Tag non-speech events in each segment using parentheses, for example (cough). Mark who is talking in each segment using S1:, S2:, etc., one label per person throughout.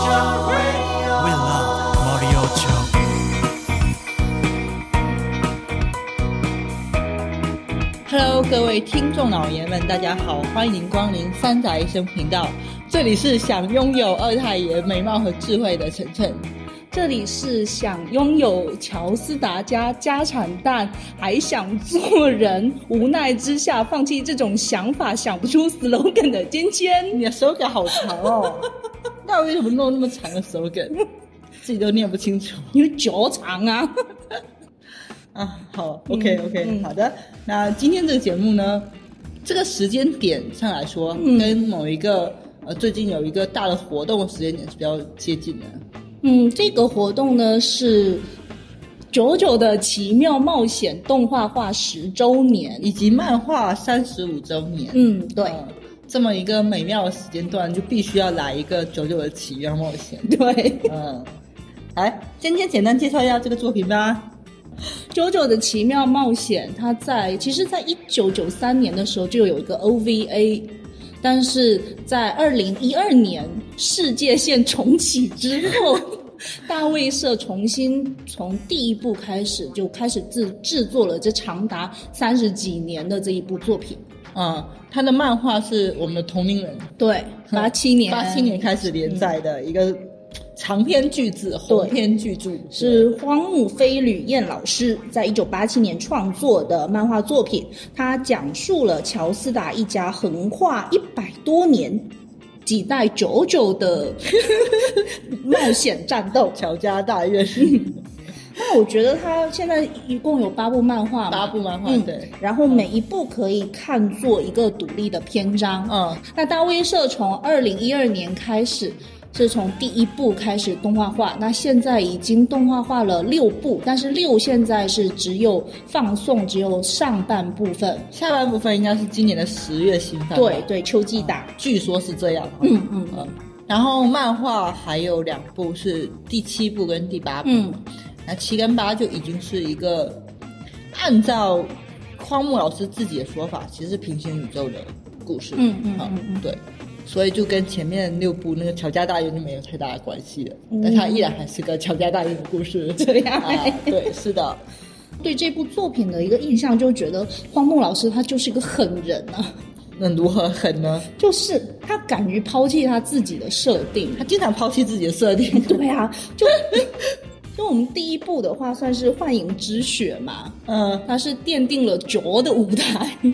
S1: We love Mario Joe.
S2: ，Hello，各位听众老爷们，大家好，欢迎光临三宅医生频道，这里是想拥有二太爷美貌和智慧的晨晨。
S3: 这里是想拥有乔斯达加家产但还想做人，无奈之下放弃这种想法，想不出 slogan 的尖尖。
S2: 你的手感好长哦，那为什么弄那么长的手感？自己都念不清楚
S3: 因为脚长啊，
S2: 啊。好，OK
S3: 嗯
S2: OK，、
S3: 嗯
S2: 好的。那今天这个节目呢，这个时间点上来说，
S3: 嗯
S2: 跟某一个呃最近有一个大的活动的时间点是比较接近的。
S3: 嗯，这个活动呢是九九的奇妙冒险动画化十周年。
S2: 以及漫画三十五周年。
S3: 嗯，对
S2: 呃这么一个美妙的时间段，就必须要来一个九九的奇缘冒
S3: (laughs)
S2: 险。
S3: 对，
S2: 嗯，来，今天简单介绍一下这个作品吧。
S3: 九九的奇妙冒险，它在其实，在一九九三年的时候就有一个 OVA，但是在二零一二年世界线重启之后， (laughs) 大卫社重新从第一部开始就开始制制作了这长达三十几年的这一部作品。
S2: 嗯，他的漫画是我们的同龄人
S3: 对，嗯八七年，
S2: 八七年开始连载的一个长篇巨子、
S3: 对
S2: 鸿篇巨著。
S3: 是荒木飞吕彦老师在一九八七年创作的漫画作品，它讲述了乔斯达一家横跨一百多年、几代久久的冒险战斗。
S2: 乔家大院
S3: (laughs) 嗯那我觉得它现在一共有八部漫画嘛，
S2: 八部漫画，
S3: 嗯，
S2: 对，
S3: 然后每一部可以看作一个独立的篇章，
S2: 嗯，
S3: 那大威社从二零一二年开始，是从第一部开始动画化，那现在已经动画化了六部，但是六现在是只有放送，只有上半部分。
S2: 下半部分应该是今年的十月新番吧。
S3: 对对，秋季档。
S2: 据说是这样。
S3: 嗯嗯
S2: 嗯，然后漫画还有两部是第七部跟第八部，
S3: 嗯
S2: 那七跟八就已经是一个按照荒木老师自己的说法，其实是平行宇宙的故事。
S3: 嗯嗯
S2: 啊
S3: 嗯嗯
S2: 对，所以就跟前面六部那个乔家大院就没有太大的关系了，但它依然还是个乔家大院的故事。
S3: 这样
S2: 啊，嗯 (laughs) 对，是的，
S3: 对这部作品的一个印象，就觉得荒木老师他就是一个狠人啊， (laughs)
S2: 那如何狠呢？
S3: 就是他敢于抛弃他自己的设 (laughs) 定，
S2: (laughs) 他经常抛弃自己的设定。
S3: 对啊，就 (laughs) 就我们第一部的话，算是《幻影之血》嘛，
S2: (laughs) 嗯，
S3: 它是奠定了卓的舞台，然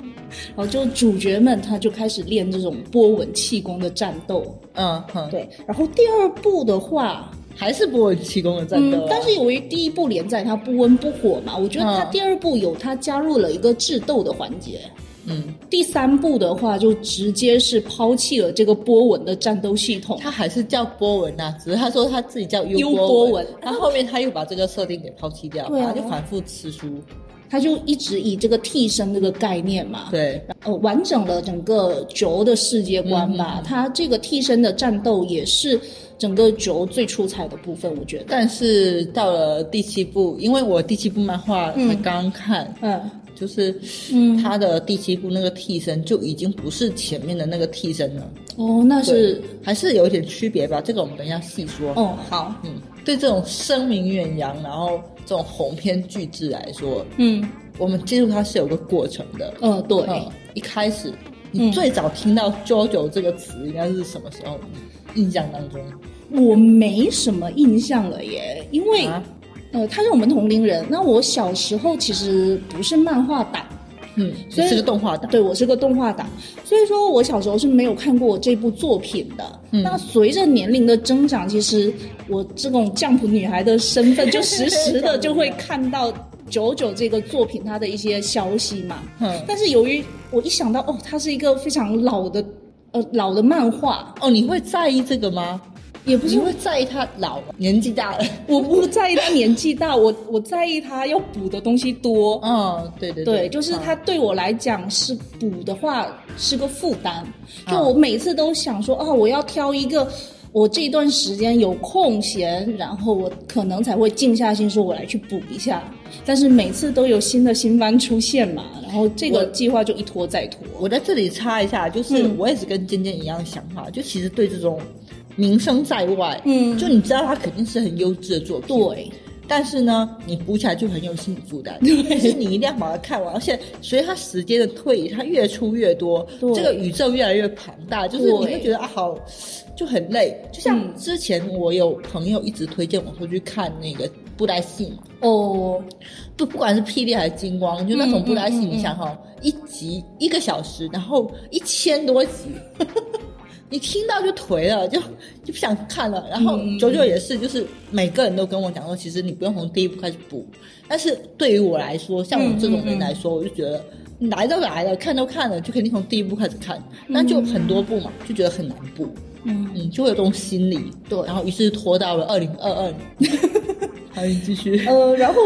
S3: 后就主角们他就开始练这种波纹气功的战斗。
S2: 嗯哼，
S3: 对，然后第二部的话，
S2: 还是波纹气功的战斗啊、
S3: 嗯，但是由于第一部连载它不温不火嘛，我觉得它
S2: 嗯
S3: 第二部有它加入了一个智斗的环节。
S2: 嗯，
S3: 第三部的话，就直接是抛弃了这个波纹的战斗系统。
S2: 他还是叫波纹呐、只是他说他自己叫
S3: 优
S2: 波
S3: 波
S2: 纹
S3: 纹，
S2: 他后面他又把这个设定给抛弃掉，
S3: 对啊
S2: 然后就反复吃书，
S3: 他就一直以这个替身这个概念嘛，
S2: 对，
S3: 呃，完整了整个轴的世界观
S2: 嗯
S3: 吧。他这个替身的战斗也是整个轴最出彩的部分，我觉得。
S2: 但是到了第七部，因为我第七部漫画才刚看，
S3: 嗯
S2: 就是
S3: 嗯，
S2: 他的第七部那个替身就已经不是前面的那个替身了，
S3: 哦，那是
S2: 对还是有一点区别吧，这个我们等一下细说。
S3: 哦，好，
S2: 嗯，对这种声名远扬，然后这种鸿篇巨制来说，
S3: 嗯
S2: 我们接触它是有个过程的，
S3: 呃，对，
S2: 嗯，一开始你最早听到 “JoJo” 这个词应该是什么时候？印象当中
S3: 我没什么印象了耶，因为、
S2: 啊，
S3: 呃，他是我们同龄人。那我小时候其实不是漫画党，
S2: 嗯，
S3: 所以
S2: 是个动画党，
S3: 对我是个动画党，所以说我小时候是没有看过这部作品的。
S2: 嗯
S3: 那随着年龄的增长，其实我这种降普女孩的身份，就时时的就会看到九九这个作品它的一些消息嘛。
S2: 嗯，
S3: 但是由于我一想到哦，它是一个非常老的呃老的漫画，
S2: 哦，你会在意这个吗？
S3: 也不
S2: 你
S3: 是
S2: 会在意他老年纪大
S3: (laughs)
S2: 了？
S3: 我不在意他年纪大，我我在意他要补的东西多。
S2: 嗯，对对
S3: 哦对，就是它
S2: 啊
S3: 对我来讲是补的话是个负担，
S2: 啊
S3: 啊就我每次都想说，哦，我要挑一个我这一段时间有空闲，然后我可能才会静下心说，我来去补一下。但是每次都有新的新番出现嘛，然后这
S2: 我嗯
S3: 个计划就一拖再拖。
S2: 我在这里插一下，就是
S3: 嗯
S2: 我也是跟尖尖一样的想法，就其实对这种名声在外，
S3: 嗯
S2: 就你知道它肯定是很优质的作品，
S3: 对，
S2: 但是呢，你补起来就很有心理负 (laughs) 担，就是你一定要把它看完，而且随着它时间的推移，它越出越多，
S3: 对
S2: 这个宇宙越来越庞大，就是你会
S3: 对
S2: 觉得啊，好就很累。就像
S3: 嗯
S2: 之前我有朋友一直推荐我说去看那个布袋戏嘛，
S3: 哦，
S2: 不不管是霹雳还是金光，就那种布袋戏，
S3: 嗯嗯嗯
S2: 你想哈、一集一个小时，然后一千多集。 (laughs) 你听到就颓了，就就不想看了。然后
S3: 嗯嗯嗯
S2: 九九也是，就是每个人都跟我讲说，其实你不用从第一部开始补。但是对于我来说，像我这种
S3: 嗯
S2: 人来说，我就觉得来都来了，看都看了，就肯定从第一部开始看。那就很多部嘛，就觉得很难补，
S3: 嗯，
S2: 嗯，就会有这种心理。
S3: 对
S2: 然后于是拖到了二零二二年。
S3: (laughs)
S2: 好，你继续。
S3: 呃，然后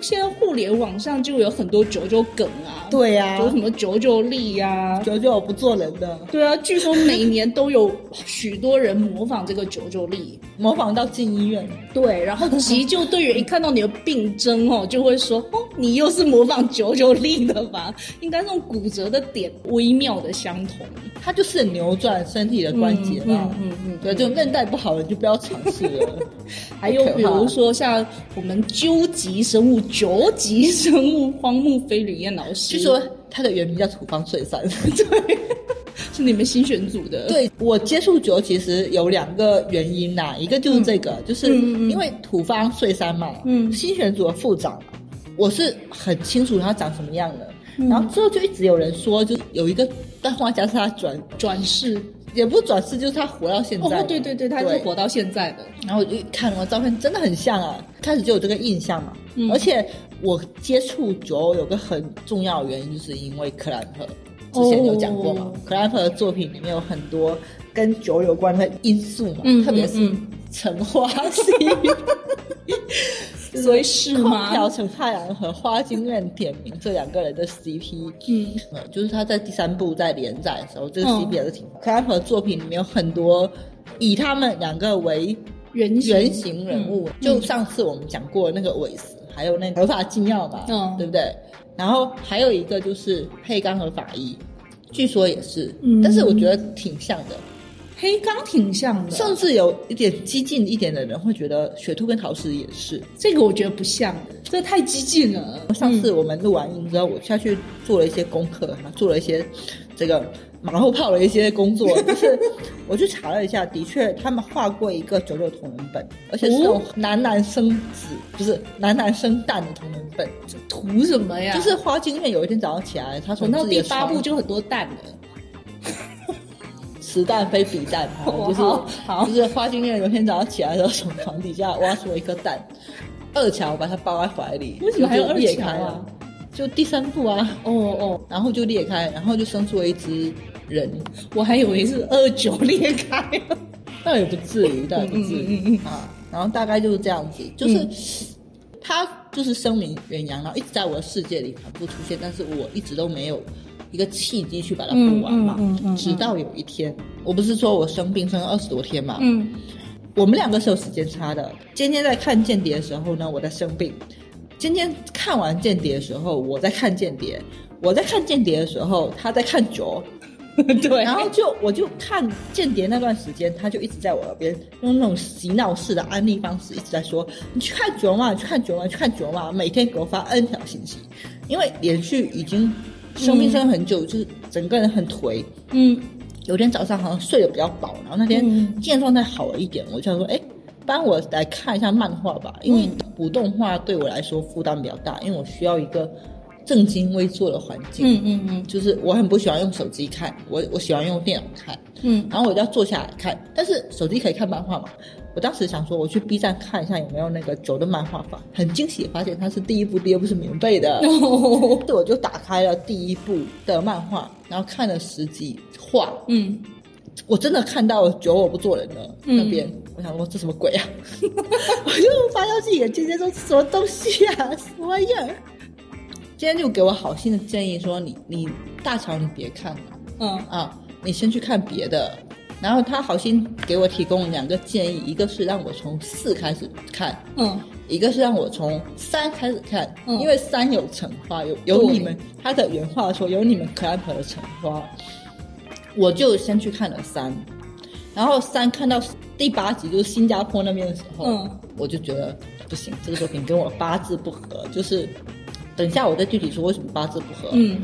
S3: 现在互联网上就有很多九九梗啊，，
S2: 对啊呀、
S3: 有什么九九力呀、
S2: 九九不做人的，
S3: 对啊，据说每年都有许多人模仿这个九九力。
S2: 模仿到进医院。
S3: 对，然后急救队员一看到你的病征哦，就会说：“哦，你又是模仿九九力的吧？” (laughs) 应该那种骨折的点微妙的相同，
S2: 它就是扭转身体的关节嘛
S3: 嗯。嗯嗯嗯
S2: 对，就韧带不好了，就不要尝试
S3: (laughs)
S2: 了。
S3: 还有
S2: 太可
S3: 比
S2: 怕了
S3: 如说像我们究极生物、九级生物荒木飞吕彦老师，
S2: 据说它的原名叫土方岁
S3: (laughs)
S2: 三。
S3: 是你们新选组的，，
S2: 对我接触九其实有两个原因呐、一个就是这个，就是
S3: 嗯嗯嗯
S2: 因为土方岁三嘛，
S3: 嗯
S2: 新选组的副长嘛，我是很清楚他长什么样的。
S3: 嗯
S2: 然后之后就一直有人说，就有一个漫画家是他转，
S3: 转世
S2: 也不是转世，就是他活到现在嘛。
S3: 哦，对对对，他是活到现在的，
S2: 然后我就看我照片，真的很像啊，开始就有这个印象嘛。
S3: 嗯
S2: 而且我接触九欧有个很重要的原因，就是因为克兰特，之前有讲过嘛，
S3: 哦
S2: 克兰特的作品里面有很多跟酒有关的因素嘛，
S3: 嗯
S2: 特别是
S3: 嗯
S2: 橙花系。
S3: 所以是 (laughs)
S2: (laughs) 空
S3: 吗？
S2: 调陈太郎和花京院点名这两个人的 CP，
S3: 嗯
S2: 呃，就是他在第三部在连载的时候，这个
S3: 嗯
S2: CP 也是挺。克莱普的作品里面有很多以他们两个为
S3: 原型
S2: 原型人物，
S3: 嗯
S2: 就上次我们讲过那个韦斯，还有那个合法禁药嘛，
S3: 嗯
S2: 对不对？然后还有一个就是配冈和法医，据说也是，
S3: 嗯
S2: 但是我觉得挺像的，
S3: 黑钢挺像的，
S2: 甚至有一点激进一点的人会觉得雪兔跟桃矢也是。
S3: 这个我觉得不像，这太激进了。
S2: 上次我们录完音之后，我下去做了一些功课，做了一些这个马后炮的一些工作，就是 (laughs) 我去查了一下，的确他们画过一个九九同人本，而且是那种男男生子，不是男男生蛋的同人本，
S3: 图什么呀？
S2: 就是花京院有一天早上起来，他
S3: 等
S2: 从
S3: 啊到
S2: 自己
S3: 第
S2: 的
S3: 八
S2: 床
S3: 部就很多蛋了。
S2: 此蛋非彼蛋，
S3: (laughs)
S2: 然后就是
S3: 好好
S2: 就是花京院有一天早上起来的时候，从床底下挖出了一颗蛋，二乔把它抱在怀里，
S3: 为什么还有
S2: 就裂
S3: 二乔啊
S2: 开了？就第三部啊。
S3: 哦哦，
S2: 然后就裂开，然后就生出了一只人，
S3: 我还以为是二九裂开啊了。
S2: 倒也不至于，倒也不至于
S3: 嗯嗯嗯嗯
S2: 啊。然后大概就是这样子，就是、他就是声名远扬，然后一直在我的世界里反复出现，但是我一直都没有一个契机去把它补完嘛。
S3: 嗯嗯嗯嗯嗯
S2: 直到有一天，我不是说我生病生了二十多天嘛，
S3: 嗯，
S2: 我们两个是有时间差的。尖尖在看《间谍》的时候呢，我在生病；尖尖看完《间谍》的时候，我在看《间谍》；我在看《间谍》的时候，他在看九。
S3: (laughs) 对。
S2: 然后就我就看《间谍》那段时间，他就一直在我耳边用那种洗脑式的安利方式，一直在说：“你去看九嘛，你去看九嘛，你去看九嘛。”每天给我发 N 条信息，因为连续已经生病生了很久，就是整个人很颓。
S3: 嗯
S2: 有天早上好像睡得比较饱，然后那天
S3: 嗯
S2: 精神状态好了一点，我就想说，哎，不然我来看一下漫画吧，因为
S3: 嗯
S2: 补动画对我来说负担比较大，因为我需要一个正襟危坐的环境。
S3: 嗯嗯嗯
S2: 就是我很不喜欢用手机看，我我喜欢用电脑看，
S3: 嗯
S2: 然后我就要坐下来看。但是手机可以看漫画嘛？我当时想说，我去 B 站看一下有没有那个九的漫画法，很惊喜地发现它是第一部、第二部是免费的。
S3: (laughs) 哦
S2: 对，我就打开了第一部的漫画，然后看了十几话，
S3: 嗯，
S2: 我真的看到九我不做人了、
S3: 嗯
S2: 那边，我想说这什么鬼啊！ (laughs) 我就发消息给尖尖说什么东西啊，什么玩意儿？尖尖就给我好心的建议说你你大乔你别看了
S3: 嗯
S2: 啊，你先去看别的。然后他好心给我提供了两个建议，一个是让我从四开始看，
S3: 嗯，
S2: 一个是让我从三开始看，
S3: 嗯
S2: 因为三有惩罚，有有
S3: 对
S2: 你们他的原话说有你们克兰普的惩罚，我就先去看了三，然后三看到第八集就是新加坡那边的时候，
S3: 嗯
S2: 我就觉得不行，这个作品跟我八字不合，就是等一下我再具体说为什么八字不合，
S3: 嗯，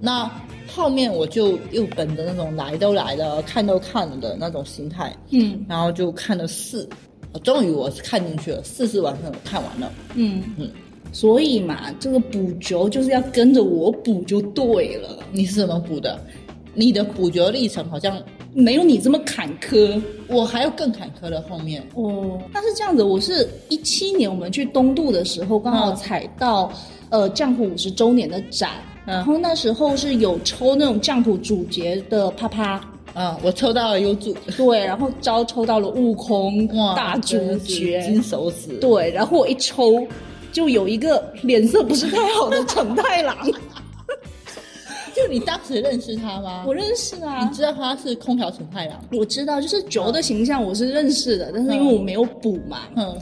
S2: 那后面我就又本着那种来都来了，看都看了的那种心态，
S3: 嗯
S2: 然后就看了四，呃终于我是看进去了，四是完全我看完了。
S3: 嗯
S2: 嗯
S3: 嗯，所以嘛，这个补球就是要跟着我补就对了，
S2: 你是怎么补的？你的补觉历程好像
S3: 没有你这么坎坷。
S2: 我还有更坎坷的后面。
S3: 哦，但是这样子，我是一七年我们去东渡的时候，刚好
S2: 嗯
S3: 踩到、呃降普五十周年的展，
S2: 嗯
S3: 然后那时候是有抽那种降普主角的啪啪，
S2: 啊，我抽到了优助，
S3: 对，然后招抽到了悟空
S2: 哇，
S3: (laughs) 大主
S2: 真的是
S3: 角，
S2: 金手指，
S3: 对，然后我一抽，就有一个脸色不是太好的承太郎，
S2: 就你当时认识他吗？
S3: (laughs) 我认识啊
S2: 你。知道他是空调陈太郎，
S3: 我知道，就是九的形象我是认识的，但是因为我没有补嘛，
S2: 嗯，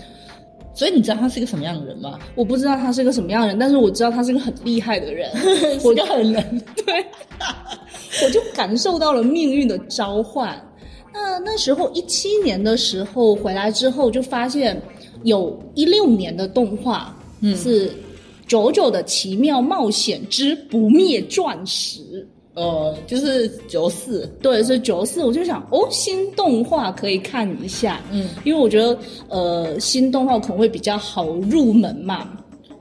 S2: 所以你知道他是个什么样的人吗？
S3: 我不知道他是个什么样的人，但是我知道他是个很厉害的 (laughs) 人，我就很能 (laughs) 对，我就感受到了命运的召唤。那那时候一七年的时候回来之后，就发现有一六年的动画，嗯，是《九九的奇妙冒险之不灭钻石》。
S2: 哦，就是九四，
S3: 对，是九四，我就想哦，新动画可以看一下，
S2: 嗯，
S3: 因为我觉得呃，新动画可能会比较好入门嘛，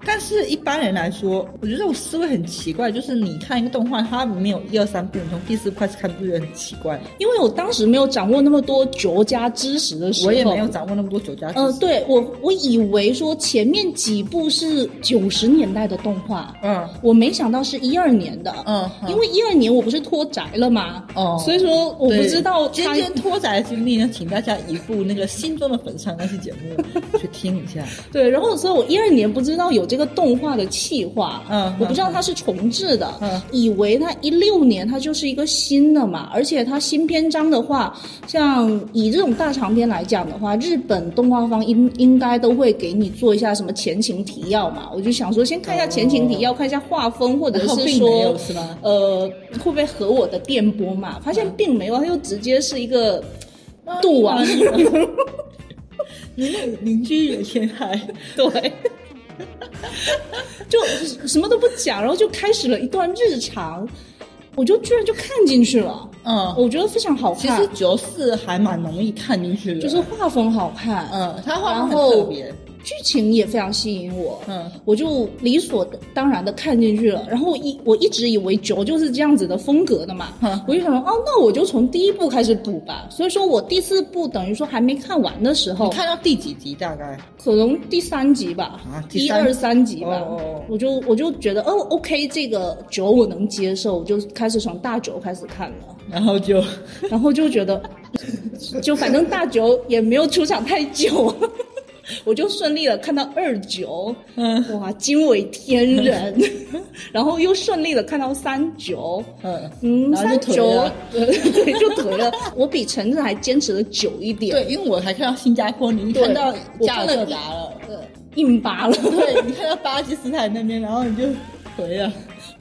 S2: 但是一般人来说，我觉得这种思维很奇怪，就是你看一个动画，它没有一二三部，你从第四部开始看，不觉得很奇怪？
S3: 因为我当时没有掌握那么多卓家知识的时候，
S2: 我也没有。掌握那么多酒家知识。
S3: 呃，对我，我以为说前面几部是九十年代的动画，
S2: 嗯
S3: 我没想到是一二年的，
S2: 嗯嗯
S3: 因为一二年我不是脱宅了嘛，
S2: 哦
S3: 所以说我不知道
S2: 今
S3: 他
S2: 天拖宅的经历呢，请大家移步那个《心中的坟场》那期节
S3: (laughs)
S2: 目去听一下。
S3: 对，然后所以我一二年不知道有这个动画的企划，
S2: 嗯
S3: 我不知道它是重置的，
S2: 嗯
S3: 以为它一六年它就是一个新的嘛，而且它新篇章的话，像以这种大长篇来讲的话，日本动画方应应该都会给你做一下什么前情提要嘛，我就想说先看一下前情提要，看一下画风，或
S2: 哦
S3: 者
S2: 然后
S3: 是
S2: 并没
S3: 说
S2: 有是吗嗯
S3: 呃会不会合我的电波嘛，发现并没有，它就直接是一个度啊。
S2: 你那个邻居也天海，
S3: 对，就什么都不讲，然后就开始了一段日常，我就居然就看进去了，
S2: 嗯，
S3: 我觉得非常好
S2: 其
S3: 看，
S2: 实九四还蛮容易看进去的，
S3: 就是画风好看，
S2: 嗯，他画
S3: 然
S2: 风很特
S3: 后
S2: 别，
S3: 剧情也非常吸引我，
S2: 嗯
S3: 我就理所当然的看进去了。然后一我一直以为九就是这样子的风格的嘛，
S2: 嗯
S3: 我就想说哦，那我就从第一部开始补吧。所以说我第四部等于说还没看完的时候
S2: 你，看到第几集大概？
S3: 可能第三集吧，
S2: 啊第
S3: 一
S2: 三
S3: 二三集吧，
S2: 哦哦哦
S3: 我就我就觉得哦，OK，这个九我能接受，我就开始从大九开始看
S2: (laughs)
S3: 了，
S2: 然后就
S3: 然后就觉得， (laughs) 就反正大九也没有出场太久， (laughs) 我就顺利的看到二九，
S2: 嗯
S3: 哇，惊为天人， (laughs) 然后又顺利的看到三九。
S2: 嗯
S3: 嗯，
S2: 然后
S3: 三
S2: 就
S3: 九
S2: 颓了
S3: (laughs) 对就颓了。我比橙子还坚持的久一点，
S2: 对，因为我还看到新加坡，你一看到
S3: 我
S2: 加
S3: 看
S2: 尔
S3: 了
S2: 各
S3: 一
S2: 答了， (laughs)
S3: 呃，硬拔了。
S2: 对你看到巴基斯坦那边，然后你就回了，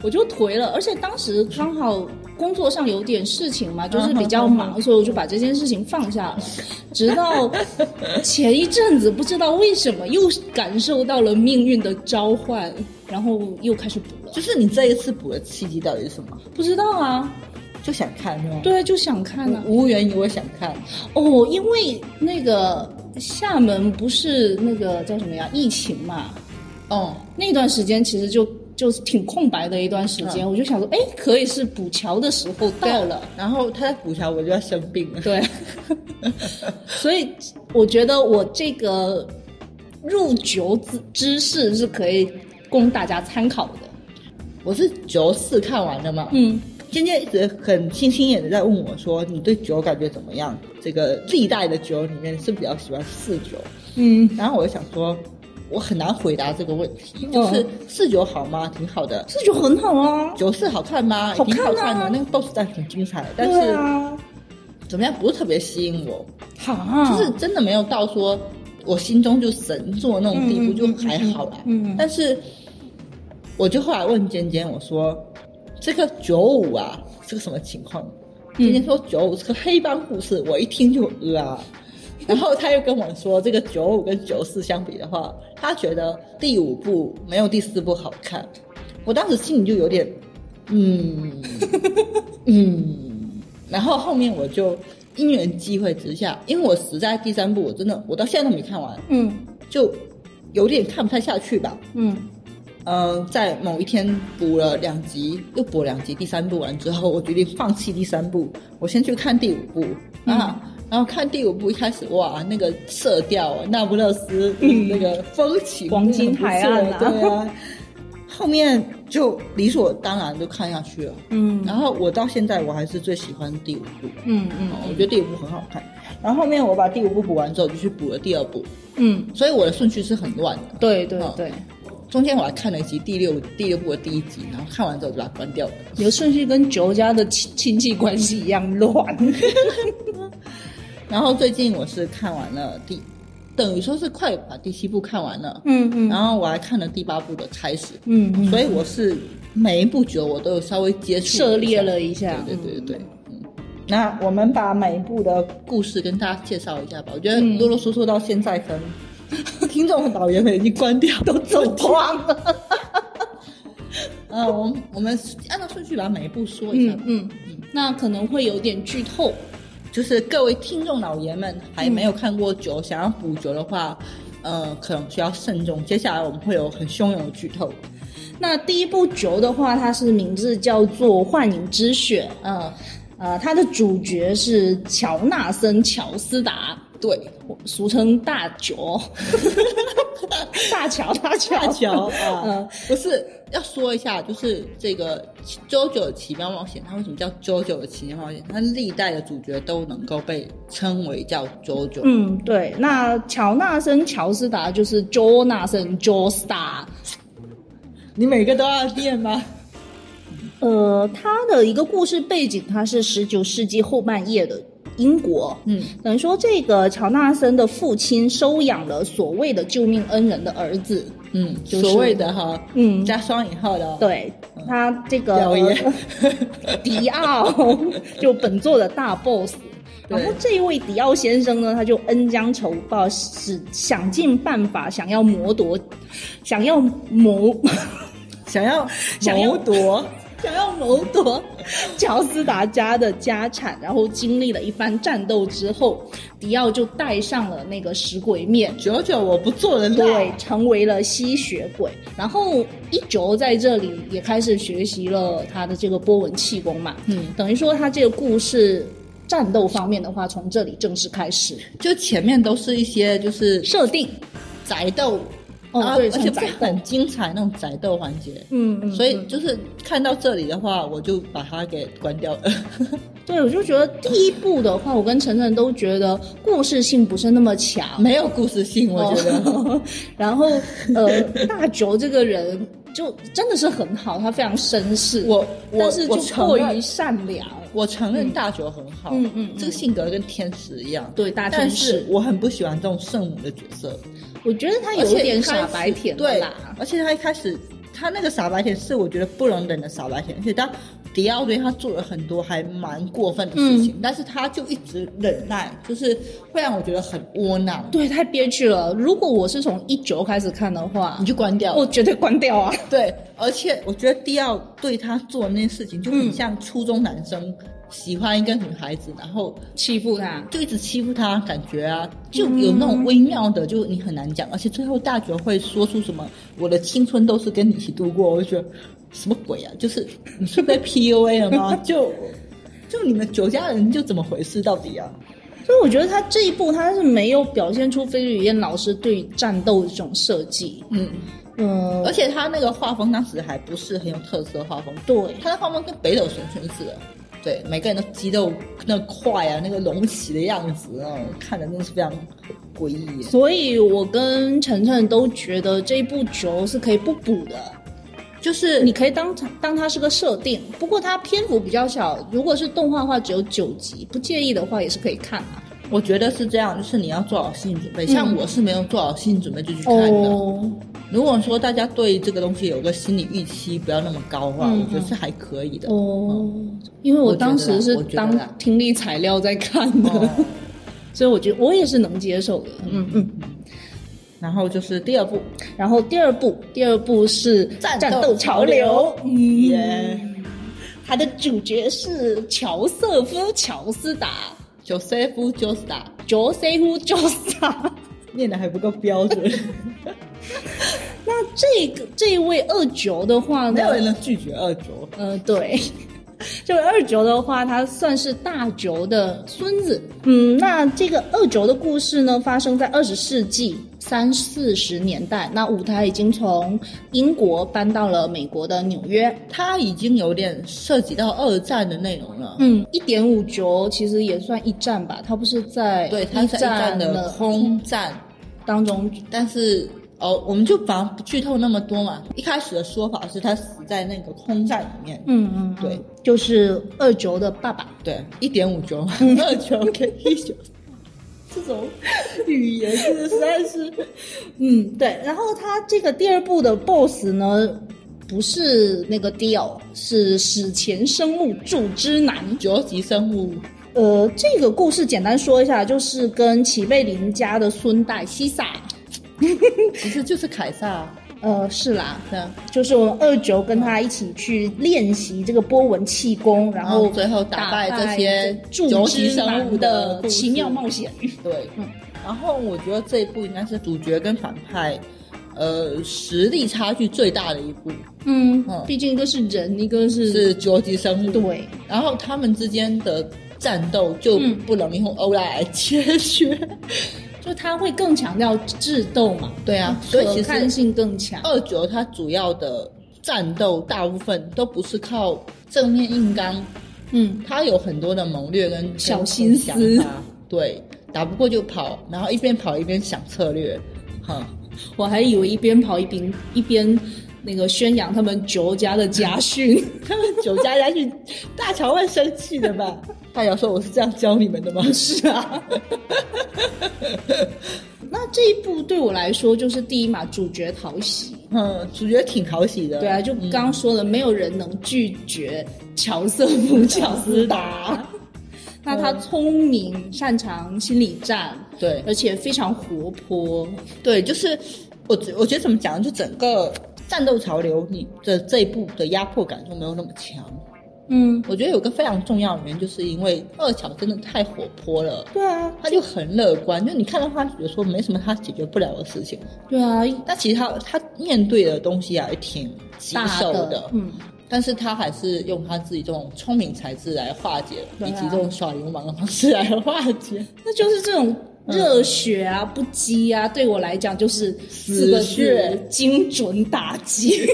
S3: 我就颓了，而且当时刚好工作上有点事情嘛，就是比较忙，所以我就把这件事情放下了。直到前一阵子，不知道为什么又感受到了命运的召唤，然后又开始补了
S2: 就。是你这一次补的契机到底是什么？
S3: 不知道啊，
S2: 就想看是吗？
S3: 对，就想看啊。
S2: 无缘我想看，
S3: 哦，因为那个厦门不是那个叫什么呀，疫情嘛，
S2: 哦，
S3: 那段时间其实就就是挺空白的一段时间，我就想说，哎，可以是补桥的时候到了。
S2: 然后他在补桥，我就要生病了。
S3: 对，所以我觉得我这个入酒知知识是可以供大家参考的。
S2: 我是九四看完的嘛，
S3: 嗯，
S2: 尖尖一直很轻心眼的在问我说，你对九感觉怎么样？这个历代的九里面是比较喜欢四九，
S3: 嗯，
S2: 然后我就想说，我很难回答这个问题，就是四九好吗？挺好的。
S3: 这就很好啊。
S2: 九四好看吗？
S3: 好看啊
S2: 挺好看的，那个 BOSS 战挺精彩的，但
S3: 对
S2: 是
S3: 啊，
S2: 怎么样不是特别吸引我，
S3: 好，啊
S2: 就是真的没有到说我心中就神作那种地步，
S3: 嗯嗯
S2: 就还好啦。
S3: 嗯嗯
S2: 但是我就后来问尖尖，我说这个九五啊是个什么情况？尖尖
S3: 嗯
S2: 说九五是个黑帮故事，我一听就呃啊。然后他又跟我说，这个九五跟九四相比的话，他觉得第五部没有第四部好看。我当时心里就有点，嗯
S3: (laughs)
S2: 嗯，然后后面我就因缘际会之下，因为我实在第三部我真的我到现在都没看完，
S3: 嗯
S2: 就有点看不太下去吧。
S3: 嗯
S2: 嗯、在某一天补了两集，又补了两集，第三部完之后，我决定放弃第三部，我先去看第五部
S3: 嗯
S2: 啊。然后看第五部一开始哇，那个色调啊，那不勒斯、那个风情，
S3: 黄金海岸啊
S2: 啊，对啊。后面就理所当然就看下去了。
S3: 嗯
S2: 然后我到现在我还是最喜欢第五部，
S3: 嗯嗯
S2: 我觉得第五部很好看。然后后面我把第五部补完之后，我就去补了第二部，
S3: 嗯，哦
S2: 所以我的顺序是很乱的。
S3: 对对
S2: 嗯
S3: 对，
S2: 中间我还看了一集第六第六部的第一集，然后看完之后就把它关掉了。
S3: 你的顺序跟九家的亲亲戚关系一样乱。
S2: 然后最近我是看完了第，等于说是快把第七部看完了，
S3: (laughs) 嗯嗯
S2: 然后我还看了第八部的开始，
S3: 嗯嗯，
S2: 所以我是每一部九我都有稍微接触
S3: 涉猎
S2: 一下
S3: 了一下，
S2: 对对对对对，嗯。那我们把每一部的故事跟大家介绍一下吧。我觉得
S3: 嗯
S2: 啰啰嗦嗦到现在，可能听众老爷们已经关掉，都走光
S3: (laughs)
S2: 了。呃，我们我们按照顺序把每一部说一下
S3: 嗯
S2: 吧。
S3: 嗯嗯，那可能会有点剧透。
S2: 就是各位听众老爷们还没有看过九，想要补九的话，呃，可能需要慎重。接下来我们会有很汹涌的剧透。
S3: 那第一部九的话，它是名字叫做《幻影之血》，呃呃，它的主角是乔纳森·乔斯达，
S2: 对，
S3: 我俗称大九， (laughs) 大乔大乔
S2: 大 (laughs) 乔啊，
S3: 嗯
S2: 不是要说一下，就是这个《JoJo 的奇妙冒险》，它为什么叫《JoJo 的奇妙冒险》？它历代的主角都能够被称为叫 JoJo。
S3: 嗯，对，那乔纳森·乔斯达就是 Jo 纳森 Jo Star，
S2: 你每个都要念吗？
S3: 呃，他的一个故事背景，它是十九世纪后半叶的英国。
S2: 嗯，
S3: 等于说这个乔纳森的父亲收养了所谓的救命恩人的儿子。
S2: 嗯，
S3: 就是
S2: 所谓的哈，
S3: 嗯
S2: 加双引号的哦，
S3: 对他这个
S2: 表爷
S3: (laughs) 迪奥，就本作的大 boss。
S2: 对
S3: 然后这一位迪奥先生呢，他就恩将仇报，使想尽办法想要谋夺，想要谋 (laughs)
S2: 想要
S3: 想要
S2: 谋夺，
S3: (laughs) 想要谋夺乔斯达家的家产，然后经历了一番战斗之后，迪奥就戴上了那个食鬼面。
S2: 九九我不做人了。
S3: 对，成为了吸血鬼。然后一九在这里也开始学习了他的这个波纹气功嘛，
S2: 嗯
S3: 等于说他这个故事战斗方面的话，从这里正式开始
S2: 就前面都是一些就是
S3: 设定。
S2: 宅斗，
S3: 哦
S2: 然后
S3: 对
S2: 而且
S3: 像
S2: 不
S3: 宅
S2: 是
S3: 斗
S2: 很精彩那种宅斗环节。
S3: 嗯嗯，
S2: 所以就是看到这里的话，我就把它给关掉了。
S3: (laughs) 对我就觉得第一部的话，我跟晨晨都觉得故事性不是那么强，
S2: 没有故事嗯性，我觉
S3: (laughs)
S2: 得。
S3: 哦然后呃，大九这个人就真的是很好，他非常绅士，
S2: 我我
S3: 但是就
S2: 我承
S3: 过
S2: 认
S3: 于善良。
S2: 我承认大九很好，
S3: 嗯嗯嗯
S2: 这个性格跟天使一样，
S3: 对大
S2: 但
S3: 天
S2: 是
S3: 使，
S2: 我很不喜欢这种圣母的角色，
S3: 我觉得他
S2: 而
S3: 有
S2: 且
S3: 点
S2: 一开
S3: 傻
S2: 始
S3: 白甜了
S2: 对
S3: 啦，。
S2: 而且他一开始，他那个傻白甜是我觉得不能忍的傻白甜，而且当迪奥对他做了很多还蛮过分的
S3: 嗯
S2: 事情，但是他就一直忍耐，就是会让我觉得很窝囊，
S3: 对，太憋屈了。如果我是从一九开始看的话
S2: 你，就关掉了
S3: 我绝对关掉啊。
S2: 对，而且我觉得迪奥对他做的那些事情就
S3: 嗯
S2: 很像初中男生喜欢一个女孩子，然后
S3: 欺负他，
S2: 就一直欺负她，感觉啊，就有那种微妙的，就你很难讲。而且最后大觉会说出什么“我的青春都是跟你一起度过”，我就觉得什么鬼啊？就是你是被 PUA 了吗？就就你们酒家人就怎么回事？到底啊？
S3: 所以我觉得他这一部他是没有表现出飞吕燕老师对于战斗的这种设计。
S2: 嗯，
S3: 嗯、
S2: 而且他那个画风当时还不是很有特色的画风，
S3: 对，
S2: 他的画风跟北斗神拳似的，对，每个人都肌肉那块啊，那个隆起的样子啊，看着真的是非常诡异。啊
S3: 所以我跟晨晨都觉得这一部九是可以不补的，
S2: 就是
S3: 你可以当它当它是个设定，不过它篇幅比较小，如果是动画的话只有九集，不介意的话也是可以看啊。
S2: 我觉得是这样，就是你要做好心理准备。像我是没有做好心理准备就去看的。
S3: 嗯哦，
S2: 如果说大家对这个东西有个心理预期不要那么高的话，
S3: 嗯
S2: 我觉得是还可以的。
S3: 哦，因为我当时是
S2: 我觉得啦我觉
S3: 当
S2: 得啦
S3: 听力材料在看的，
S2: 哦
S3: (laughs) 所以我觉得我也是能接受的。嗯嗯。
S2: 然后就是第二部，
S3: 然后第二部，第二部是
S2: 战斗
S3: 《战斗潮
S2: 潮流
S3: 流》，
S2: 耶
S3: 嗯，它的主角是乔瑟夫·乔斯达
S2: 九 C F Josta
S3: ，Joseph (laughs) Joestar。
S2: 念的还不够标
S3: (laughs)
S2: 准，
S3: 那这个这位二九的话
S2: 没
S3: 呢
S2: 有？人能拒绝二九。
S3: 呃，对， (laughs) 这位二九的话，他算是大九的孙子。嗯，那这个二九的故事呢，发生在二十世纪三四十年代。那舞台已经从英国搬到了美国的纽约。
S2: 它已经有点涉及到二战的内容了。
S3: 嗯，一点五九其实也算一战吧，它不是在
S2: 对，它是一战的空战，
S3: 当中，
S2: 但是哦，我们就反正不剧透那么多嘛。一开始的说法是他死在那个空战里面。
S3: 嗯嗯，
S2: 对，
S3: 就是二九的爸爸。
S2: 对，一点五
S3: (laughs)
S2: 九，二九跟一九，
S3: 这种
S2: 语
S3: (laughs)
S2: 言真的实在是。
S3: 嗯，对。然后他这个第二部的 BOSS 呢，不是那个 Dio，是史前生物柱之男。
S2: 九级生物，
S3: 呃，这个故事简单说一下，就是跟齐贝林家的孙代西萨，
S2: 其实就是凯撒，
S3: 呃，是啦，
S2: 对啊，
S3: 就是我们二九跟他一起去练习这个波纹气功，然
S2: 然
S3: 后
S2: 后啊最后打败这些
S3: 柱
S2: 九级
S3: 之
S2: 生物的
S3: 男的
S2: 故事
S3: 奇妙冒险。
S2: 对，
S3: 嗯
S2: 然后我觉得这一部应该是主角跟反派，呃，实力差距最大的一部，
S3: 嗯
S2: 嗯
S3: 毕竟一个是人，一个是
S2: 是九级生物，
S3: 对，
S2: 然后他们之间的战斗就
S3: 嗯
S2: 不能用欧拉来解
S3: (laughs)
S2: 决，
S3: 就他会更强调智斗嘛，
S2: 对啊，所以其
S3: 可看
S2: 实
S3: 性更强。
S2: 二九它主要的战斗大部分都不是靠正面硬刚，
S3: 嗯，
S2: 他有很多的谋略跟
S3: 小心思，
S2: 跟想法对，打不过就跑，然后一边跑一边想策略，
S3: (laughs)
S2: 哈，
S3: 我还以为一边跑一边一边那个宣扬他们九家的家训，
S2: (laughs) 他们酒家家去，大乔会生气的 (laughs) 吧？大乔说：“我是这样教你们的吗？”是啊，
S3: (laughs)
S2: (laughs)
S3: 那这一部对我来说就是第一嘛，主角讨喜。
S2: 嗯，主角挺讨喜的，嗯
S3: 对啊，就刚刚说了，没有人能拒绝乔瑟夫·乔斯达。
S2: 嗯
S3: 那他聪明、擅长心理战，
S2: 对呃
S3: 而且非常活泼。
S2: 对，就是我觉我觉得怎么讲，就整个战斗潮流，你的这一部的压迫感就没有那么强。
S3: 嗯，
S2: 我觉得有个非常重要的原因，就是因为二乔真的太活泼了。
S3: 对啊，
S2: 他就很乐观，就你看到他，觉得说没什么他解决不了的事情，
S3: 对啊，
S2: 但其实他他面对的东西啊也挺棘
S3: 大
S2: 手
S3: 的，嗯，
S2: 但是他还是用他自己这种聪明才智来化解，
S3: 对啊
S2: 以及这种耍流氓的方式来化
S3: (laughs)
S2: 解。
S3: 那就是这种
S2: 嗯
S3: 热血啊、不羁啊，对我来讲就是四个
S2: 死穴
S3: 字：精准打
S2: (laughs)
S3: 击。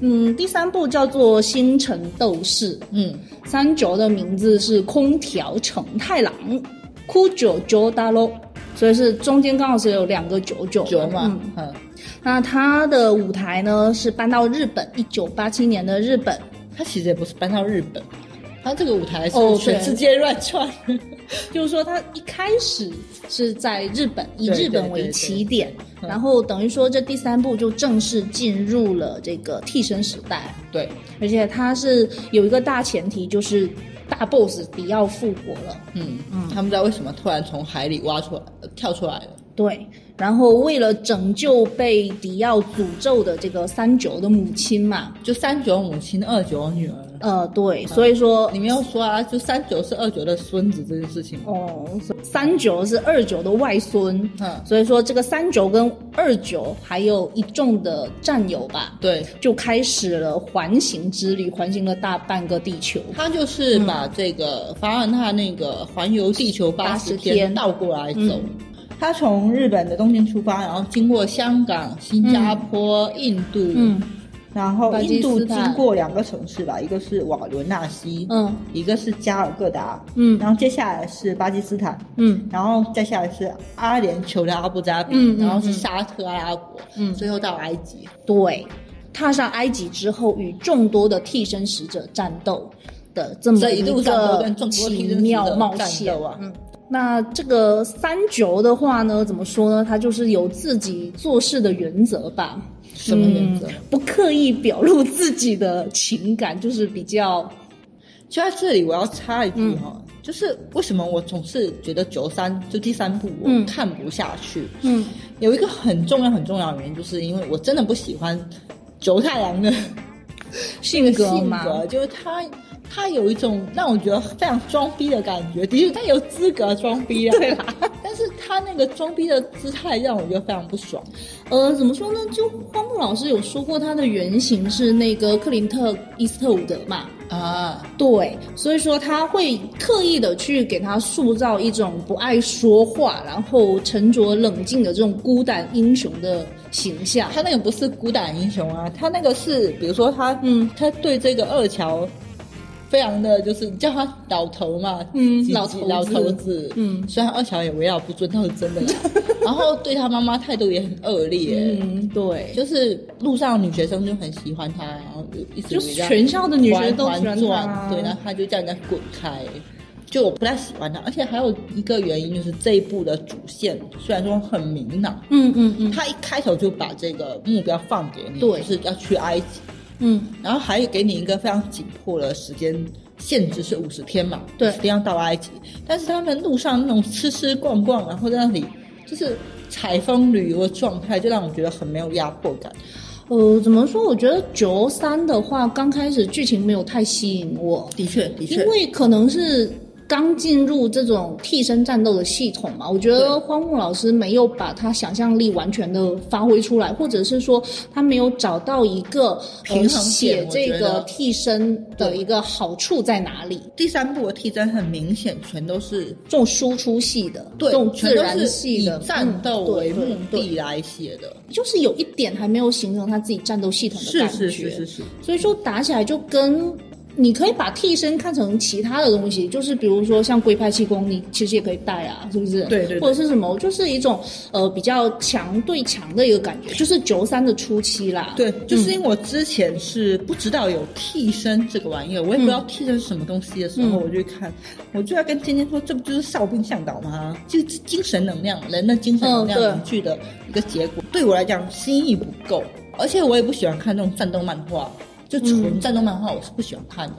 S3: 嗯，第三部叫做《星辰斗士》，
S2: 嗯，
S3: 三九的名字是空调承太郎，哭九九大喽，所以是中间刚好是有两个九九
S2: 九嘛
S3: 嗯，
S2: 嗯，
S3: 那他的舞台呢是搬到日本，一九八七年的日本。
S2: 他其实也不是搬到日本，他这个舞台
S3: 哦
S2: 是全
S3: 对
S2: 世界乱窜。
S3: 就是说，他一开始是在日本，以
S2: 对
S3: 日本
S2: 对对
S3: 为
S2: 对
S3: 起点，
S2: 嗯
S3: 然后等于说这第三部就正式进入了这个替身时代，
S2: (laughs) 对，
S3: 而且它是有一个大前提，就是大 boss 迪奥复活了，
S2: 嗯，他们不知道为什么突然从海里挖出来、呃跳出来了。
S3: 对，然后为了拯救被迪奥诅咒的这个三九的母亲嘛，
S2: 就三九母亲，二九女儿。
S3: 呃，对，
S2: 嗯
S3: 所以说
S2: 你。没有说啊，就三九是二九的孙子这件事情。
S3: 哦，三九是二九的外孙，
S2: 嗯
S3: 所以说这个三九跟二九还有一众的战友吧，
S2: 对，
S3: 就开始了环形之旅，环形了大半个地球。
S2: 他就是把这个凡尔纳那个环游地球八十
S3: 80
S2: 天
S3: 天
S2: 倒过来走
S3: 嗯。
S2: 他从日本的东京出发，然后经过香港、新加坡、印度，
S3: 嗯
S2: 然后
S3: 巴
S2: 印
S3: 基斯坦
S2: 度经过两个城市吧，一个是瓦伦纳西，
S3: 嗯
S2: 一个是加尔各答，
S3: 嗯
S2: 然后接下来是巴基斯坦，
S3: 嗯
S2: 然后再下来是阿联酋的阿布扎比，
S3: 嗯嗯
S2: 然后是
S3: 嗯
S2: 沙特阿拉伯，
S3: 嗯
S2: 最后到埃及。
S3: 对，踏上埃及之后，与众多的替身使者战斗的这么
S2: 这一路上都
S3: 个
S2: 跟众多
S3: 奇
S2: 替身使者
S3: 妙冒险
S2: 战斗啊
S3: 嗯，那这个三九的话呢，怎么说呢？他就是有自己做事的原则吧。
S2: 什么原则？
S3: 嗯不刻意表露自己的情感，就是比较
S2: 就在这里，我要插一
S3: 嗯
S2: 句哈、就是为什么我总是觉得九三就第三部
S3: 嗯
S2: 我看不下去？
S3: 嗯
S2: 有一个很重要很重要的原因，就是因为我真的不喜欢九太郎的
S3: 性格
S2: 性
S3: 嘛，
S2: 格，就是他他有一种让我觉得非常装逼的感觉。的确，他有资格装逼啊，
S3: (laughs)
S2: 对啦。但是他那个装逼的姿态让我觉得非常不爽。
S3: 呃，怎么说呢？就荒木老师有说过，他的原型是那个克林特·伊斯特伍德嘛。
S2: 啊，
S3: 对，所以说他会刻意的去给他塑造一种不爱说话，然后沉着冷静的这种孤胆英雄的形象。
S2: 他那个不是孤胆英雄啊，他那个是比如说他，
S3: 嗯，
S2: 他对这个二乔。非常的就是叫他老头嘛，
S3: 嗯
S2: 几
S3: 老头子
S2: 老头子，
S3: 嗯
S2: 虽然二乔也围绕不尊，那是真的啦。然后对他妈妈态度也很恶劣，
S3: 嗯，对，
S2: 就是路上女学生就很喜欢他，然后就一直
S3: 就
S2: 围绕
S3: 全校的女学
S2: 环
S3: 都喜
S2: 环
S3: 欢他。
S2: 转，对，然后他就叫人家滚开。就我不太喜欢他，而且还有一个原因就是这一部的主线虽然说很明朗，
S3: 嗯嗯嗯
S2: 他一开头就把这个目标放给你，
S3: 对
S2: 就是要去埃及，
S3: 嗯，
S2: 然后还给你一个非常紧迫的时间限制是五十天嘛，
S3: 对
S2: 一定要到埃及。但是他们路上那种吃吃逛逛，然后在那里就是采风旅游的状态，就让我觉得很没有压迫感。
S3: 呃，怎么说？我觉得九三的话，刚开始剧情没有太吸引我，
S2: 的确，的
S3: 因为可能是刚进入这种替身战斗的系统嘛，我觉得
S2: 对
S3: 荒木老师没有把他想象力完全的发挥出来，或者是说他没有找到一个
S2: 平衡点
S3: 呃、写
S2: 我
S3: 这
S2: 觉
S3: 个
S2: 得
S3: 替身的
S2: 对
S3: 一个好处在哪里。
S2: 第三部的替真很明显，全都是
S3: 这种输出系的，
S2: 对，
S3: 这种
S2: 全
S3: 自
S2: 都
S3: 然
S2: 是
S3: 系的
S2: 以战斗
S3: 嗯
S2: 为
S3: 对
S2: 目
S3: 对
S2: 的来写的，
S3: 对就是有一点还没有形成他自己战斗系统的
S2: 是
S3: 感觉。
S2: 是是是是，
S3: 所以说打起来就跟你可以把替身看成其他的东西，就是比如说像龟派气功，你其实也可以带啊，是不是？
S2: 对对对
S3: 或者是什么，就是一种呃比较强对强的一个感觉，就是九三的初期啦。
S2: 对，就是因为我之前是不知道有替身这个玩意儿，我也不知道替身是什么东西的时候，
S3: 嗯
S2: 我就看，我就要跟尖尖说，这不就是哨兵向导吗？就是精神能量，人的精神能量
S3: 嗯对
S2: 凝聚的一个结果。对我来讲，新意不够，而且我也不喜欢看那种战斗漫画，就纯战斗漫画我是不喜欢看的。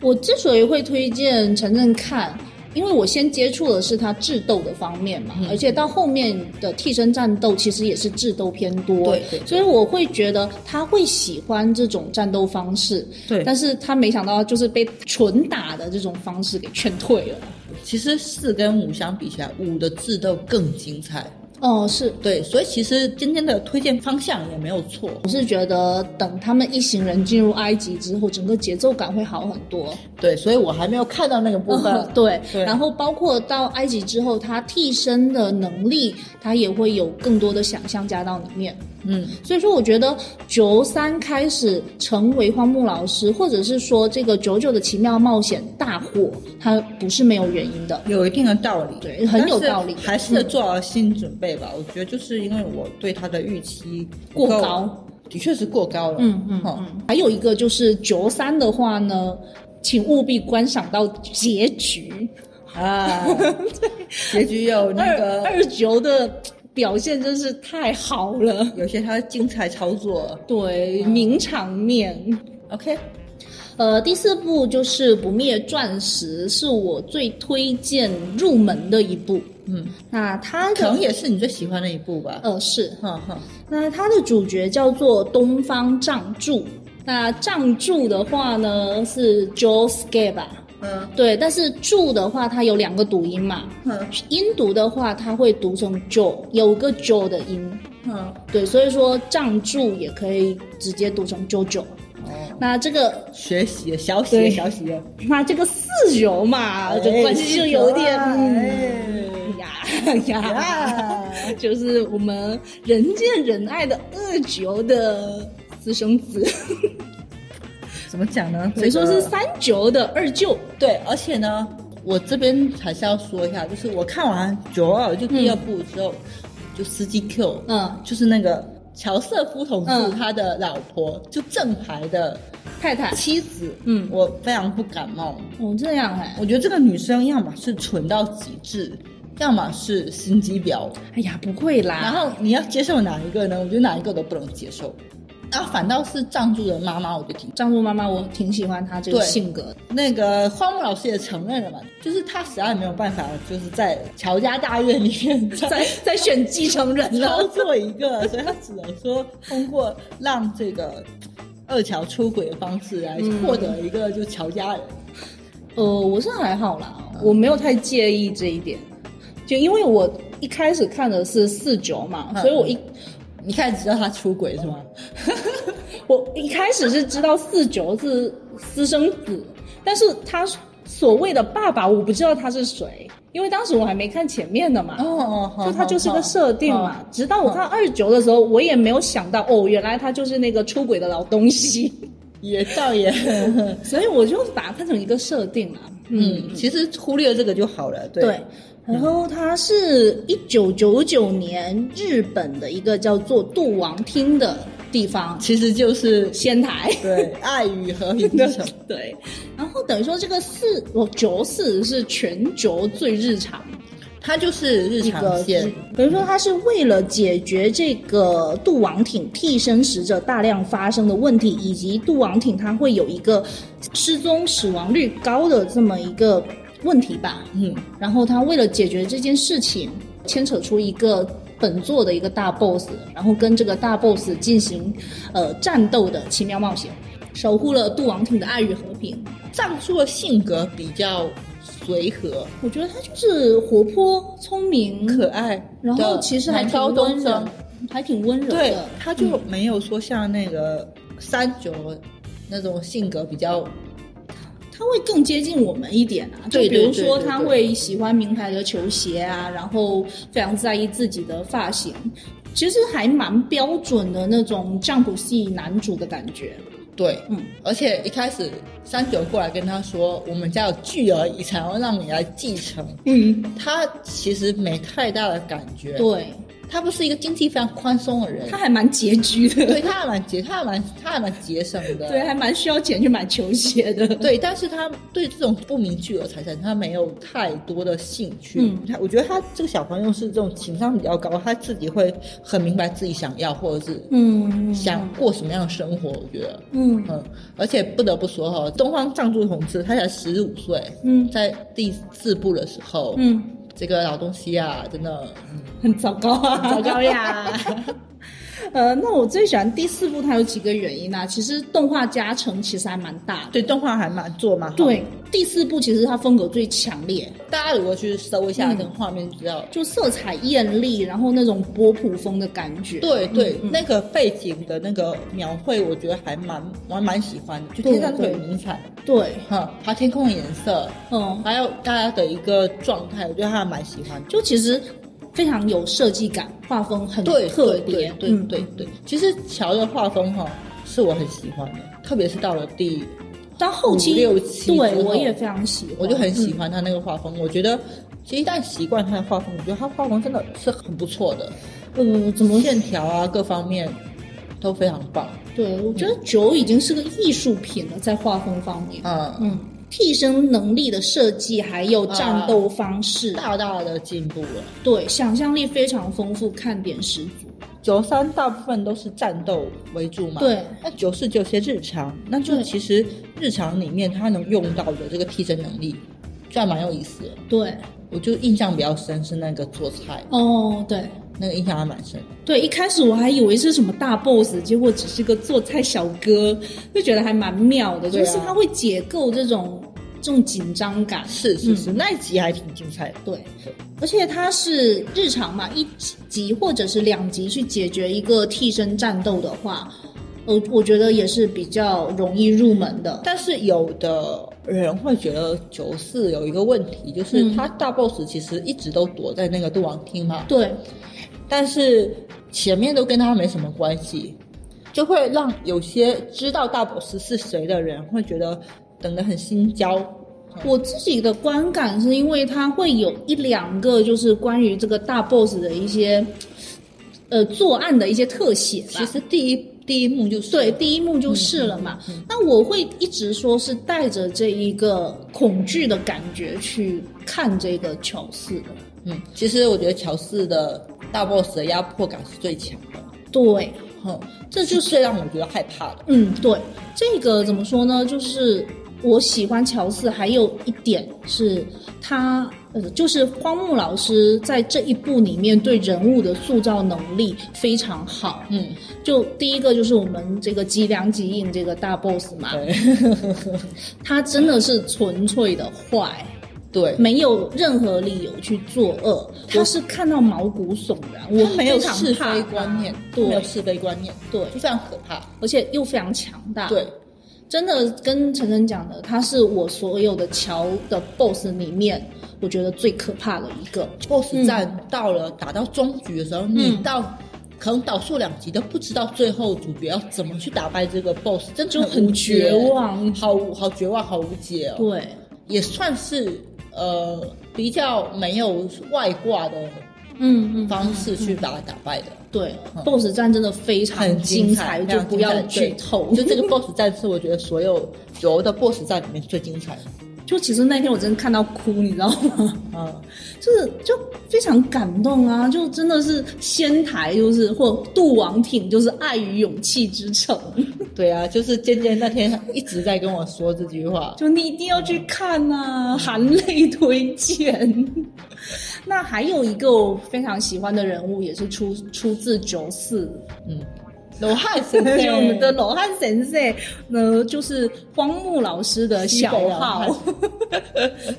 S3: 我之所以会推荐陈正看，因为我先接触的是他智斗的方面嘛，
S2: 嗯
S3: 而且到后面的替身战斗其实也是智斗偏多，
S2: 对对
S3: 所以我会觉得他会喜欢这种战斗方式，
S2: 对
S3: 但是他没想到就是被纯打的这种方式给劝退了。
S2: 其实四跟五相比起来，五的智斗更精彩。
S3: 哦，是。
S2: 对，所以其实今天的推荐方向也没有错。
S3: 我是觉得等他们一行人进入埃及之后，整个节奏感会好很多。
S2: 对，所以我还没有看到那个部分。
S3: 嗯 (laughs) 对，
S2: 对
S3: 然后包括到埃及之后，他替身的能力，他也会有更多的想象加到里面。
S2: 嗯，
S3: 所以说，我觉得九三开始成为荒木老师，或者是说这个九九的奇妙冒险大火，它不是没有原因的。
S2: 有一定的道理，
S3: 对很有道理
S2: 但是还是得做好心理准备吧。我觉得就是因为我对他的预期不
S3: 过
S2: 够
S3: 高，
S2: 的确是过高了。哦
S3: 嗯嗯
S2: 齁
S3: 嗯。还有一个就是九三的话呢，请务必观赏到结局。 (laughs)
S2: 啊，结局有那
S3: 嗯二
S2: 个
S3: 二九的表现真是太好了，
S2: 有些他的精彩操作。
S3: 对，名场面。
S2: OK，
S3: 呃，第四部就是《不灭钻石》，是我最推荐入门的一部。
S2: 嗯，
S3: 那它
S2: 可能
S3: 的
S2: 也是你最喜欢的一部吧。
S3: 呃是，
S2: 哼哼，
S3: 那它的主角叫做东方仗助。那仗助的话呢是 Joe Scaba，
S2: 嗯
S3: 对，但是助的话它有两个读音嘛，
S2: 哼
S3: 音读的话它会读成 Joe，有个 Joe 的音，
S2: 哼，
S3: 对，所以说仗助也可以直接读成 JoJo。
S2: 哦，
S3: 那这个，
S2: 学习小
S3: 对
S2: 写小写，
S3: 那这个四九
S2: 哎
S3: 嘛，这关系就有点，嗯哎呀
S2: 哎
S3: 呀，
S2: 啊呀
S3: 就是我们人见人爱的二九的私生子，
S2: (laughs) (laughs) 怎么讲呢？
S3: 等于说
S2: 这个
S3: 是三九的二舅。
S2: 对，而且呢，我这边还是要说一下，就是我看完九二就第二部之后，就司机 Q，
S3: 嗯
S2: 就是那个乔瑟夫同
S3: 嗯
S2: 志他的老婆，就正牌的
S3: 太太，
S2: 妻子，
S3: 嗯
S2: 我非常不感冒。
S3: 哦这样哎，
S2: 我觉得这个女生要么是蠢到极致，要么是心机婊。
S3: 哎呀不会啦，
S2: 然后你要接受哪一个呢？我觉得哪一个都不能接受。然后反倒是藏族人妈妈，我就挺
S3: 张璐妈妈我挺喜欢她这个
S2: 对
S3: 性格的，
S2: 那个花木老师也承认了嘛，就是他实在没有办法，就是在乔家大院里面
S3: 在在选继承人
S2: 操
S3: 了，
S2: 作一个，呃所以他只能说通过让这个呃二乔出轨的方式来
S3: 嗯
S2: 获得一个就乔家人。
S3: 呃，我是还好啦，我没有太介意这一点，就因为我一开始看的是四九嘛，
S2: 嗯
S3: 所以我一
S2: 你看，知道他出轨是吗？
S3: 我一开始是知道四九是私生子，但是他所谓的爸爸，我不知道他是谁，因为当时我还没看前面的嘛。
S2: (laughs) 哦
S3: 就他就是个设定嘛，
S2: 哦
S3: 直到我看二九的时候，我也没有想到哦，原来他就是那个出轨的老东西，
S2: 也倒也，
S3: (laughs) 所以我就把它看成一个设定了。
S2: 嗯，其实忽略这个就好嗯了。对，
S3: 对，然后它是一九九九年日本的一个叫做杜王町的地方
S2: 其实就是
S3: 仙台。
S2: 对爱与和平 (laughs) 之城。
S3: 对，然后等于说这个四哦九四是全球最日常
S2: 它就是日
S3: 一
S2: 常
S3: 个
S2: 线
S3: 日，，等于说它是为了解决这个杜王町替身使者大量发生的问题，以及杜王町它会有一个失踪死亡率高的这么一个问题吧。
S2: 嗯，
S3: 然后他为了解决这件事情，牵扯出一个本作的一个大 boss，然后跟这个大 boss 进行呃战斗的奇妙冒险，守护了杜王庭的爱与和平。
S2: 藏族的性格比较随和、
S3: 我觉得他就是活泼、聪明，
S2: 可爱，
S3: 嗯然后其实还挺
S2: 高
S3: 温
S2: 中
S3: 柔嗯
S2: 生，，
S3: 还挺温柔
S2: 对
S3: 的，。
S2: 他就没有说像那个三九那种性格比较，
S3: 他会更接近我们一点啊，就
S2: 对
S3: 比如
S2: 对对
S3: 说
S2: 对
S3: 他
S2: 对
S3: 会喜欢名牌的球鞋啊，然后非常在意自己的发型，其实还蛮标准的那种占卜系男主的感觉。
S2: 对，
S3: 嗯，
S2: 而且一开始三九过来跟他说，我们家有巨额遗产要让你来继承，
S3: 嗯，
S2: 他其实没太大的感觉，
S3: 对，
S2: 他不是一个经济非常宽松的
S3: (laughs)
S2: 人
S3: 他，还蛮拮据的，
S2: 对他还蛮节，他还蛮他还蛮节省的，
S3: 对，还蛮需要钱去买球鞋的。
S2: 对，但是他对这种不明巨额财产，他没有太多的兴趣。
S3: 嗯
S2: 他我觉得他这个小朋友是这种情商比较高，他自己会很明白自己想要，或者是
S3: 嗯，
S2: 想过什么样的生活。我觉得，
S3: 嗯
S2: 嗯，而且不得不说哈，东方藏族同志他才十五岁，
S3: 嗯
S2: 在第四部的时候，，
S3: 嗯，
S2: 这个老东西啊，真的嗯
S3: 很糟糕啊，
S2: 很糟糕呀。
S3: (laughs) 呃，那我最喜欢第四部，它有几个原因呢、啊其实动画加成其实还蛮大的。
S2: 对动画还蛮做嘛。，
S3: 对，第四部其实它风格最强烈，
S2: 大家如果去搜一下
S3: 嗯
S2: 那个画面，就知道。
S3: 就色彩艳丽，然后那种波普风的感觉。
S2: 对对，
S3: 嗯
S2: 那个背景的那个描绘，我觉得还蛮我还蛮喜欢的，就
S3: 对
S2: 天上那
S3: 对
S2: 个云彩，
S3: 对，
S2: 哈，还有天空的颜色，
S3: 嗯，
S2: 还有大家的一个状态，我觉得还蛮喜欢的。
S3: 就其实非常有设计感，画风很
S2: 对，
S3: 特
S2: 对
S3: 别
S2: 对。对
S3: 嗯
S2: 对对，其实乔的画风哈、是我很喜欢的，特别是到了第，
S3: 到后期
S2: 五六期之后
S3: 对我也非常喜欢，
S2: 我就很喜
S3: 嗯
S2: 欢他那个画风，我觉得。其实一旦习惯他的画风，我觉得他画风真的是很不错的，
S3: 呃，怎么
S2: 线条啊各方面都非常棒。
S3: 对？我觉得九已经是个艺术品了，在画风方面，
S2: 嗯，
S3: 嗯，替身能力的设计，还有战斗方式，
S2: 啊大大的进步了。
S3: 对，想象力非常丰富，看点十足。
S2: 九三大部分都是战斗为主嘛，
S3: 对。
S2: 那九四就有些日常，那就
S3: 对
S2: 其实日常里面他能用到的这个替身能力，就还蛮有意思的。
S3: 对，
S2: 我就印象比较深是那个做菜，
S3: 哦，对。
S2: 那个印象还蛮深的。
S3: 对，一开始我还以为是什么大 boss，结果只是个做菜小哥，就觉得还蛮妙的，
S2: 对
S3: 就
S2: 啊
S3: 是他会解构这种这种紧张感。
S2: 是是是，那一集还挺精彩的。
S3: 对，而且它是日常嘛，一集或者是两集去解决一个替身战斗的话，呃，我觉得也是比较容易入门的。
S2: 但是有的人会觉得九四有一个问题，就是
S3: 嗯
S2: 他大 boss 其实一直都躲在那个杜王厅嘛，
S3: 对，
S2: 但是前面都跟他没什么关系，就会让有些知道大 boss 是谁的人会觉得等得很心焦。
S3: 我自己的观感是因为它会有一两个就是关于这个大 boss 的一些呃作案的一些特写吧。
S2: 其实第一第一幕就是嗯
S3: 对，第一幕就是了嘛。那我会一直说是带着这一个恐惧的感觉去看这个乔四的。
S2: 嗯，其实我觉得乔四的大 boss 的压迫感是最强的，
S3: 对，
S2: 哼，这就是最让我觉得害怕的。
S3: 嗯，对，这个怎么说呢？就是我喜欢乔四，还有一点是他，呃，就是荒木老师在这一部里面对人物的塑造能力非常好。
S2: 嗯，
S3: 就第一个就是我们这个吉良吉影这个大 boss
S2: 嗯
S3: 嘛，他真的是纯粹的坏。
S2: 对， (laughs)
S3: 没有任何理由去作恶，他是看到毛骨悚然，我
S2: 他没有
S3: 非常
S2: 是
S3: 怕
S2: 非观念，
S3: 对
S2: 没有是非观念，
S3: 对
S2: 就非常可怕。
S3: 而且又非常强大。
S2: 对，
S3: 真的跟晨晨讲的，他是我所有的桥的 BOSS 里面，我觉得最可怕的一个。
S2: BOSS
S3: 嗯
S2: 战到了打到终局的时候，你到可能倒数两集都不知道最后主角要怎么去打败这个 BOSS，真的
S3: 就很
S2: 无解
S3: 绝望
S2: 好无好绝望，好无解哦。
S3: 对，
S2: 也算是呃比较没有外挂的
S3: 嗯嗯，
S2: 方式去把它打败的。
S3: 对，BOSS
S2: 嗯
S3: 战真的非常
S2: 很精
S3: 嗯彩，
S2: 非
S3: 就
S2: 常
S3: 不
S2: 精
S3: 要
S2: 彩
S3: 剧
S2: 对
S3: 透。
S2: 就这个 BOSS 战是我觉得所有所有的 BOSS 战里面最精彩的。
S3: 就其实那天我真的看到哭，你知道吗？ (laughs)
S2: 嗯，
S3: 就是就非常感动啊！就真的是仙台，就是或杜王挺，就是爱与勇气之城。
S2: 对啊，就是尖尖那天一直在跟我说这句话，
S3: 就你一定要去看呐、含泪推荐。 (laughs) 那还有一个我非常喜欢的人物，也是出出自九四，
S2: 嗯，罗汉神
S3: (laughs) 就
S2: 仙，
S3: 是我们的罗汉神社，呃，就是荒木老师的小
S2: 西北罗
S3: 号
S2: 汉。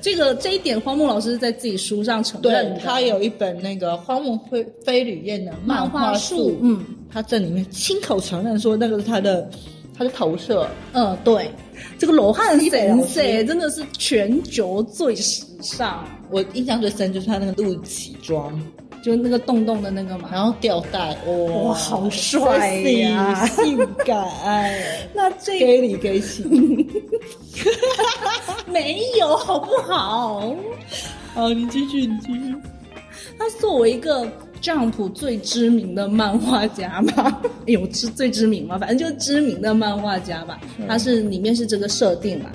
S3: (laughs) 这个这一点，荒木老师在自己书上承认
S2: 对
S3: 的，
S2: 他有一本那个荒木飞飞吕彦的漫
S3: 漫画
S2: 术
S3: 术，，嗯
S2: 他这里面亲口承认说那个是他的他的投射，
S3: 呃，对，这个罗汉
S2: 西北
S3: 神
S2: 老
S3: 社
S2: 师
S3: 真的是全球最时尚，
S2: 我印象最深就是他那个露脐装，
S3: 就那个洞洞的那个嘛。
S2: 然后吊带，哇、啊
S3: 哇好帅呀
S2: sexy，性感，
S3: 那这
S2: 给你给 (laughs) 气，
S3: 没有，好不好？
S2: 好，你继续，你继续。
S3: 他作为一个 Jump 最知名的漫画家吧， (laughs) 哎呦，知最知名嘛，反正就是知名的漫画家吧。
S2: 嗯
S3: 他是里面是这个设定嘛，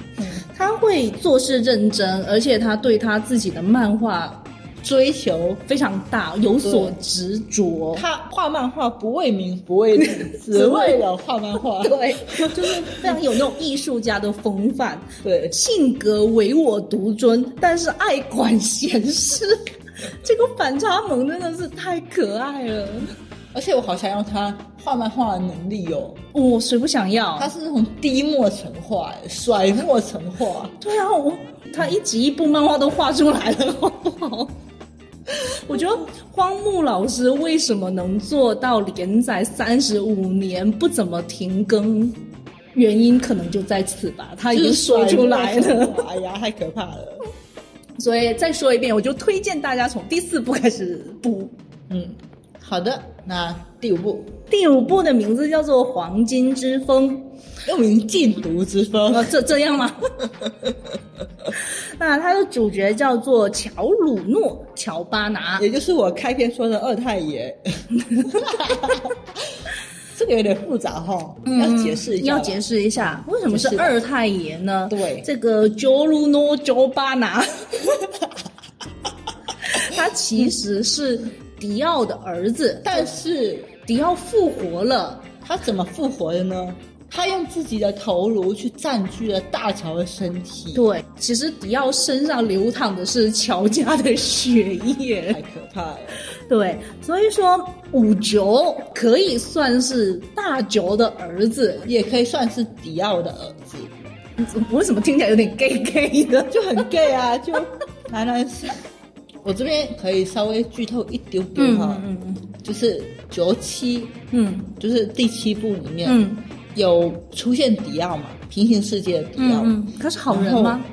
S3: 他会做事认真，而且他对他自己的漫画
S2: 追求
S3: 非常大，有所执着。
S2: 他画漫画不为名不为利，只为了画漫画。(laughs)
S3: (laughs) 对，就是非常有那种艺术家的风范。
S2: 对，
S3: 性格唯我独尊，但是爱管闲事，这个反差萌真的是太可爱了。
S2: 而且我好想要他画漫画的能力哦，
S3: 我谁不想要？
S2: 他是那种滴墨成画、甩墨成画，
S3: 对啊，我他一集一部漫画都画出来了，好不好？我觉得荒木老师为什么能做到连载三十五年不怎么停更，原因可能就在此吧，他已经说出来
S2: 就是甩墨
S3: 了
S2: 成。画。哎呀，太可怕了。
S3: 所以再说一遍，我就推荐大家从第四部开始补。
S2: 嗯，好的，那第五部
S3: 第五部的名字叫做《黄金之风》。
S2: 又名《禁毒之风》
S3: 哦，这这样吗？ (laughs) 那它的主角叫做乔鲁诺·乔巴拿，
S2: 也就是我开篇说的二太爷。 (laughs) 这个有点复杂哈、要解释一下。
S3: 嗯要解
S2: 释。
S3: 释一下为什么是二太爷呢？
S2: 对
S3: 这个 Joluno Jobana，他其实是迪奥的儿子，
S2: 但是
S3: 迪奥复活了。
S2: 他怎么复活的呢？他用自己的头颅去占据了大乔的身体，
S3: 对，其实迪奥身上流淌的是乔家的血液
S2: 太。可怕了。
S3: 对，所以说五九可以算是大九的儿子。
S2: 也可以算是迪奥的儿子，
S3: 我怎么听起来有点 gay gay 的？
S2: 就很 gay 啊，就男男是。我这边可以稍微剧透一丢丢哈，
S3: 嗯嗯
S2: 就是九七，
S3: 嗯
S2: 就是第七部里面、
S3: 嗯
S2: 有出现迪奥嘛，平行世界的迪
S3: 嗯
S2: 奥，
S3: 嗯，他是好人吗？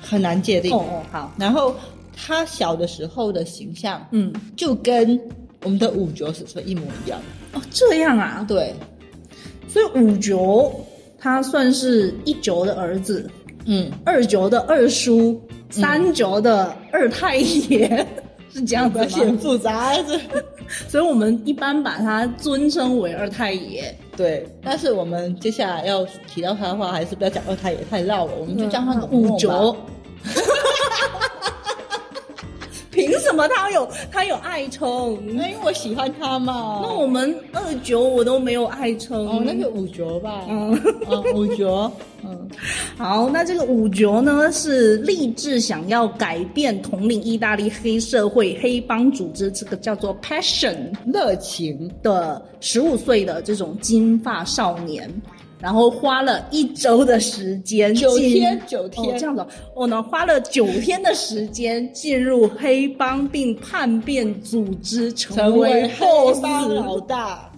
S2: 很难界定。
S3: 哦哦，好，
S2: 然后他小的时候的形象，
S3: 嗯，
S2: 就跟我们的五九是不是一模一样？
S3: 哦这样啊，
S2: 对，
S3: 所以五九他算是一九的儿子，
S2: 嗯，
S3: 二九的二叔，三九的二太爷，是这样 (laughs)
S2: 不
S3: 子
S2: 要
S3: 吗？啊
S2: 显复杂，这
S3: 所以我们一般把他尊称为二太爷。
S2: 对，但是我们接下来要提到他的话，还是不要讲二胎也太绕了，我们就叫他
S3: 嗯五
S2: 九
S3: 九。凭什么他有他有爱称？
S2: 那因为我喜欢他嘛。
S3: 那我们二九我都没有爱称。
S2: 哦，那就五九吧。
S3: 嗯
S2: 嗯，五九。嗯，
S3: 好，那这个五九呢是立志想要改变统领意大利黑社会黑帮组织，这个叫做 Passion
S2: 热情。
S3: 的十五岁的这种金发少年，然后花了一周的时间进，
S2: 九天九天
S3: 哦、这样子哦，我呢花了九天的时间进入黑帮并叛变组织，成为
S2: 黑
S3: boss，
S2: 帮老大，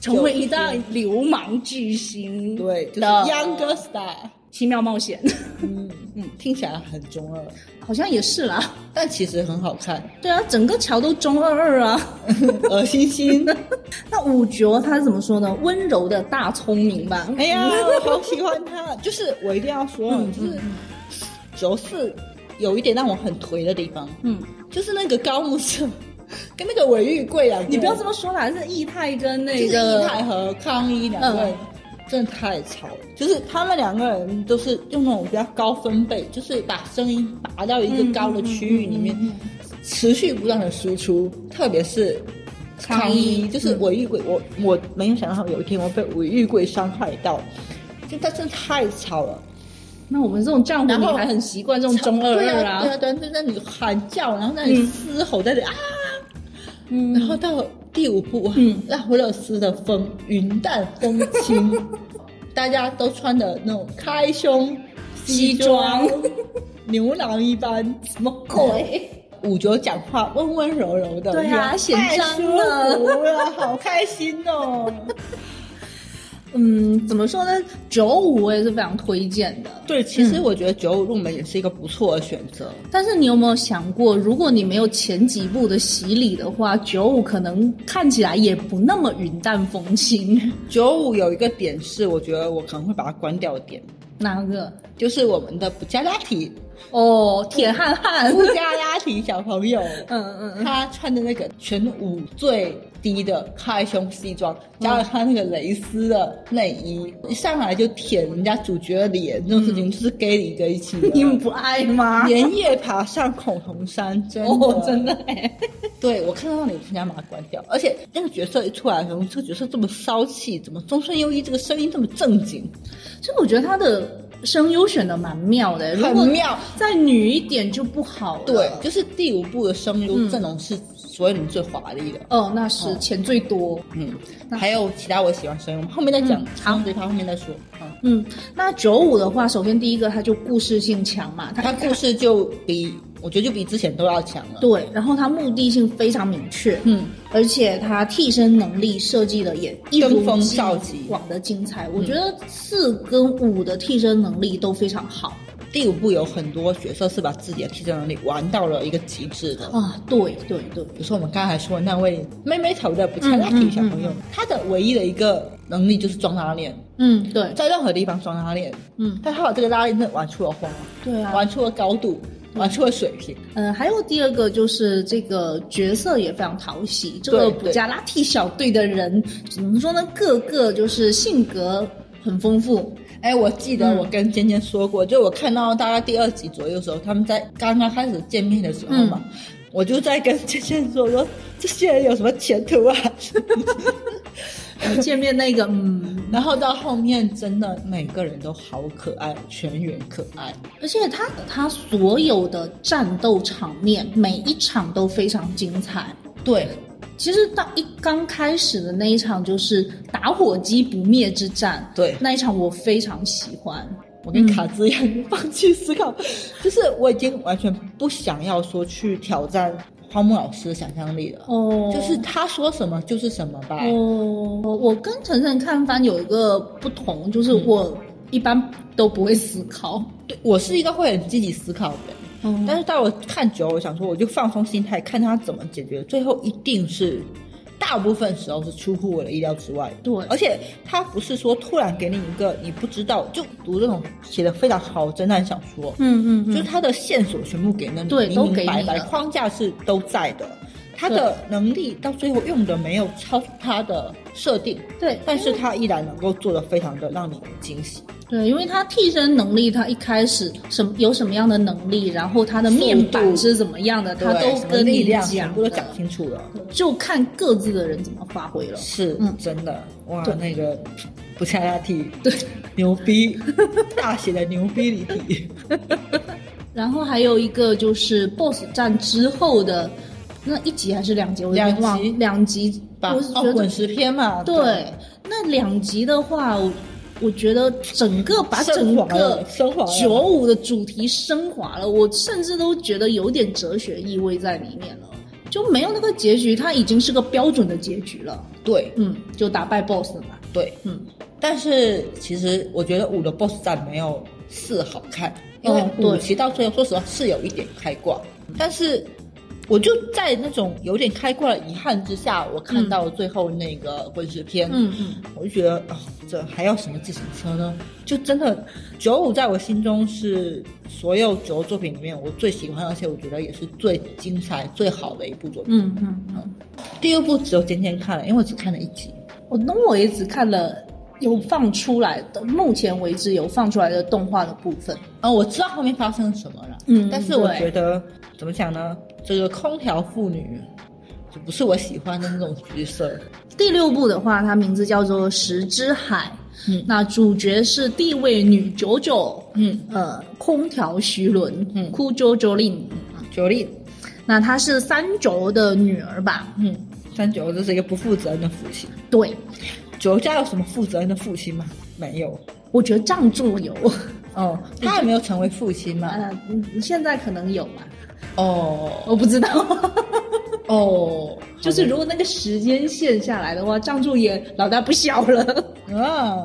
S3: 成为一
S2: 九
S3: 大
S2: 天
S3: 流氓巨星，
S2: 对，就是
S3: 的
S2: Young Girl Star。
S3: 奇妙冒险， (laughs)
S2: 嗯嗯，听起来很中二，
S3: 好像也是啦。
S2: 但其实很好看。
S3: 对啊，整个桥都中二二啊。 (laughs)
S2: 恶心心，
S3: 那五九他是怎么说呢？温柔的大聪明吧。
S2: 哎呀，我好喜欢他。就是我一定要说，
S3: 嗯
S2: 就是九四有一点让我很颓的地方，
S3: 嗯，
S2: 就是那个高木彻跟那个尾玉贵啊，
S3: 你不要这
S2: 么
S3: 么说啦，是义太跟
S2: 就
S3: 那
S2: 是
S3: 个
S2: 义太和康一两个人。真的太吵了，就是他们两个人都是用那种比较高分贝，就是把声音拔到一个高的区域里面，持续不断的输出，特别是
S3: 抗
S2: 抗
S3: 议
S2: 议，就是尾玉贵，我我没有想到有一天我被尾玉贵伤害到，就他真的太吵了，
S3: 那我们这种战虎
S2: 然
S3: 迷
S2: 后
S3: 还很习惯这种中二
S2: 对
S3: 二
S2: 啊，对啊，对啊，就在那里喊叫，然后在那里
S3: 嗯
S2: 嘶吼，在那里啊，
S3: 嗯，
S2: 然后到第五部，
S3: 嗯
S2: 嗯，拉弗勒斯的风云淡风 (laughs) 轻，大家都穿的那种开胸
S3: 西
S2: 西
S3: 装
S2: 装，牛郎一般，什么鬼？五九讲话温温柔柔的，
S3: 对啊
S2: 我觉得
S3: 显
S2: 太
S3: 彰
S2: 舒
S3: 了
S2: 服了，好开心哦！
S3: (laughs) 嗯，怎么说呢？九五我也是非常推荐的。
S2: (laughs) 对，其实我觉得九五入门也是一个不错的选择。
S3: 但是你有没有想过，如果你没有前几部的洗礼的话，九五可能看起来也不那么云淡风轻。
S2: 九五有一个点是，我觉得我可能会把它关掉的点，
S3: 哪个？
S2: 就是我们的布加拉提，
S3: 哦，铁汉汉。
S2: 布加拉提小朋友，
S3: (laughs) 嗯嗯嗯，
S2: 他穿的那个全舞最低的开胸西装，
S3: 嗯
S2: 加上他那个蕾丝的内衣，一上来就舔人家主角的脸，这种事情就是 gay 里的一起的。
S3: 嗯 (laughs) 你们不爱吗？
S2: 连夜爬上孔红山，真的、
S3: 哦，真的 (laughs) 哎、
S2: 对我看到你人家把它关掉，而且那个角色一出来的时候，这个角色这么骚气，怎么中村优一这个声音这么正经，
S3: 所以我觉得他的声优选的蛮妙的，如果
S2: 很妙。
S3: 再女一点就不好了。
S2: 对，就是第五部的声优
S3: 嗯
S2: 阵容是所有里面最华丽的，
S3: 哦，那是钱最多。
S2: 嗯，还有其他我喜欢声优，我们后面再讲
S3: 嗯，
S2: 好，对，他后面再说，嗯。
S3: 嗯，那九五的话，首先第一个它就故事性强嘛，它
S2: 他故事就比我觉得就比之前都要强了。
S3: 对，然后它目的性非常明确，
S2: 嗯，
S3: 而且它替身能力设计的也一如
S2: 登峰
S3: 既
S2: 造极
S3: 往的精彩。我觉得四跟五的替身能力都非常好
S2: 第五部有很多角色是把自己的替身能力玩到了一个极致的。
S3: 啊，对对对，
S2: 比如说我们刚才说的那位妹妹头的不恰拉
S3: 嗯嗯
S2: 提小朋友，
S3: 嗯
S2: 他的唯一的一个能力就是装拉链，
S3: 嗯对，
S2: 在任何地方装拉链。
S3: 嗯
S2: 但他把这个拉链真的玩出了花，
S3: 对啊，嗯
S2: 玩出了高度，玩出了水平。
S3: 呃，还有第二个就是这个角色也非常讨喜，这个
S2: 对
S3: 布
S2: 对
S3: 加拉提小队的人怎么说呢？个个就是性格很丰富，
S2: (laughs) 哎，我记得
S3: 嗯
S2: 我跟尖尖说过，就我看到大概第二集左右的时候，他们在刚刚开始见面的时候嘛，
S3: 嗯
S2: 我就在跟尖尖说说这些人有什么前途啊？ (laughs)
S3: 呃见面那个嗯，
S2: 然后到后面真的每个人都好可爱，全员可爱。
S3: 而且他他所有的战斗场面每一场都非常精彩。
S2: 对，
S3: 其实到一刚开始的那一场就是打火机不灭之战，
S2: 对
S3: 那一场我非常喜欢。
S2: 我
S3: 嗯
S2: 跟卡兹一样， (laughs) 放弃思考，就是我已经完全不想要说去挑战花木老师的想象力了，
S3: 哦
S2: 就是他说什么就是什么吧。
S3: 哦，我跟晨晨看番有一个不同，就是
S2: 嗯
S3: 我一般都不会思考，
S2: 对我是一个会很积极思考的人。
S3: 嗯
S2: 但是到我看久了，我想说我就放松心态，看他怎么解决，最后一定是大部分时候是出乎我的意料之外。
S3: 对
S2: 而且他不是说突然给你一个你不知道，就读这种写的非常好的侦探小说，
S3: 嗯嗯
S2: 就是他的线索全部给那你，
S3: 对
S2: 明
S3: 都
S2: 明
S3: 给你
S2: 白白，
S3: 了
S2: 框架是都在的。他的能力到最后用的没有超出他的设定，
S3: 对
S2: 但是他依然能够做的非常的让你惊喜。
S3: 对，因为他替身能力，他一开始什么有什么样的能力，然后他的面板是怎么样的，他
S2: 对
S3: 都
S2: 什么
S3: 跟
S2: 力
S3: 你
S2: 量
S3: 讲，
S2: 全部都讲，清楚了，
S3: 就看各自的人怎么发挥了。
S2: 是
S3: 嗯
S2: 真的哇
S3: 对，
S2: 那个不下大题，
S3: 对，
S2: (laughs) 牛逼，大写的牛逼里体。
S3: 然后还有一个就是 BOSS 战之后的那一集还是两集，我有点
S2: 两集
S3: 忘了两集
S2: 把
S3: (laughs) 我是
S2: 哦
S3: 觉得、
S2: 滚石篇嘛，
S3: 对，那两集的话，我我觉得整个把整
S2: 升华
S3: 个
S2: 了升华了
S3: 九五的主题升华了，我甚至都觉得有点哲学意味在里面了，就没有那个结局，它已经是个标准的结局了。
S2: 对
S3: 嗯，就打败 BOSS 嘛。
S2: 对，
S3: 嗯，
S2: 但是其实我觉得五的 BOSS 战没有四好看，因为
S3: 哦对
S2: 五其实到最后说实话是有一点开挂，但是我就在那种有点开挂的遗憾之下，我看到最后那个滚石篇，
S3: 嗯嗯，
S2: 我就觉得哦，这还要什么自行车呢？就真的九五在我心中是所有九五作品里面我最喜欢，而且我觉得也是最精彩、最好的一部作品。
S3: 嗯嗯嗯，
S2: 第二部只有今天看了，因为我只看了一集。
S3: 我那我也只看了有放出来的，目前为止有放出来的动画的部分。
S2: 啊，我知道后面发生了什么了，
S3: 嗯
S2: 但是我
S3: 对
S2: 觉得怎么讲呢？这个空调妇女就不是我喜欢的那种角色，
S3: 第六部的话，它名字叫做《石之海》，
S2: 嗯
S3: 那主角是地位女九九，
S2: 嗯，
S3: 呃，空调徐伦，
S2: 嗯
S3: 库九九令，
S2: 九令，
S3: 那她是三轴的女儿吧？
S2: 嗯，三九这是一个不负责任的父亲。
S3: 对，
S2: 九家有什么负责任的父亲吗？没有，
S3: 我觉得仗
S2: (laughs)
S3: 助有，
S2: 哦，他也没有成为父亲嘛。
S3: 呃，现在可能有吧，
S2: 哦
S3: 我不知道。 (laughs)
S2: 哦，
S3: 就是如果那个时间线下来的话，仗助也老大不小了。 (laughs)
S2: 啊，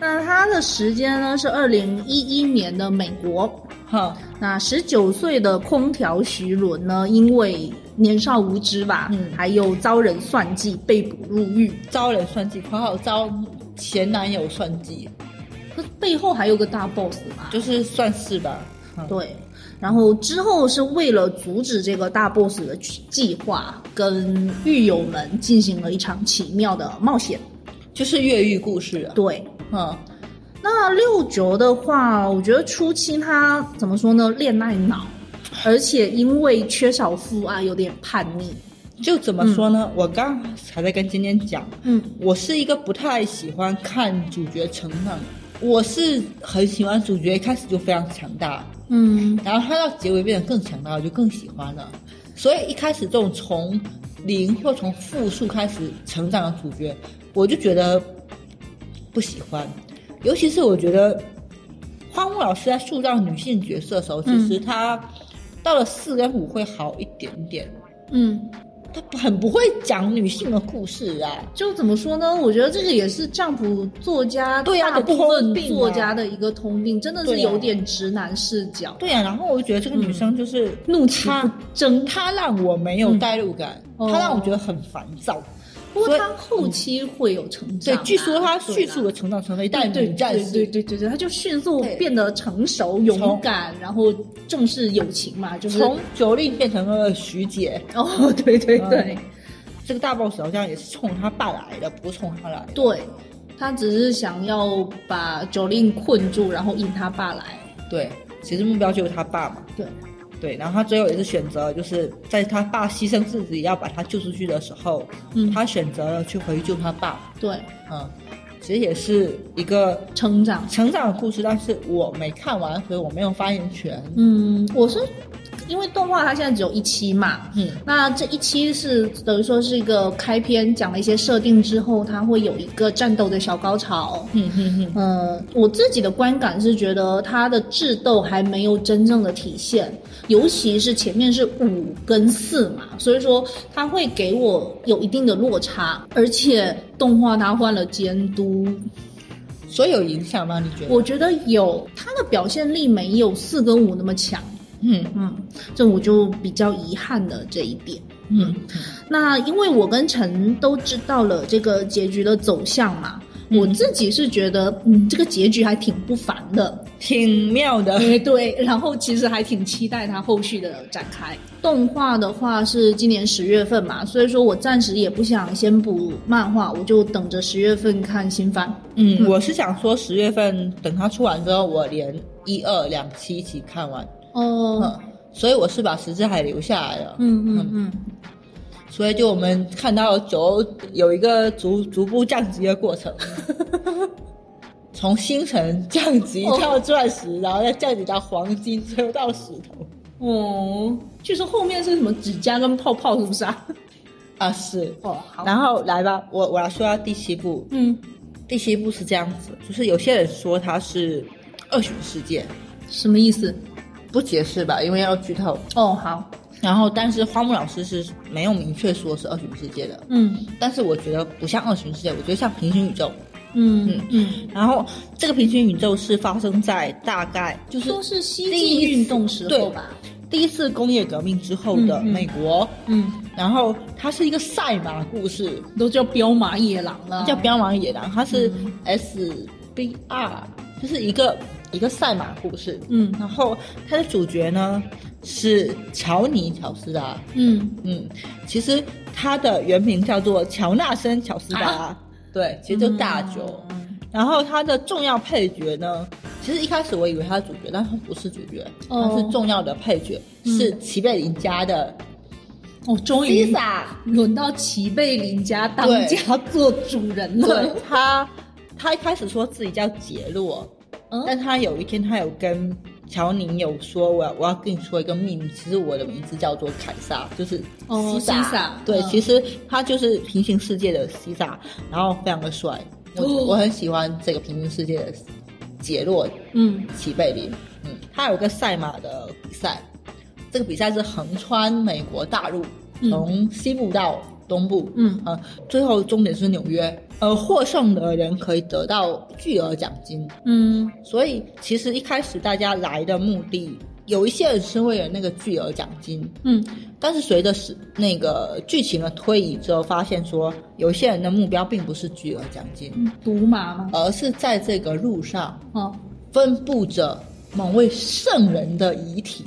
S3: 那他的时间呢是二零一一年的美国，
S2: 哈，
S3: 那十九岁的空调徐伦呢，因为年少无知吧，
S2: 嗯
S3: 还有遭人算计，被捕入狱。
S2: 招人算计，括号招前男友算计，
S3: 那背后还有个大 boss 嘛？
S2: 就是算是吧。嗯，
S3: 对。然后之后是为了阻止这个大 boss 的计划，跟狱友们进行了一场奇妙的冒险。
S2: 就是越狱故事啊。
S3: 对，
S2: 嗯，
S3: 那六九的话，我觉得初期他怎么说呢？恋爱 (laughs) 脑，而且因为缺少父爱，有点叛逆。
S2: 就怎么说呢？我刚才在跟今天讲，
S3: 嗯
S2: 我是一个不太喜欢看主角成长，我是很喜欢主角一开始就非常强大，
S3: 嗯
S2: 然后他到结尾变得更强大，我就更喜欢了。所以一开始这种从零或从负数开始成长的主角，我就觉得不喜欢。尤其是我觉得花木老师在塑造女性角色的时候，其实他到了四跟五会好一点点。
S3: 嗯，
S2: 他不很不会讲女性的故事啊。
S3: 就怎么说呢？我觉得这个也是占卜作家
S2: 对啊
S3: 大部分
S2: 通病啊
S3: 作家的一个通病，真的是
S2: 对啊
S3: 有点直男视角，
S2: 对呀、啊然后我就觉得这个女生就是、
S3: 嗯怒气
S2: 她
S3: 不争。
S2: 她让我没有代入感，
S3: 嗯
S2: 她
S3: 哦
S2: 让我觉得很烦躁。
S3: 不过
S2: 所以
S3: 他后期会有成
S2: 对
S3: 长啊、，
S2: 据说她
S3: 对啊
S2: 迅速的成长成为一代
S3: 对对
S2: 女战士。
S3: 对对对对对，他就迅速
S2: 对
S3: 变得成熟、勇敢，然后重视友情嘛，就是
S2: 从九令变成了徐姐，
S3: 哦，对对对、
S2: 嗯这个大 boss 好像也是冲他爸来的，不是冲他来的。
S3: 对，他只是想要把九令困住，然后引他爸来。
S2: 对，其实目标就是他爸嘛。
S3: 对，
S2: 对，然后他最后也是选择，就是在他爸牺牲自己要把他救出去的时候，
S3: 嗯
S2: 他选择了去回去救他爸。
S3: 对，
S2: 嗯，其实也是一个
S3: 成长
S2: 成长的故事，但是我没看完，所以我没有发言权。
S3: 嗯，我是因为动画它现在只有一期嘛，
S2: 嗯
S3: 那这一期是等于说是一个开篇，讲了一些设定之后，它会有一个战斗的小高潮。
S2: 嗯嗯嗯，
S3: 呃，我自己的观感是觉得它的智斗还没有真正的体现，尤其是前面是五跟四嘛，所以说它会给我有一定的落差，而且动画它换了监督，
S2: 所以有影响吗？你觉得？
S3: 我觉得有它的表现力没有四跟五那么强，
S2: 嗯
S3: 嗯，这我就比较遗憾的这一点。
S2: 嗯
S3: 那因为我跟陈都知道了这个结局的走向嘛，我自己是觉得，嗯，这个结局还挺不凡的，
S2: 挺妙的。
S3: 对对，然后其实还挺期待它后续的展开。动画的话是今年十月份嘛，所以说我暂时也不想先补漫画，我就等着十月份看新番。
S2: 嗯，我是想说十月份等它出完之后，我连一二两期一起看完。
S3: 哦，
S2: 嗯，所以我是把《十字海》留下来了。
S3: 嗯嗯嗯，
S2: 所以就我们看到九欧有一个逐逐步降级的过
S3: (laughs)
S2: 程，从星辰降级
S3: 哦
S2: 到钻石，然后再降级到黄金，最后到石头。
S3: 哦，据说后面是什么指甲跟泡泡是不是啊？
S2: 啊，是。
S3: 哦，好，
S2: 然后来吧，我我来说到第七部。
S3: 嗯，
S2: 第七部是这样子，就是有些人说它是二选世界，
S3: 什么意思？
S2: 不解释吧，因为要剧透。
S3: 哦，好，
S2: 然后，但是花木老师是没有明确说是二巡世界的，
S3: 嗯
S2: 但是我觉得不像二巡世界，我觉得像平行宇宙。
S3: 嗯嗯，
S2: 然后这个平行宇宙是发生在大概就是
S3: 说是
S2: 第
S3: 西晋
S2: 一次
S3: 运动时候
S2: 对
S3: 吧？
S2: 第一次工业革命之后的
S3: 嗯嗯
S2: 美国，
S3: 嗯，
S2: 然后它是一个赛马故事，
S3: 都叫彪马野狼了，
S2: 叫《彪马野狼》，它是
S3: 嗯
S2: SBR，就是一个一个赛马故事。
S3: 嗯
S2: 然后它的主角呢是乔尼·乔斯达，
S3: 嗯
S2: 嗯，其实他的原名叫做乔纳森·乔斯达，
S3: 啊
S2: 对，其实就大九。
S3: 嗯
S2: 然后他的重要配角呢，其实一开始我以为他是主角，但他不是主角，
S3: 哦
S2: 他是重要的配角，
S3: 嗯
S2: 是齐贝林家的
S3: 哦，终于
S2: Lisa。
S3: 轮到齐贝林家当
S2: 对
S3: 家做主人
S2: 对
S3: 了。
S2: 他，他一开始说自己叫杰洛，
S3: 嗯
S2: 但他有一天他有跟乔宁有说，我要我要跟你说一个秘密，其实我的名字叫做凯撒，就是
S3: 哦
S2: 西
S3: 西萨
S2: 对，
S3: 嗯
S2: 其实他就是平行世界的西萨，然后非常的帅，我、
S3: 哦
S2: 我很喜欢这个平行世界的杰洛
S3: 嗯
S2: 齐贝林，嗯，他有个赛马的比赛，这个比赛是横穿美国大陆，
S3: 嗯
S2: 从西部到东部，
S3: 嗯
S2: 呃，最后终点是纽约，呃，获胜的人可以得到巨额奖金，
S3: 嗯
S2: 所以其实一开始大家来的目的，有一些人是为了那个巨额奖金，
S3: 嗯
S2: 但是随着是那个剧情的推移之后，发现说有一些人的目标并不是巨额奖金，
S3: 嗯，赌马吗？
S2: 而是在这个路上
S3: 哦
S2: 分布着某位圣人的遗体，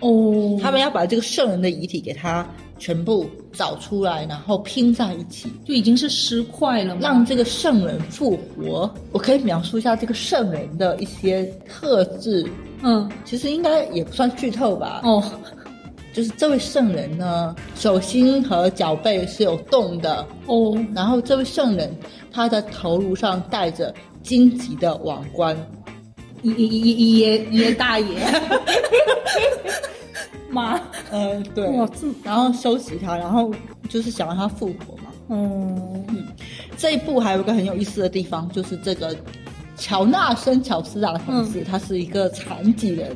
S3: 哦，
S2: 他们要把这个圣人的遗体给他全部找出来，然后拼在一起，
S3: 就已经是尸块了吗？
S2: 让这个圣人复活。我可以描述一下这个圣人的一些特质，
S3: 嗯
S2: 其实应该也不算剧透吧。
S3: 哦
S2: 就是这位圣人呢，手心和脚背是有洞的，
S3: 哦
S2: 然后这位圣人他的头颅上戴着荆棘的王冠，
S3: 爷爷爷爷大爷，妈，
S2: 嗯，对
S3: 哇这么
S2: 然后收集他，然后就是想让他复活嘛。
S3: 嗯
S2: 这一部还有一个很有意思的地方，就是这个乔纳森·乔斯达同志，他是一个残疾人，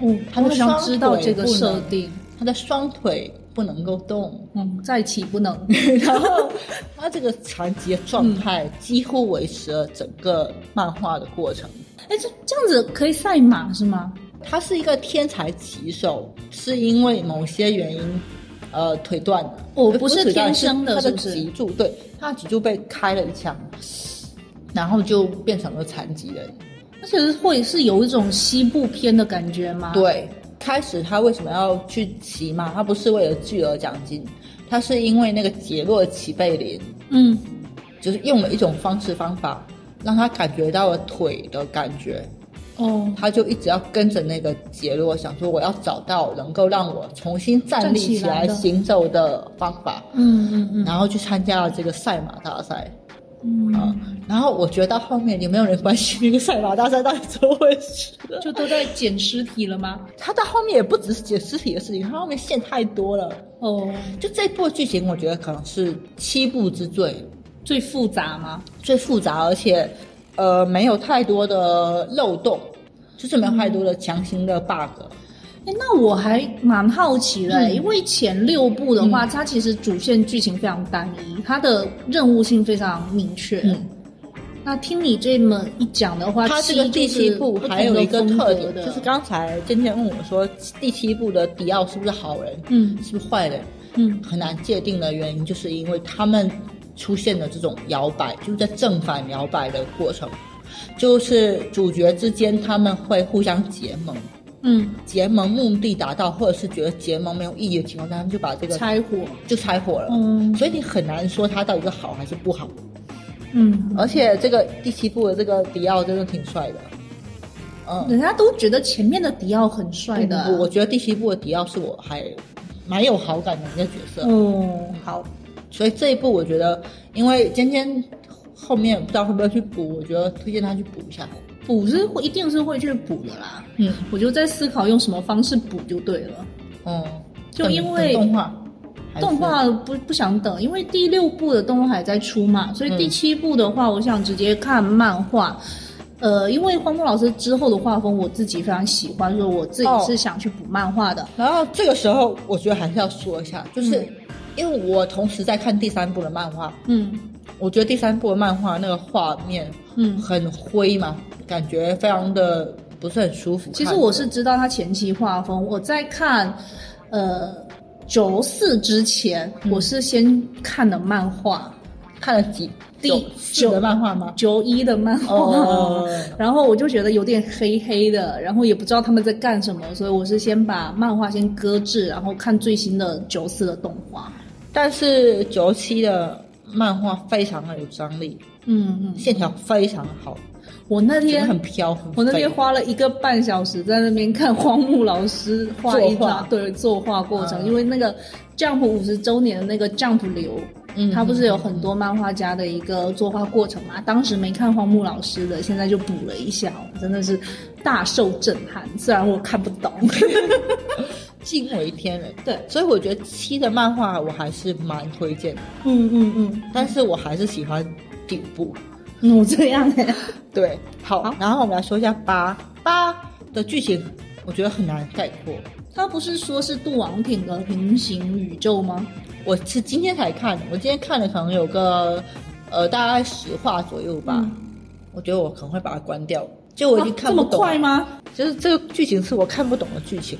S3: 哦，
S2: 他们
S3: 我想知道
S2: 双腿
S3: 这个
S2: 不能
S3: 设定，
S2: 他的双腿不能够
S3: (laughs)
S2: 动，
S3: 嗯，再起不能，
S2: 然后他这个残疾的状态几乎维持了整个漫画的过程。
S3: 哎，这这样子可以赛马是吗？
S2: 他是一个天才骑手，是因为某些原因，呃，腿断了。
S3: 哦
S2: 呃
S3: 不是
S2: 腿断
S3: 天生的
S2: 是他
S3: 是
S2: 的
S3: 不是
S2: 脊柱，对，他的脊柱被开了一枪，然后就变成了残疾人。
S3: 而且会是有一种西部片的感觉吗？，
S2: 对，开始他为什么要去骑马？他不是为了巨额奖金，他是因为那个杰洛齐贝林，
S3: 嗯
S2: 就是用了一种方式方法，让他感觉到了腿的感觉。
S3: 哦，
S2: 他就一直要跟着那个杰洛，想说我要找到能够让我重新站立起来
S3: 站起来的
S2: 行走的方法，
S3: 嗯嗯嗯
S2: 然后去参加了这个赛马大赛啊、
S3: 嗯，
S2: 然后我觉得到后面也没有人关心那个赛马大赛到底怎么回事了。
S3: 就都在捡尸体了吗？
S2: 他到后面也不只是解尸体的事情，他后面线太多了。
S3: 哦，
S2: 就这部剧情，我觉得可能是七部之最，
S3: 最复杂吗？
S2: 最复杂，而且呃没有太多的漏洞，就是没有太多的强行的 bug。
S3: 哎，那我还蛮好奇的、
S2: 嗯
S3: 因为前六部的话、它其实主线剧情非常单一，它的任务性非常明确。
S2: 嗯
S3: 那听你这么一讲的话，
S2: 它这个
S3: 七
S2: 第七
S3: 就是
S2: 部
S3: 不同
S2: 还有一个
S3: 的风
S2: 特
S3: 格
S2: 点，
S3: 的
S2: 就是刚才渐渐问我说，第七部的迪奥是不是好人，
S3: 嗯
S2: 是不是坏人，
S3: 嗯
S2: 很难界定的原因，就是因为他们出现的这种摇摆，就是在正反摇摆的过程，就是主角之间他们会互相结盟，
S3: 嗯，
S2: 结盟目的达到，或者是觉得结盟没有意义的情况下，他们就把这个
S3: 拆伙，
S2: 就拆伙了。
S3: 嗯
S2: 所以你很难说它到底是好还是不好。
S3: 嗯，
S2: 而且这个第七部的这个迪奥真的挺帅的，嗯，
S3: 人家都觉得前面的迪奥很帅的啊，
S2: 我我觉得第七部的迪奥是我还蛮有好感的一个角色，
S3: 哦，好，
S2: 所以这一部我觉得，因为尖尖后面不知道会不会去补，我觉得推荐他去补一下。
S3: 补是会一定是会去补的啦，
S2: 嗯
S3: 我就在思考用什么方式补就对了。
S2: 嗯，
S3: 就
S2: 等
S3: 因为
S2: 等动画，还是
S3: 动画不不想等，因为第六部的动画还在出嘛，所以第七部的话，我想直接看漫画。呃，因为荒木老师之后的画风，我自己非常喜欢，所以我自己
S2: 哦
S3: 是想去补漫画的。
S2: 然后这个时候，我觉得还是要说一下，就是、
S3: 嗯
S2: 因为我同时在看第三部的漫画，
S3: 嗯
S2: 我觉得第三部的漫画那个画面
S3: 嗯，
S2: 很灰嘛，感觉非常的不是很舒服看。
S3: 其实我是知道他前期画风，我在看，呃，九四之前，
S2: 嗯
S3: 我是先看的漫画，
S2: 看了几
S3: 第
S2: 九四的漫画吗？
S3: 九一的漫画，
S2: 哦
S3: 然后我就觉得有点黑黑的，然后也不知道他们在干什么，所以我是先把漫画先搁置，然后看最新的九四的动画。
S2: (laughs) 但是九七的漫画非常的有张力，
S3: 嗯嗯，
S2: 线条非常好，
S3: 我那
S2: 真的
S3: 天
S2: 很飘。很
S3: 我那天
S2: 飞
S3: 花了一个半小时在那边看荒木老师画一
S2: 作
S3: 张
S2: 画
S3: 对作画过程，
S2: 嗯
S3: 因为那个 Jump 五十周年的那个 Jump 流，
S2: 嗯
S3: 它不是有很多漫画家的一个作画过程嘛？当时没看荒木老师的，现在就补了一下，我真的是大受震撼。虽然我看不懂，
S2: 惊为天人，
S3: 对
S2: 所以我觉得七的漫画我还是蛮推荐的，
S3: 嗯嗯嗯，
S2: 但是我还是喜欢第五部。
S3: 嗯我这样哎、
S2: 对，好，
S3: 好
S2: 然后我们来说一下八八的剧情，我觉得很难概括。
S3: 他不是说是杜王挺的平行宇宙吗？
S2: 我是今天才看的，我今天看了可能有个呃大概十话左右吧，我觉得我可能会把它关掉。就我已经
S3: 啊
S2: 看不
S3: 嗯这么
S2: 懂，
S3: 快吗？
S2: 就是这个剧情是我看不懂的剧情。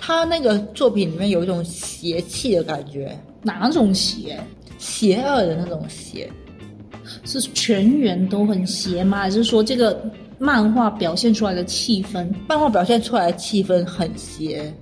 S2: 他那个作品里面有一种邪气的感觉，
S3: 哪种邪？
S2: 邪恶的那种邪，
S3: 是全员都很邪吗？还是说这个漫画表现出来的气氛？
S2: 漫画表现出来的气氛很邪。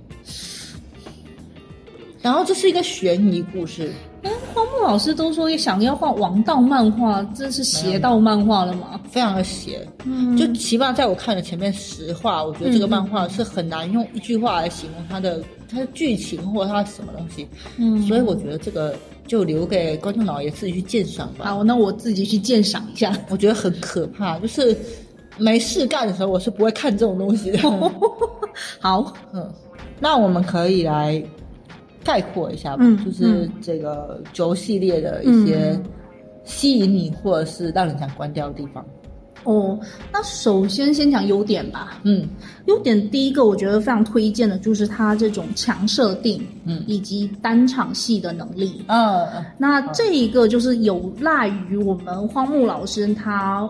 S2: 然后这是一个悬疑故事，
S3: 哎，荒木老师都说想要画王道漫画，这是邪道漫画了吗？
S2: 非常的邪。
S3: 嗯
S2: 就
S3: 就
S2: 起码在我看了前面十话，我觉得这个漫画是很难用一句话来形容它的它的剧情或者它什么东西，
S3: 嗯
S2: 所以我觉得这个就留给观众老爷自己去鉴赏吧。
S3: 好，那我自己去鉴赏一下。 (laughs)
S2: 我觉得很可怕，就是没事干的时候，我是不会看这种东西的。
S3: 嗯好，
S2: (laughs) 嗯，那我们可以来概括一下吧，
S3: 嗯
S2: 就是这个轴系列的一些
S3: 嗯
S2: 吸引你或者是让你想关掉的地方。
S3: 哦，那首先先讲优点吧。
S2: 嗯
S3: 优点第一个，我觉得非常推荐的就是它这种强设定，
S2: 嗯
S3: 以及单场戏的能力。
S2: 嗯
S3: 那这一个就是有赖于我们荒木老师他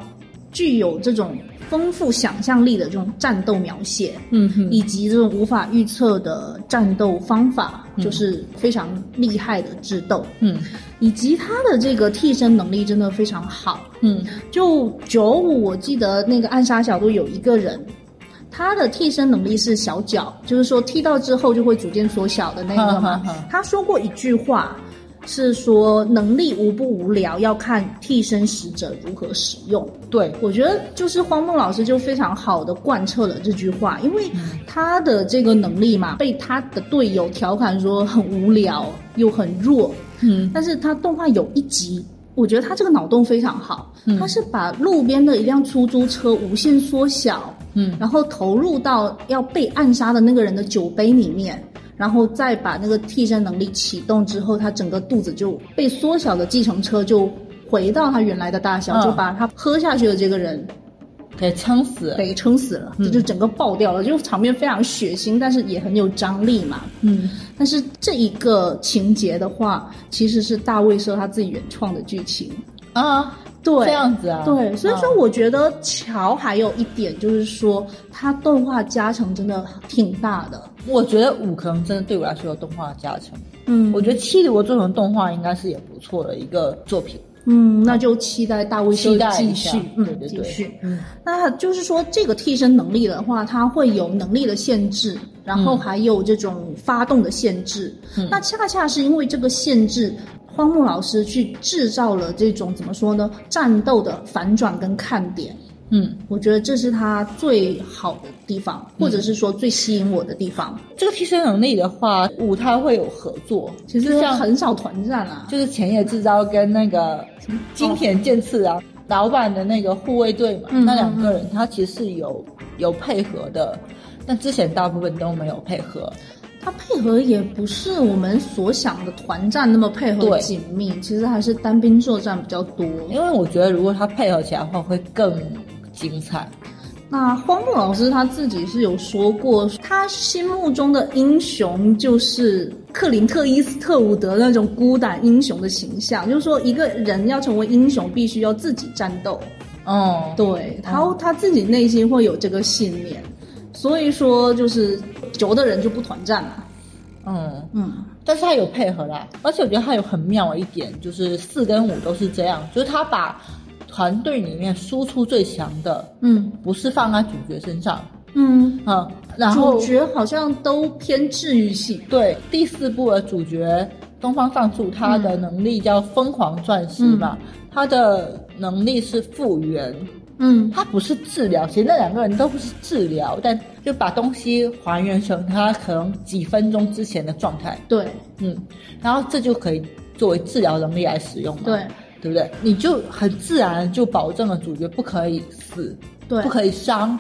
S3: 具有这种丰富想象力的这种战斗描写，
S2: 嗯哼
S3: 以及这种无法预测的战斗方法，
S2: 嗯
S3: 就是非常厉害的智斗，
S2: 嗯
S3: 以及他的这个替身能力真的非常好。
S2: 嗯
S3: 就九五，我记得那个暗杀小队有一个人，他的替身能力是小脚，就是说踢到之后就会逐渐缩小的那个嘛。
S2: 哈哈哈
S3: 他说过一句话，是说能力无不无聊，要看替身使者如何使用。
S2: 对，
S3: 我觉得就是荒木老师就非常好的贯彻了这句话，因为
S2: 嗯
S3: 他的这个能力嘛，被他的队友调侃说很无聊又很弱，
S2: 嗯
S3: 但是他动画有一集，我觉得他这个脑洞非常好，
S2: 嗯
S3: 他是把路边的一辆出租车无限缩小，
S2: 嗯
S3: 然后投入到要被暗杀的那个人的酒杯里面，然后再把那个替身能力启动之后，他整个肚子就被缩小的计程车就回到他原来的大小，
S2: 嗯
S3: 就把他喝下去的这个人
S2: 给撑死。
S3: 给撑死了，
S2: 嗯
S3: 这就整个爆掉了，就场面非常血腥，但是也很有张力嘛。
S2: 嗯
S3: 但是这一个情节的话，其实是大卫社他自己原创的剧情。
S2: 啊，
S3: 对，
S2: 这样子啊，
S3: 对，所以说
S2: 啊
S3: 我觉得乔还有一点就是说，他动画加成真的挺大的。
S2: 我觉得五可能真的对我来说有动画加成。
S3: 嗯
S2: 我觉得七如果做成动画，应该是也不错的一个作品。
S3: 嗯，那就期待大卫
S2: 期
S3: 继
S2: 待一下
S3: 续，嗯，
S2: 对对对
S3: 继续。
S2: 嗯，
S3: 那就是说，这个替身能力的话，它会有能力的限制，然后还有这种发动的限制。
S2: 嗯
S3: 那恰恰是因为这个限制，荒木老师去制造了这种怎么说呢？战斗的反转跟看点。
S2: 嗯，
S3: 我觉得这是他最好的地方，或者是说最吸引我的地方。
S2: 这个替身能力的话，五它会有合作，
S3: 其实
S2: 就像
S3: 很少团战啊，
S2: 就是前野智昭跟那个金田健次郎、老板的那个护卫队嘛，
S3: 嗯
S2: 那两个人他其实是有有配合的，但之前大部分都没有配合。
S3: 它配合也不是我们所想的团战那么配合
S2: 对
S3: 紧密，其实还是单兵作战比较多。
S2: 因为我觉得如果他配合起来的话，会更精彩。
S3: 那荒木老师他自己是有说过，他心目中的英雄就是克林特·伊斯特伍德那种孤胆英雄的形象，就是说一个人要成为英雄，必须要自己战斗。
S2: 哦、
S3: 对，他、他自己内心会有这个信念，所以说就是轴的人就不团战了。
S2: 嗯，
S3: 嗯，
S2: 但是他有配合啦，而且我觉得他有很妙的一点，就是四跟五都是这样，就是他把团队里面输出最强的，
S3: 嗯
S2: 不是放在主角身上，
S3: 嗯，
S2: 嗯，然后
S3: 主角好像都偏治愈系。
S2: 对，第四部的主角东方上树，他的能力叫疯狂钻石嘛，他的能力是复原，
S3: 嗯
S2: 他不是治疗。其实那两个人都不是治疗，但就把东西还原成他可能几分钟之前的状态，
S3: 对
S2: 嗯，然后这就可以作为治疗能力来使用嘛，
S3: 对
S2: 对不对？你就很自然就保证了主角不可以死，
S3: 对
S2: 不，可以伤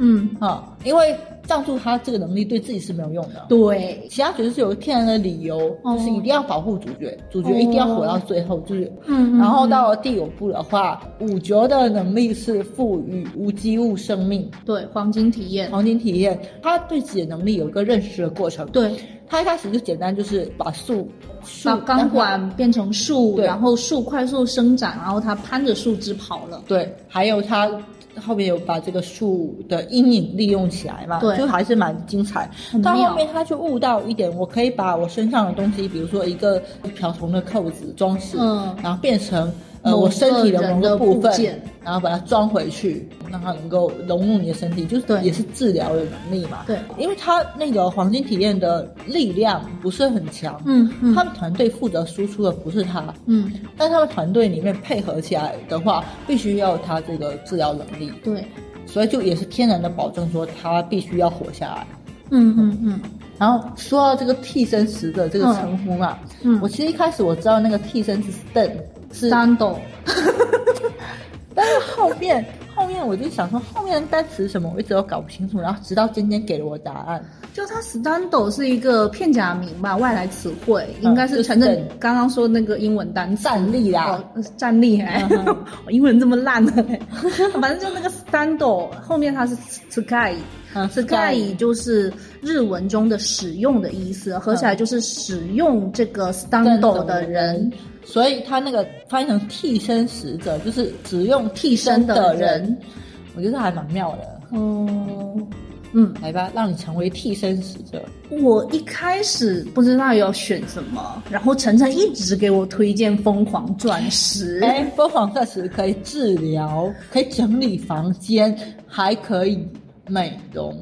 S3: 嗯
S2: 啊、因为藏住他这个能力对自己是没有用的，
S3: 对，
S2: 其他角色是有天然的理由，
S3: 哦
S2: 就是一定要保护主角，主角一定要活到最后，就是。
S3: 嗯，
S2: 然后到了第五部的话，五角的能力是赋予无机物生命，
S3: 对黄金体验，
S2: 黄金体验，他对自己的能力有一个认识的过程。，
S3: 对，
S2: 他一开始就简单，就是把树树
S3: 把钢管变成树，
S2: 对
S3: 然后树快速生长，然后他攀着树枝跑了。
S2: 对，还有他后面有把这个树的阴影利用起来嘛，
S3: 对
S2: 就还是蛮精彩
S3: 很。
S2: 到
S3: 妙
S2: 后面他就悟到一点，我可以把我身上的东西，比如说一个瓢虫的扣子装饰，
S3: 嗯
S2: 然后变成呃
S3: 某
S2: 我身体
S3: 个
S2: 的
S3: 人
S2: 某
S3: 的
S2: 个部
S3: 部
S2: 分
S3: 件，
S2: 然后把它装回去，让它能够融入你的身体，就是
S3: 对
S2: 也是治疗的能力嘛。
S3: 对，
S2: 因为他那个黄金体验的力量不是很强，
S3: 嗯嗯
S2: 他们团队负责输出的不是他，
S3: 嗯，
S2: 但他们团队里面配合起来的话，必须要有他这个治疗能力，
S3: 对，
S2: 所以就也是天然的保证说他必须要活下来。
S3: 嗯嗯嗯，
S2: 然后说到这个替身石的这个称呼嘛，
S3: 嗯嗯
S2: 我其实一开始我知道那个替身是 Stan，是，
S3: 单斗，
S2: 但是后面后面我就想说后面的单词是什么，我一直都搞不清楚，然后直到尖尖给了我答案，
S3: 就它 stando 是一个片假名吧，外来词汇，应该啊是
S2: 就
S3: 承认
S2: stand
S3: 刚刚说那个英文单词。
S2: 站立啦
S3: 哦，，站立哎， (laughs) 我英文这么烂的嘞，反正就那个 stando 后面它是 sky，
S2: 嗯
S3: sky 就是日文中的使用的意思，合起来就是使用这个 stando 嗯的人，
S2: 所以他那个翻译成替身使者，就是只用替身
S3: 替
S2: 的
S3: 身的人
S2: 人，我觉得还蛮妙的。
S3: 哦，嗯，
S2: 来吧，让你成为替身使者。
S3: 我一开始不知道要选什么，然后晨晨一直给我推荐《疯狂钻石》
S2: 哎，播放钻石可以治疗，可以整理房间，还可以美容。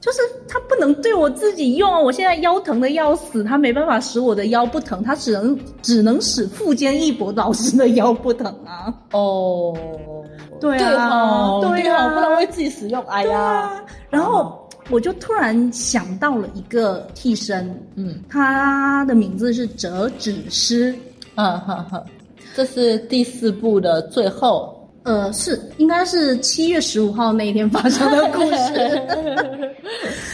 S3: 就是它不能对我自己用啊！我现在腰疼的要死，它没办法使我的腰不疼，它只能只能使富坚义博老师的腰不疼啊！
S2: 哦，
S3: 对啊
S2: 哦
S3: 对啊
S2: 对哦不能为自己使用。哎呀，
S3: 啊然后我就突然想到了一个替身，
S2: 嗯，
S3: 他的名字是折纸师，
S2: 哈哈哈，这是第四部的最后。
S3: 呃，是应该是七月十五号那一天发生的故事。 (laughs)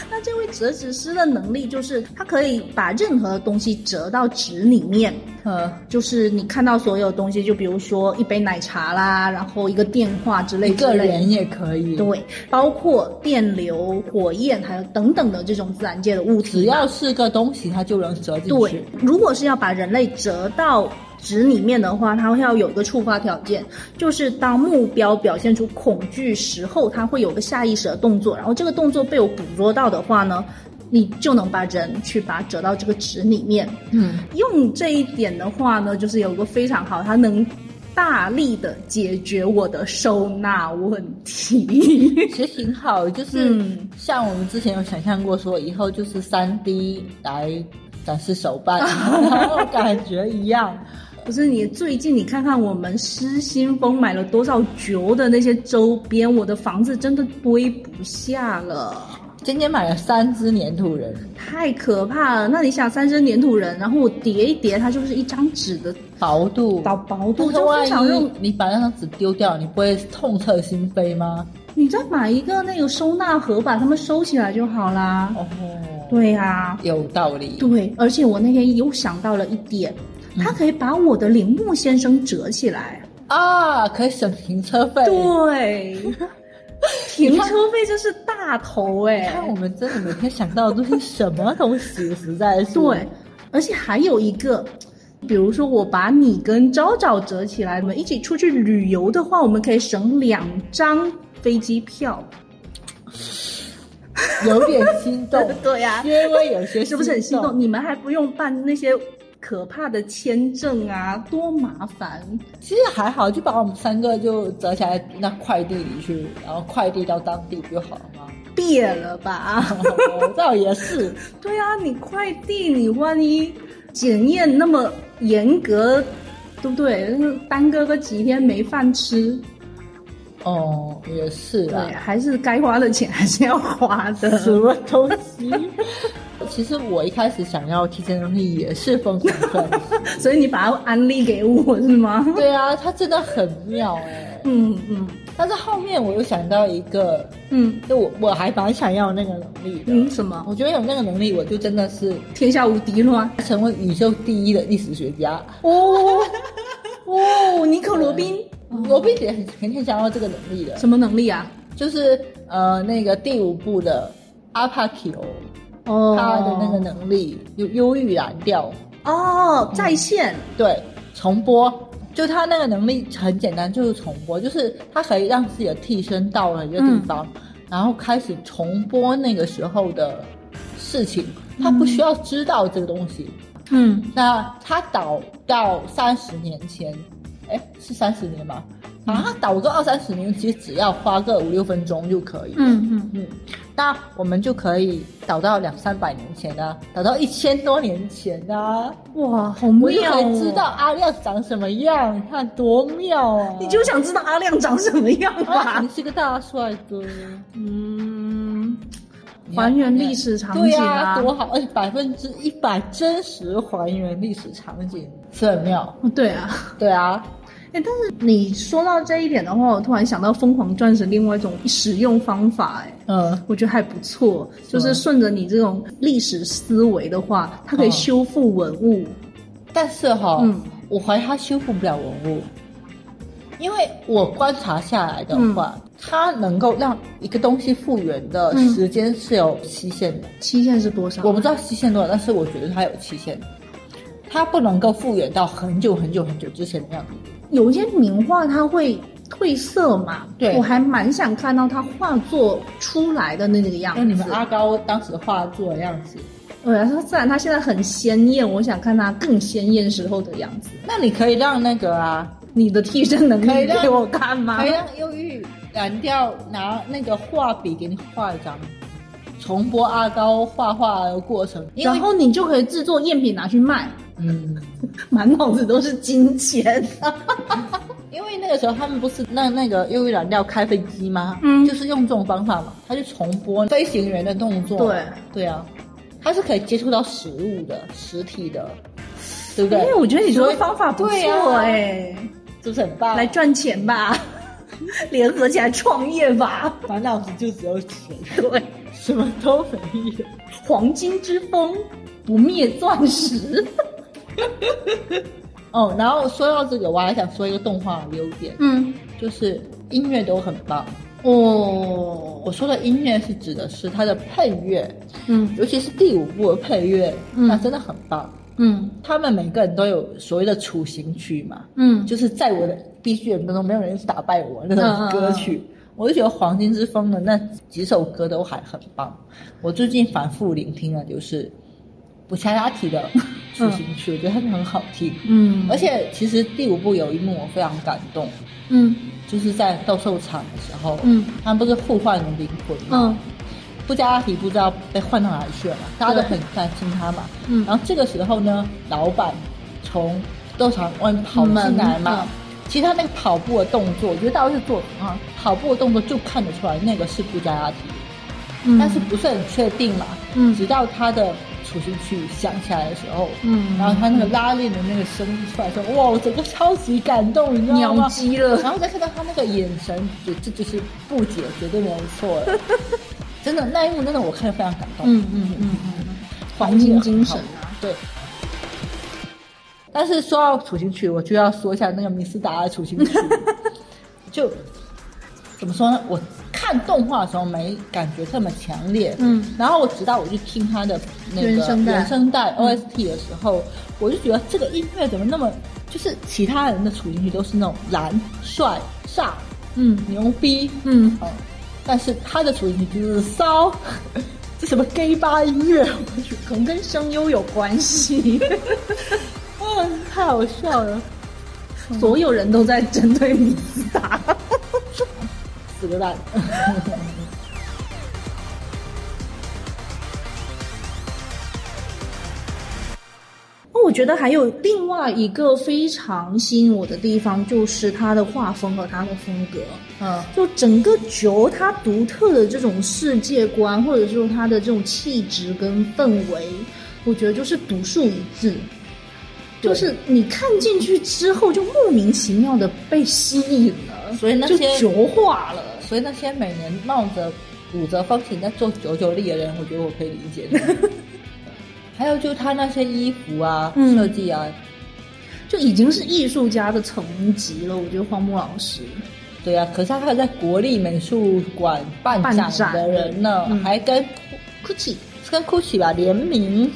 S3: 那这位折纸师的能力就是，他可以把任何东西折到纸里面。
S2: 嗯，
S3: 就是你看到所有东西，就比如说一杯奶茶啦，然后一个电话之类
S2: 一
S3: 之
S2: 个
S3: 类的
S2: 人也可以。
S3: 对，包括电流、火焰，还有等等的这种自然界的物
S2: 只
S3: 体啊嘛。
S2: 要是个东西，它就能折进去
S3: 对。，如果是要把人类折到纸里面的话，它会要有一个触发条件，就是当目标表现出恐惧时候，它会有个下意识的动作，然后这个动作被我捕捉到的话呢，你就能把人去把它折到这个纸里面。
S2: 嗯，
S3: 用这一点的话呢，就是有一个非常好，它能大力的解决我的收纳问题。
S2: 其实挺好，就是
S3: 嗯
S2: 像我们之前有想象过说，以后就是三 D 来展示手
S3: (laughs)
S2: 办，然后感觉一样。
S3: 不是你最近你看看我们失心疯买了多少酒的那些周边，我的房子真的堆不下了。
S2: 今天买了三只粘土人，
S3: 太可怕了！那你想，三生粘土人，然后我叠一叠，它就是一张纸的
S2: 薄度，
S3: 薄薄
S2: 但
S3: 度，
S2: 是
S3: 就非常
S2: 万
S3: 用
S2: 一。你把那张纸丢掉，你不会痛彻心扉吗？
S3: 你再买一个那个收纳盒，把它们收起来就好啦。
S2: 哦，，
S3: 对呀、
S2: 有道理。
S3: 对，而且我那天又想到了一点，
S2: 嗯
S3: 它可以把我的铃木先生折起来。
S2: 啊，可以省停车费。 (laughs)
S3: 对，停车费这是大头哎、
S2: 看我们真的每天想到的都是什么东西，实在是。
S3: 对，，而且还有一个，比如说我把你跟昭昭折起来，我们一起出去旅游的话，我们可以省两张飞机票，。
S2: 有点心动
S3: (laughs) 对呀
S2: 略微有些
S3: 是不是很心动？？你们还不用办那些可怕的签证啊，多麻烦！
S2: 其实还好，就把我们三个就折起来那快递里去，然后快递到当地不就好了
S3: (laughs)
S2: 吗？
S3: 别了 (laughs) 吧。
S2: 哦倒也是，
S3: 对啊，你快递你万一检验那么严格，对不对？耽搁个几天没饭吃，
S2: 哦，也是
S3: 对啊
S2: 啦，。
S3: 还是该花的钱还是要花的。
S2: 什么东西？其实我一开始想要提升能力也是疯狂粉，
S3: (laughs) 所以你把它安利给我是吗？
S2: 对啊，它真的很妙哎、
S3: 嗯嗯
S2: 但是后面我又想到一个，
S3: 嗯
S2: 就我我还蛮想要那个能力的。
S3: 嗯，什么？
S2: 我觉得有那个能力，我就真的是
S3: 天下无敌乱
S2: 成为宇宙第一的历史学家。
S3: 哦哦，尼克罗宾哦
S2: 罗宾也很很很想要这个能力的，
S3: 什么能力啊？
S2: 就是呃那个第五部的阿帕奇欧，
S3: 哦
S2: 他的那个能力有忧郁蓝调，
S3: 哦，在线
S2: 对，重播。就他那个能力很简单，就是重播，就是他可以让自己的替身到了一个地方，然后开始重播那个时候的事情，他不需要知道这个东西。
S3: 嗯
S2: 那他倒到三十年前，哎，是三十年吗？啊，他倒个二三十年，其实只要花个五六分钟就可以。
S3: 嗯嗯
S2: 嗯，那我们就可以倒到两三百年前啊，倒到一千多年前啊，
S3: 哇，好
S2: 我就
S3: 妙、
S2: 可以
S3: 哦！
S2: 知道阿亮长什么样，你看多妙啊！
S3: 你就想知道阿亮长什么样
S2: 啊，
S3: 吧
S2: 你？是个大帅哥，
S3: 嗯， (laughs) 还原历史场
S2: 对
S3: 景
S2: 呀、
S3: 啊，
S2: 多好！而且百分之一百真实还原历史场景，是很妙。
S3: 对啊。
S2: 对啊，
S3: 哎，但是你说到这一点的话，我突然想到《疯狂钻石》另外一种使用方法，哎，
S2: 嗯。
S3: 我觉得还不错，
S2: 是
S3: 就
S2: 吗
S3: 是顺着你这种历史思维的话，它可以
S2: 嗯
S3: 修复文物。
S2: 但是哈、
S3: 嗯
S2: 我怀疑他修复不了文物，因为我观察下来的话，它能够让一个东西复原的时间是有期限的。
S3: 期限是多少？
S2: 我不知道期限多少，但是我觉得它有期限，它不能够复原到很久很久很久之前的样子。
S3: 有一些名画它会褪色嘛，
S2: 对
S3: 我还蛮想看到它画作出来的那个样
S2: 因哎为你
S3: 子
S2: 们。阿啊高当时画作的样子，
S3: 对啊，它自然它现在很鲜艳，我想看它更鲜艳时候的样子。
S2: 那你可以让那个啊，
S3: 你的替身能
S2: 可以
S3: 力
S2: 让
S3: 给我看吗
S2: 可？以让忧郁蓝调拿那个画笔给你画一张，重播阿高画画的过程，因
S3: 然
S2: 为
S3: 后你就可以制作赝品拿去卖，
S2: 嗯。
S3: 满脑子都是金钱。
S2: 因为那个时候他们不是那那个忧郁燃料开飞机吗？
S3: 嗯
S2: 就是用这种方法嘛，他就重播飞行员的动作。
S3: 对，
S2: 对啊，他是可以接触到实物的、实体的，对不对？
S3: 因为哎我觉得你这
S2: 所
S3: 个
S2: 以
S3: 方法不
S2: 对啊
S3: 错哎、
S2: 是不是很棒？
S3: 来赚钱吧， (laughs) 联合起来创业吧。
S2: 满脑子就只有钱，
S3: 对，
S2: 什么都没有。
S3: 黄金之风不灭钻石。
S2: 哦，然后说到这个，我还想说一个动画的优点，
S3: 嗯，
S2: 就是音乐都很棒。
S3: 哦，
S2: 我说的音乐是指的是它的配乐，
S3: 嗯
S2: 尤其是第五部的配乐，
S3: 嗯
S2: 那真的很棒。
S3: 嗯
S2: 他们每个人都有所谓的雏形曲嘛，
S3: 嗯，
S2: 就是在我的 BGM 当中，没有人打败我那种歌
S3: 嗯
S2: 曲。我就觉得《黄金之风》的那几首歌都还很棒。我最近反复聆听了，就是《我查他提的抒情曲，我觉得它是很好听。
S3: 嗯
S2: 而且其实第五部有一幕我非常感动，
S3: 嗯
S2: 就是在斗兽场的时候，
S3: 嗯，
S2: 他们不是互换灵魂吗？
S3: 嗯
S2: 布加拉提不知道被换到哪里去了嘛，大家都很担心他嘛。
S3: 嗯
S2: 然后这个时候呢，老板从斗场外面跑进来
S3: 嗯
S2: 嘛。
S3: 嗯
S2: 其实他那个跑步的动作，我觉得大家是做啊，跑步的动作就看得出来那个是布加拉提，
S3: 嗯，
S2: 但是不是很确定嘛。
S3: 嗯
S2: 直到他的处刑曲响起来的时候，
S3: 嗯
S2: 然后他那个拉链的那个声音出来的时候，哇，我整个超级感动，你知道吗
S3: 鸟？鸡了，
S2: 然后再看到他那个眼神，对，这就是不解，绝对没有错
S3: (laughs)
S2: 了。真的，那一幕真的我看得非常感动，
S3: 嗯嗯嗯嗯嗯，黄金精神啊，
S2: 对。但是说到处刑曲，我就要说一下那个米斯达的处
S3: (laughs)
S2: 刑曲，就怎么说呢？我看动画的时候没感觉这么强烈，
S3: 嗯
S2: 然后我直到我去听他的那个
S3: 原声带嗯
S2: 原声带 OST 的时候，我就觉得这个音乐怎么那么，就是其他人的处刑曲都是那种蓝、帅、飒、
S3: 嗯
S2: 牛逼，
S3: 嗯，
S2: 哦，但是他的主题就是骚， (laughs) 这什么 gay 吧音乐，我去，
S3: 可能跟声优有关系， (laughs)
S2: 嗯，太好笑了，
S3: 所有人都在针对米斯达，
S2: (laughs) 死个蛋。 (laughs)
S3: 那哦我觉得还有另外一个非常吸引我的地方，就是它的画风和它的风格。
S2: 嗯，
S3: 就整个球它独特的这种世界观，或者说它的这种气质跟氛围，我觉得就是独树一帜。
S2: 对
S3: 就是你看进去之后，就莫名其妙的被吸引了，
S2: 所以那
S3: 就
S2: 些
S3: 球化了。
S2: 所以那些每年冒着武则风情在做九九力的人，我觉得我可以理解 (laughs) 的。还有就是他那些衣服啊、
S3: 嗯
S2: 设计啊，
S3: 就已经是艺术家的层级了。我觉得荒木老师，
S2: 对啊，可是他还在国立美术馆办
S3: 办
S2: 展
S3: 展
S2: 的人呢，
S3: 嗯
S2: 还跟 Gucci 跟 Gucci 吧联名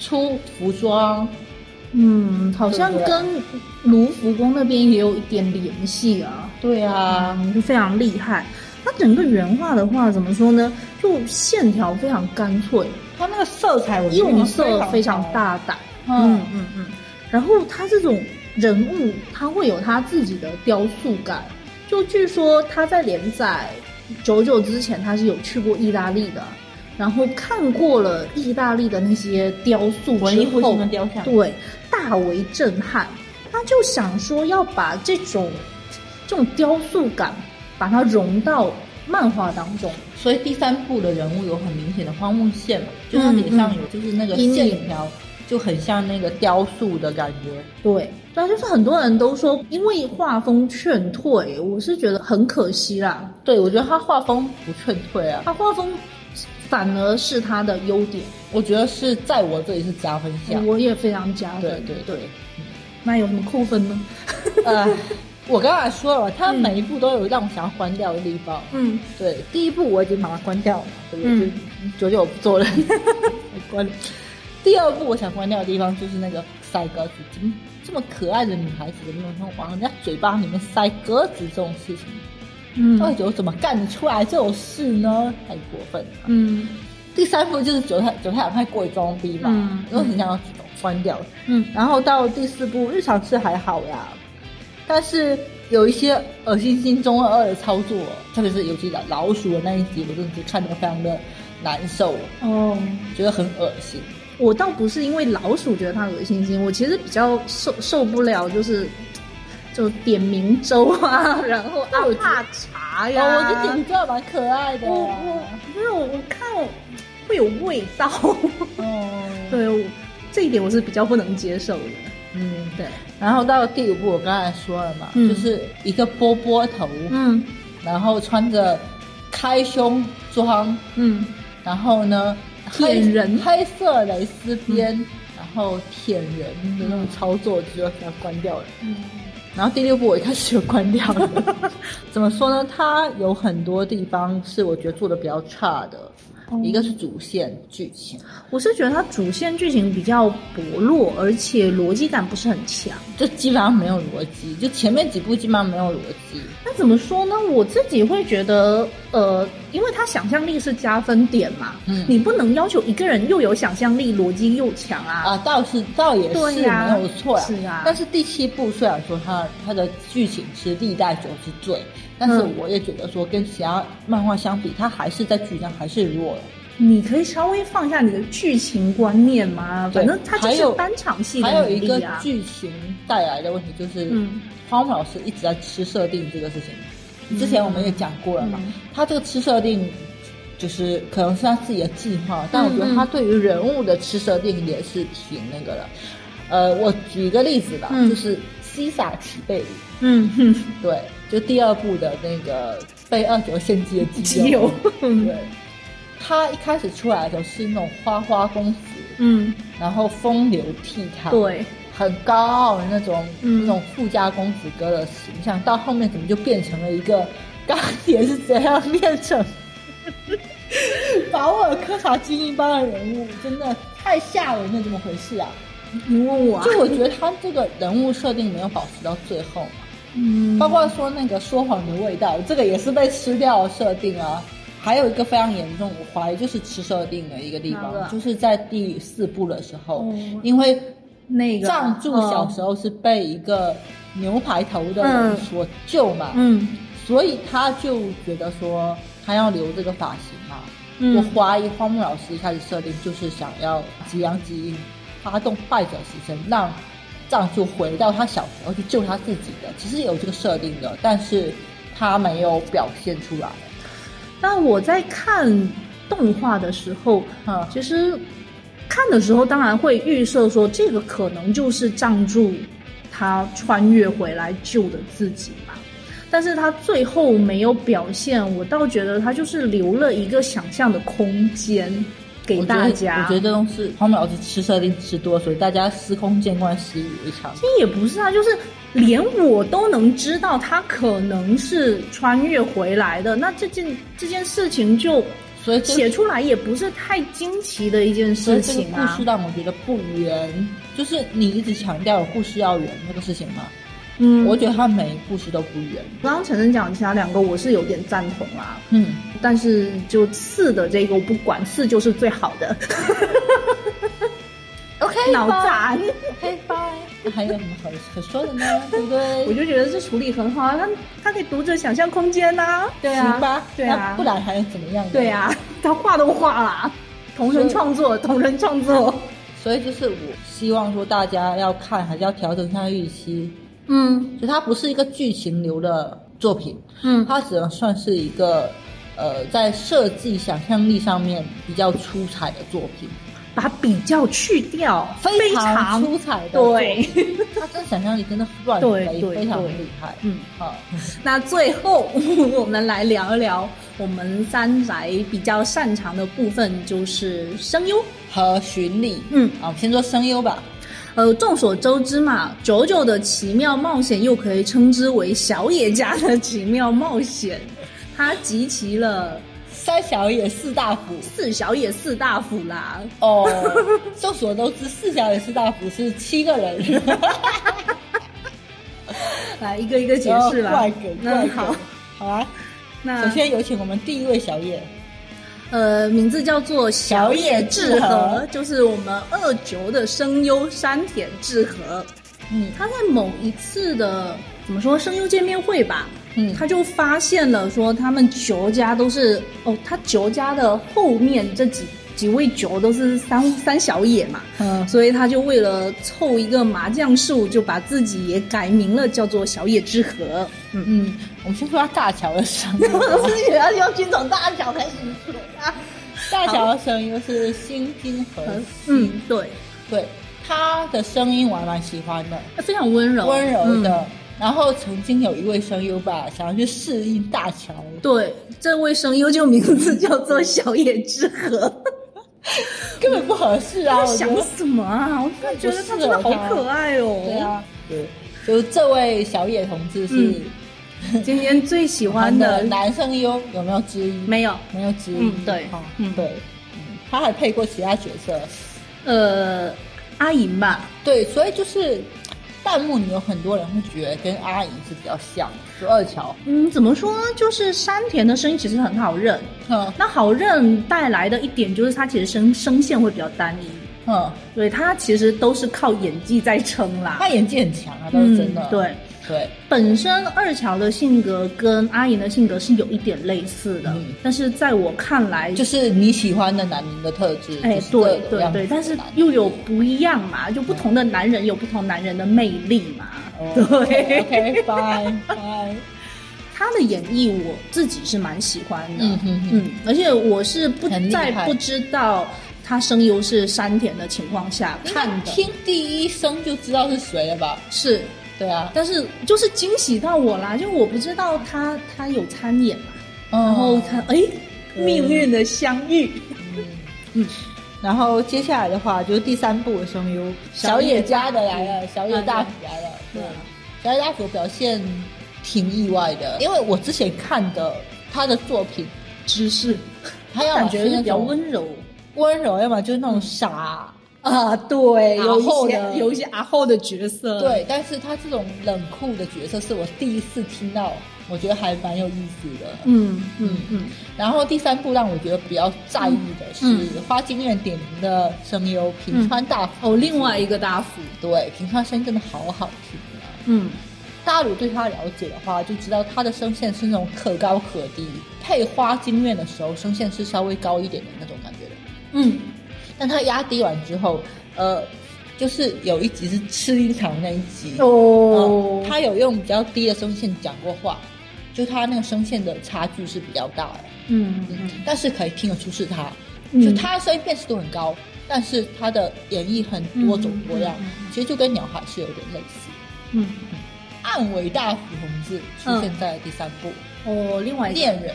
S2: 出服装，
S3: 嗯，好像
S2: 对不对
S3: 跟卢浮宫那边也有一点联系啊。
S2: 对啊，
S3: 就嗯非常厉害。它整个原画的话，怎么说呢？就线条非常干脆，
S2: 他那个色彩我觉得
S3: 用色非常
S2: 好，
S3: 大胆。
S2: 嗯
S3: 嗯嗯嗯。然后它这种人物，它会有它自己的雕塑感。就据说他在连载《九九》之前，他是有去过意大利的，然后看过了意大利的那些雕塑
S2: 文艺
S3: 之
S2: 复
S3: 后
S2: 兴的，雕像，
S3: 对，大为震撼。他就想说要把这种这种雕塑感，把它融到漫画当中。
S2: 所以第三部的人物有很明显的荒木线嘛，就他脸上有就是那个
S3: 阴影
S2: 线条，就很像那个雕塑的感觉。
S3: 对，那就是很多人都说，因为画风劝退，我是觉得很可惜啦。
S2: 对，我觉得他画风不劝退啊，
S3: 他画风反而是他的优点，
S2: 我觉得是在我这里是加分项。
S3: 我也非常加分。
S2: 对对对，
S3: 那有什么扣分呢？
S2: 呃，我刚才说了，他每一部都有让我想要关掉的地方。
S3: 嗯，
S2: 对，第一部我已经把它关掉了，对不对？
S3: 嗯
S2: 就九九我不做了，关了。第二部我想关掉的地方就是那个塞鸽子，怎么这么可爱的女孩子，怎么能往人家嘴巴里面塞鸽子这种事情？
S3: 嗯
S2: 二九怎么干得出来这种事呢？太过分了。
S3: 嗯
S2: 第三部就是九太九太郎太过于装逼嘛，
S3: 嗯
S2: 因为很想要关掉。
S3: 嗯
S2: 然后到第四部日常是还好啦，但是有一些恶心心中二二的操作，特别是尤其老老鼠的那一集，我真的是看得非常的难受，
S3: 哦，
S2: 觉得很恶心。
S3: 我倒不是因为老鼠觉得它恶心心，我其实比较受受不了，就是就点明粥啊，然后阿帕茶哎呀，嗯
S2: 哦，我就觉得蛮可爱的、
S3: 我我不是我我看我会有味道，
S2: 哦，
S3: (laughs) 对我这一点我是比较不能接受的。
S2: 嗯。
S3: 对，
S2: 然后到第五部，我刚才说了嘛，
S3: 嗯
S2: 就是一个波波头，
S3: 嗯
S2: 然后穿着开胸装，
S3: 嗯
S2: 然后呢，
S3: 舔
S2: 黑
S3: 人嗯
S2: 黑色蕾丝边，然后舔人的那种操作，只有给它关掉了。
S3: 嗯
S2: 然后第六部我一开始就关掉
S3: (laughs)
S2: 了。怎么说呢？它有很多地方是我觉得做的比较差的，
S3: 哦
S2: 一个是主线剧情，
S3: 我是觉得它主线剧情比较薄弱，而且逻辑感不是很强。
S2: 就基本上没有逻辑，就前面几部基本上没有逻辑。
S3: 那怎么说呢？我自己会觉得呃，因为他想象力是加分点嘛，
S2: 嗯
S3: 你不能要求一个人又有想象力、逻辑又强啊。
S2: 啊，倒是倒也是
S3: 对呀
S2: 没有错
S3: 是啊
S2: 但是第七部虽然说它它的剧情是历代九之最，但是
S3: 嗯
S2: 我也觉得说跟其他漫画相比，它还是在剧情上还是弱了。
S3: 你可以稍微放下你的剧情观念吗？
S2: 对
S3: 反正它就
S2: 还有
S3: 是单场戏
S2: 还有
S3: 的
S2: 一
S3: 努
S2: 个
S3: 力啊。
S2: 剧情带来的问题就是，
S3: 嗯
S2: 花木老师一直在吃设定这个事情。之前我们也讲过了嘛，
S3: 嗯
S2: 他这个吃设定就是可能是他自己的计划，但我觉
S3: 嗯
S2: 得他对于人物的吃设定也是挺那个的。呃，我举一个例子吧，
S3: 嗯
S2: 就是西萨奇贝里，
S3: 嗯哼，
S2: 对，就第二部的那个被二九献祭的基
S3: 基友，嗯
S2: 对，他一开始出来的时候是那种花花公子，
S3: 嗯，
S2: 然后风流倜傥，
S3: 对，
S2: 很高傲的那种、
S3: 嗯
S2: 那种富家公子哥的形象，到后面怎么就变成了一个钢铁是怎样变成 (laughs) 保尔柯察金一般的人物，真的太吓人了，怎么回事啊？
S3: 你问我啊，
S2: 就我觉得他这个人物设定没有保持到最后嘛，
S3: 嗯，
S2: 包括说那个说谎的味道，这个也是被吃掉的设定啊。还有一个非常严重，我怀疑就是吃设定的一个地
S3: 哪
S2: 方，
S3: 个
S2: 就是在第四部的时候，
S3: 哦
S2: 因为
S3: 那个嗯
S2: 藏柱小时
S3: 候，
S2: 候是被一个牛排头的人所救嘛，
S3: 嗯
S2: 所以他就觉得说他要留这个发型嘛。
S3: 嗯
S2: 我怀疑荒木老师一开始设定就是想要吉良吉英发动败者时间，让藏柱回到他小时候去救他自己的，其实有这个设定的，但是他没有表现出来。
S3: 那我在看动画的时候，
S2: 嗯
S3: 其实看的时候当然会预设说，这个可能就是藏柱他穿越回来救的自己嘛。但是他最后没有表现，我倒觉得他就是留了一个想象的空间给
S2: 我觉
S3: 大
S2: 得，
S3: 家。
S2: 我觉得这东西荒木老师吃设定吃多，所以大家司空见惯，习以为常。
S3: 其实也不是啊，就是连我都能知道他可能是穿越回来的，那这件这件事情就
S2: 所以这个
S3: 写出来也不是太惊奇的一件
S2: 所以
S3: 事
S2: 这个
S3: 情
S2: 故
S3: 啊
S2: 事。让我觉得不圆，就是你一直强调有故事要圆这个事情嘛，
S3: 嗯，
S2: 我觉得他每一故事都不圆。
S3: 刚刚晨晨讲其他两个我是有点赞同啦，
S2: 嗯，
S3: 但是就四的这个我不管，四就是最好
S2: (laughs)
S3: 的。OK，脑残。 (laughs)
S2: 那嗯还有什么可可说的呢？对不对？
S3: 我就觉得这处理很好啊，他他给读者想象空间啊呐、对
S2: 行吧，
S3: 对
S2: 那
S3: 啊
S2: 不，然还能怎么样？
S3: 对啊， (laughs) 他画都画啦，同人创作，同人创作，
S2: 所以就是我希望说大家要看，还是要调整一下预期，
S3: 嗯
S2: 就它不是一个剧情流的作品，
S3: 嗯
S2: 它只能算是一个呃在设计想象力上面比较出彩的作品。
S3: 把比较去掉，非
S2: 常出彩的，
S3: 对，
S2: 他这想象力真的乱
S3: 对
S2: 飞，
S3: 对
S2: 非常
S3: 对
S2: 厉害，
S3: 嗯。
S2: 啊，
S3: 那最后我们来聊一聊我们三宅比较擅长的部分，就是声优。
S2: 和巡礼，
S3: 嗯
S2: 啊，我们先说声优吧，
S3: 呃，众所周知嘛，九九的奇妙冒险又可以称之为小野家的奇妙冒险，它集齐了
S2: 三小野四大辅。
S3: 四小野四大辅啦。 (laughs)
S2: 哦，众所周知，四小野四大辅是七个人，
S3: 来一个一个解释
S2: (laughs) 了，
S3: 啦。
S2: 怪梗，怪
S3: 那
S2: 梗
S3: 好，，嗯
S2: 好啊。
S3: 那
S2: 首先有请我们第一位小野，
S3: 呃，名字叫做小野
S2: 小野
S3: 智
S2: 智
S3: 和
S2: 和，
S3: 就是我们二九的声优山田智和。
S2: 嗯
S3: 他在某一次的怎么说声优见面会吧，
S2: 嗯
S3: 他就发现了说他们九家都是哦，他九家的后面这几几位九都是三三小野嘛，
S2: 嗯，
S3: 所以他就为了凑一个麻将数，就把自己也改名了，叫做小野之和。嗯，
S2: 嗯，我们先说他大乔的声优吧，
S3: (laughs) 我是觉得要先从大小开始说啊。
S2: 大乔的声优是新金和，
S3: 嗯，对，
S2: 对，他的声音我还蛮喜欢的，
S3: 非常温柔，
S2: 温柔
S3: 嗯
S2: 的。然后曾经有一位声优吧，想要去适应大乔，
S3: 对，这位声优就名字叫做小野之和。
S2: 根本不合适
S3: (laughs)
S2: 啊！
S3: 他
S2: 我觉
S3: 想
S2: 得，
S3: 什么啊？我真的觉得他真的好可爱哦。
S2: 对，啊，对，就是这位小野同志
S3: 嗯
S2: 是
S3: (laughs) 今天最喜
S2: 我
S3: 欢
S2: 们的
S3: 的
S2: 男声优，有没有之一？
S3: 没有，
S2: 没有之一。
S3: 嗯对
S2: 哦
S3: 嗯
S2: 对，嗯他还配过其他角色，
S3: 呃，阿银吧？
S2: 对，所以就是弹幕里有很多人会觉得跟阿姨是比较像十二桥，
S3: 嗯，怎么说呢？就是山田的声音其实很好认，
S2: 嗯
S3: 那好认带来的一点就是他其实声声线会比较单一，
S2: 嗯，
S3: 对他其实都是靠演技在撑啦。
S2: 他演技很强啊，倒是真的，
S3: 嗯对。
S2: 对，
S3: 本身二乔的性格跟阿银的性格是有一点类似的，
S2: 嗯
S3: 但是在我看来，
S2: 就是你喜欢的男人的特质，
S3: 哎
S2: 就，是
S3: 对
S2: 各种
S3: 对
S2: 样子
S3: 对，
S2: 的
S3: 但是
S2: 男人
S3: 又有不一样嘛，就不同的男人有不同男人的魅力嘛。
S2: (laughs) 哦
S3: 对
S2: ，OK，拜拜，
S3: 他的演绎我自己是蛮喜欢的，
S2: 嗯哼哼
S3: 嗯，而且我是不
S2: 很厉
S3: 在
S2: 害
S3: 不知道他声优是山田的情况下看的，
S2: 听第一声就知道是谁了吧？
S3: 是，
S2: 对啊，
S3: 但是就是惊喜到我啦，就我不知道他他有参演嘛，
S2: 嗯然
S3: 然后看哎，
S2: 嗯
S3: 命运的相遇，
S2: 然后接下来的话就是第三部的声优小野家的来了，小野大辅来了。对，嗯小野大辅表现挺意外的，因为我之前看的他的作品，
S3: 只是
S2: 他要么
S3: 感觉是
S2: 那
S3: 比较
S2: 种
S3: 温柔。
S2: 温柔，要么就是那种傻。
S3: 啊，对，
S2: 阿
S3: 有一
S2: 后
S3: 些
S2: 的
S3: 有一些阿后的角色，，
S2: 对，但是他这种冷酷的角色是我第一次听到，我觉得还蛮有意思的。
S3: 嗯嗯嗯，
S2: 然后第三部让我觉得比较在意的
S3: 嗯
S2: 是花京院点名的声优平川大辅。
S3: 哦，另外一个大辅，
S2: 对，平川声音真的好好听啊。
S3: 嗯
S2: 大家如果对他了解的话，就知道他的声线是那种可高可低，配花京院的时候声线是稍微高一点的那种感觉的。
S3: 嗯，
S2: 但他压低完之后，呃，就是有一集是吃一场那一集，
S3: 嗯哦
S2: 呃
S3: 他
S2: 他有用比较低的声线讲过话，就他那个声线的差距是比较大的，
S3: 嗯
S2: 嗯
S3: 嗯，
S2: 但是可以听得出是他，
S3: 嗯
S2: 就他的声音辨识度很高，但是他的演绎很多种多样，
S3: 嗯嗯
S2: 其实就跟鸟海是有点类似。
S3: 嗯，
S2: 暗尾大辅同志出现在第三部
S3: 哦，另外
S2: 《
S3: 一个，
S2: 恋人》，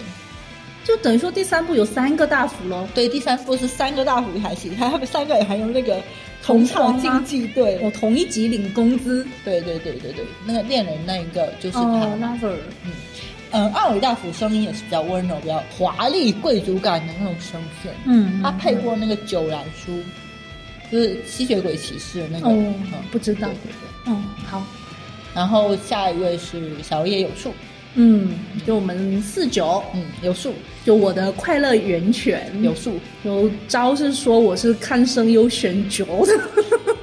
S3: 就等于说第三部有三个大辅喽，
S2: 对，第三部是三个大辅一台戏， (laughs) 他他们三个也还有那个同场竞技，对，
S3: 我哦同一集领工资，
S2: 对对对对对，那个恋人那一个就是
S3: 哦
S2: 他，
S3: ，lover，
S2: 嗯，暗尾大辅声音也是比较温柔、比较华丽、贵族感的那种声线，
S3: 嗯
S2: 他配过那个九兰书，就是吸血鬼骑士的那个，
S3: 哦
S2: 嗯，
S3: 不知道
S2: 对对对。
S3: 嗯，好，
S2: 然后下一位是小野有树，
S3: 嗯，就我们四九，
S2: 嗯，有树
S3: 就我的快乐源泉，
S2: 有树，
S3: 有招是说我是看声优选角的， (laughs)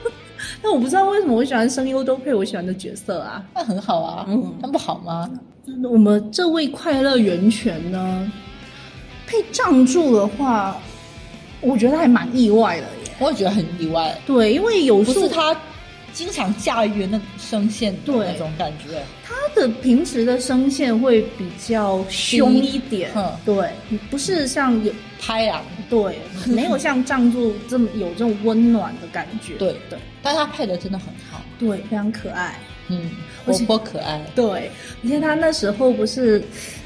S3: 但我不知道为什么我喜欢声优都配我喜欢的角色啊。
S2: 那很好啊，
S3: 嗯
S2: 那不好吗？
S3: 我们这位快乐源泉呢，配藏柱的话，我觉得还蛮意外的耶。
S2: 我也觉得很意外，
S3: 对，因为有
S2: 不
S3: 树
S2: 是他经常驾驭的那声线的
S3: 对
S2: 那种感觉，
S3: 他的平时的声线会比较凶一点
S2: 嗯，
S3: 对，不是像有
S2: 拍啊，
S3: 对没有像藏柱这么有这种温暖的感觉。
S2: 对
S3: 对
S2: 但他配的真的很好，
S3: 对，非常可爱。
S2: 嗯，
S3: 而
S2: 活
S3: 且
S2: 泼可
S3: (laughs)
S2: 爱。
S3: 对，而且他那时候不是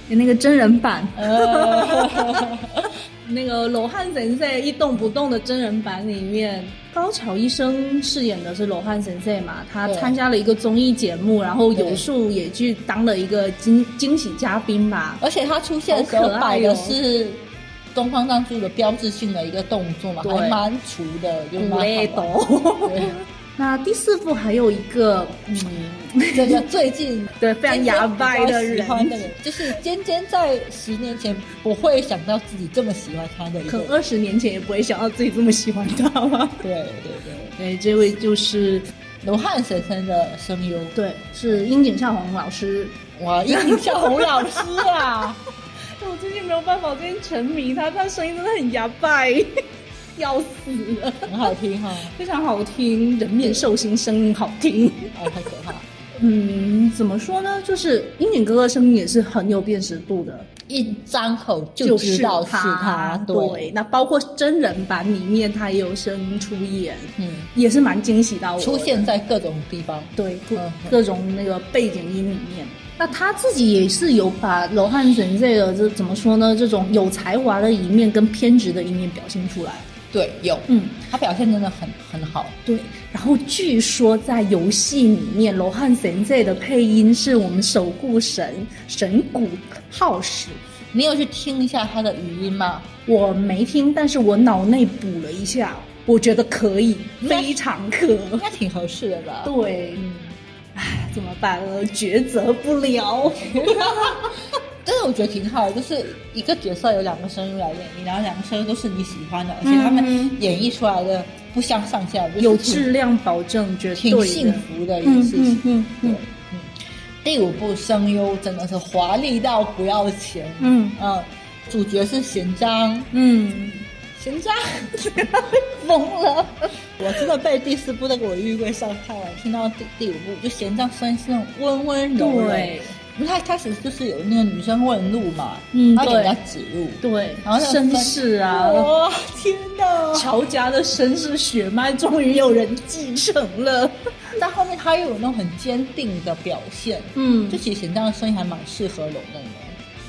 S3: 有那个真人版，
S2: 呃
S3: 那个罗汉神社一动不动的真人版里面，高桥医生饰演的是罗汉神社嘛，他
S2: 对
S3: 参加了一个综艺节目，然后有
S2: 对
S3: 树也去当了一个惊惊喜嘉宾嘛。
S2: 而且他出现的时候
S3: 好可爱哦
S2: 摆的是东方藏柱的标志性的一个动作嘛，
S3: 对
S2: 还蛮粗的，就蛮
S3: 累
S2: 好玩
S3: 懂。
S2: 的。
S3: 那第四部还有一个，嗯，。
S2: 对，这个最近
S3: 对，非常牙白的
S2: 喜
S3: 人，
S2: 欢的人，就是尖尖在十年前不会想到自己这么喜欢他的一
S3: 可
S2: 个
S3: 能
S2: 人，
S3: 二十年前也不会想到自己这么喜欢他吧？
S2: 对对对，
S3: 对，这位就是
S2: 罗汉神生的声优，
S3: 对，是樱井孝宏老师。
S2: 哇，樱井孝宏老师
S3: (laughs)
S2: 啊，
S3: 我最近没有办法，我最近沉迷他，他声音真的很牙拜， (laughs) 要死了，
S2: 很好听哈、
S3: 非常好听，人面兽心，声音好听。
S2: 啊，太可怕了，
S3: 嗯，怎么说呢？就是樱井哥哥声音也是很有辨识度的，
S2: 一张口就知道
S3: 就是
S2: 他，
S3: 是啊对那包括真人版里面他也有声音出演，
S2: 嗯，
S3: 也是蛮惊喜到我的。
S2: 出现在各种地方，
S3: 对各
S2: 嗯
S3: 各种那个背景音里面。那他自己也是有把罗汉神这个这怎么说呢？这种有才华的一面跟偏执的一面表现出来。
S2: 对，有，
S3: 嗯，
S2: 他表现真的很很好，
S3: 对。然后据说在游戏里面，罗汉神这的配音是我们守护神神谷浩史。
S2: 你有去听一下他的语音吗？
S3: 我没听，但是我脑内补了一下，我觉得可以，
S2: 那
S3: 非常可。
S2: 应该挺合适的吧？嗯
S3: 对，怎么办？我抉择不了。
S2: 但是我觉得挺好的，就是一个角色有两个声优来演绎，然后两个声优都是你喜欢的，而且他们
S3: 嗯
S2: 演绎出来的不相上下，就是
S3: 有
S2: 挺
S3: 质量保证，绝对
S2: 挺
S3: 的
S2: 幸。福的一件
S3: 嗯
S2: 事
S3: 嗯
S2: 情。
S3: 嗯嗯
S2: 第五部声优真的是华丽到不要钱，
S3: 嗯
S2: 嗯，主角是贤章，
S3: 嗯，
S2: 贤章疯了，
S3: (laughs)
S2: 我真的被第四部那个《我遇柜》伤害了。听到第第五部，就贤章虽然是那种温温柔柔，
S3: 对
S2: 不是他一开始就是有那个女生问路嘛，
S3: 嗯
S2: 他给
S3: 对
S2: 人家指路，
S3: 对，
S2: 然后那个
S3: 绅
S2: 分
S3: 士啊，
S2: 哇，天哪！
S3: (laughs) 乔家的绅士血脉终于有人继承了。
S2: 但后面他又有那种很坚定的表现，
S3: 嗯
S2: 就其实贤章的声音还蛮适合龙的的。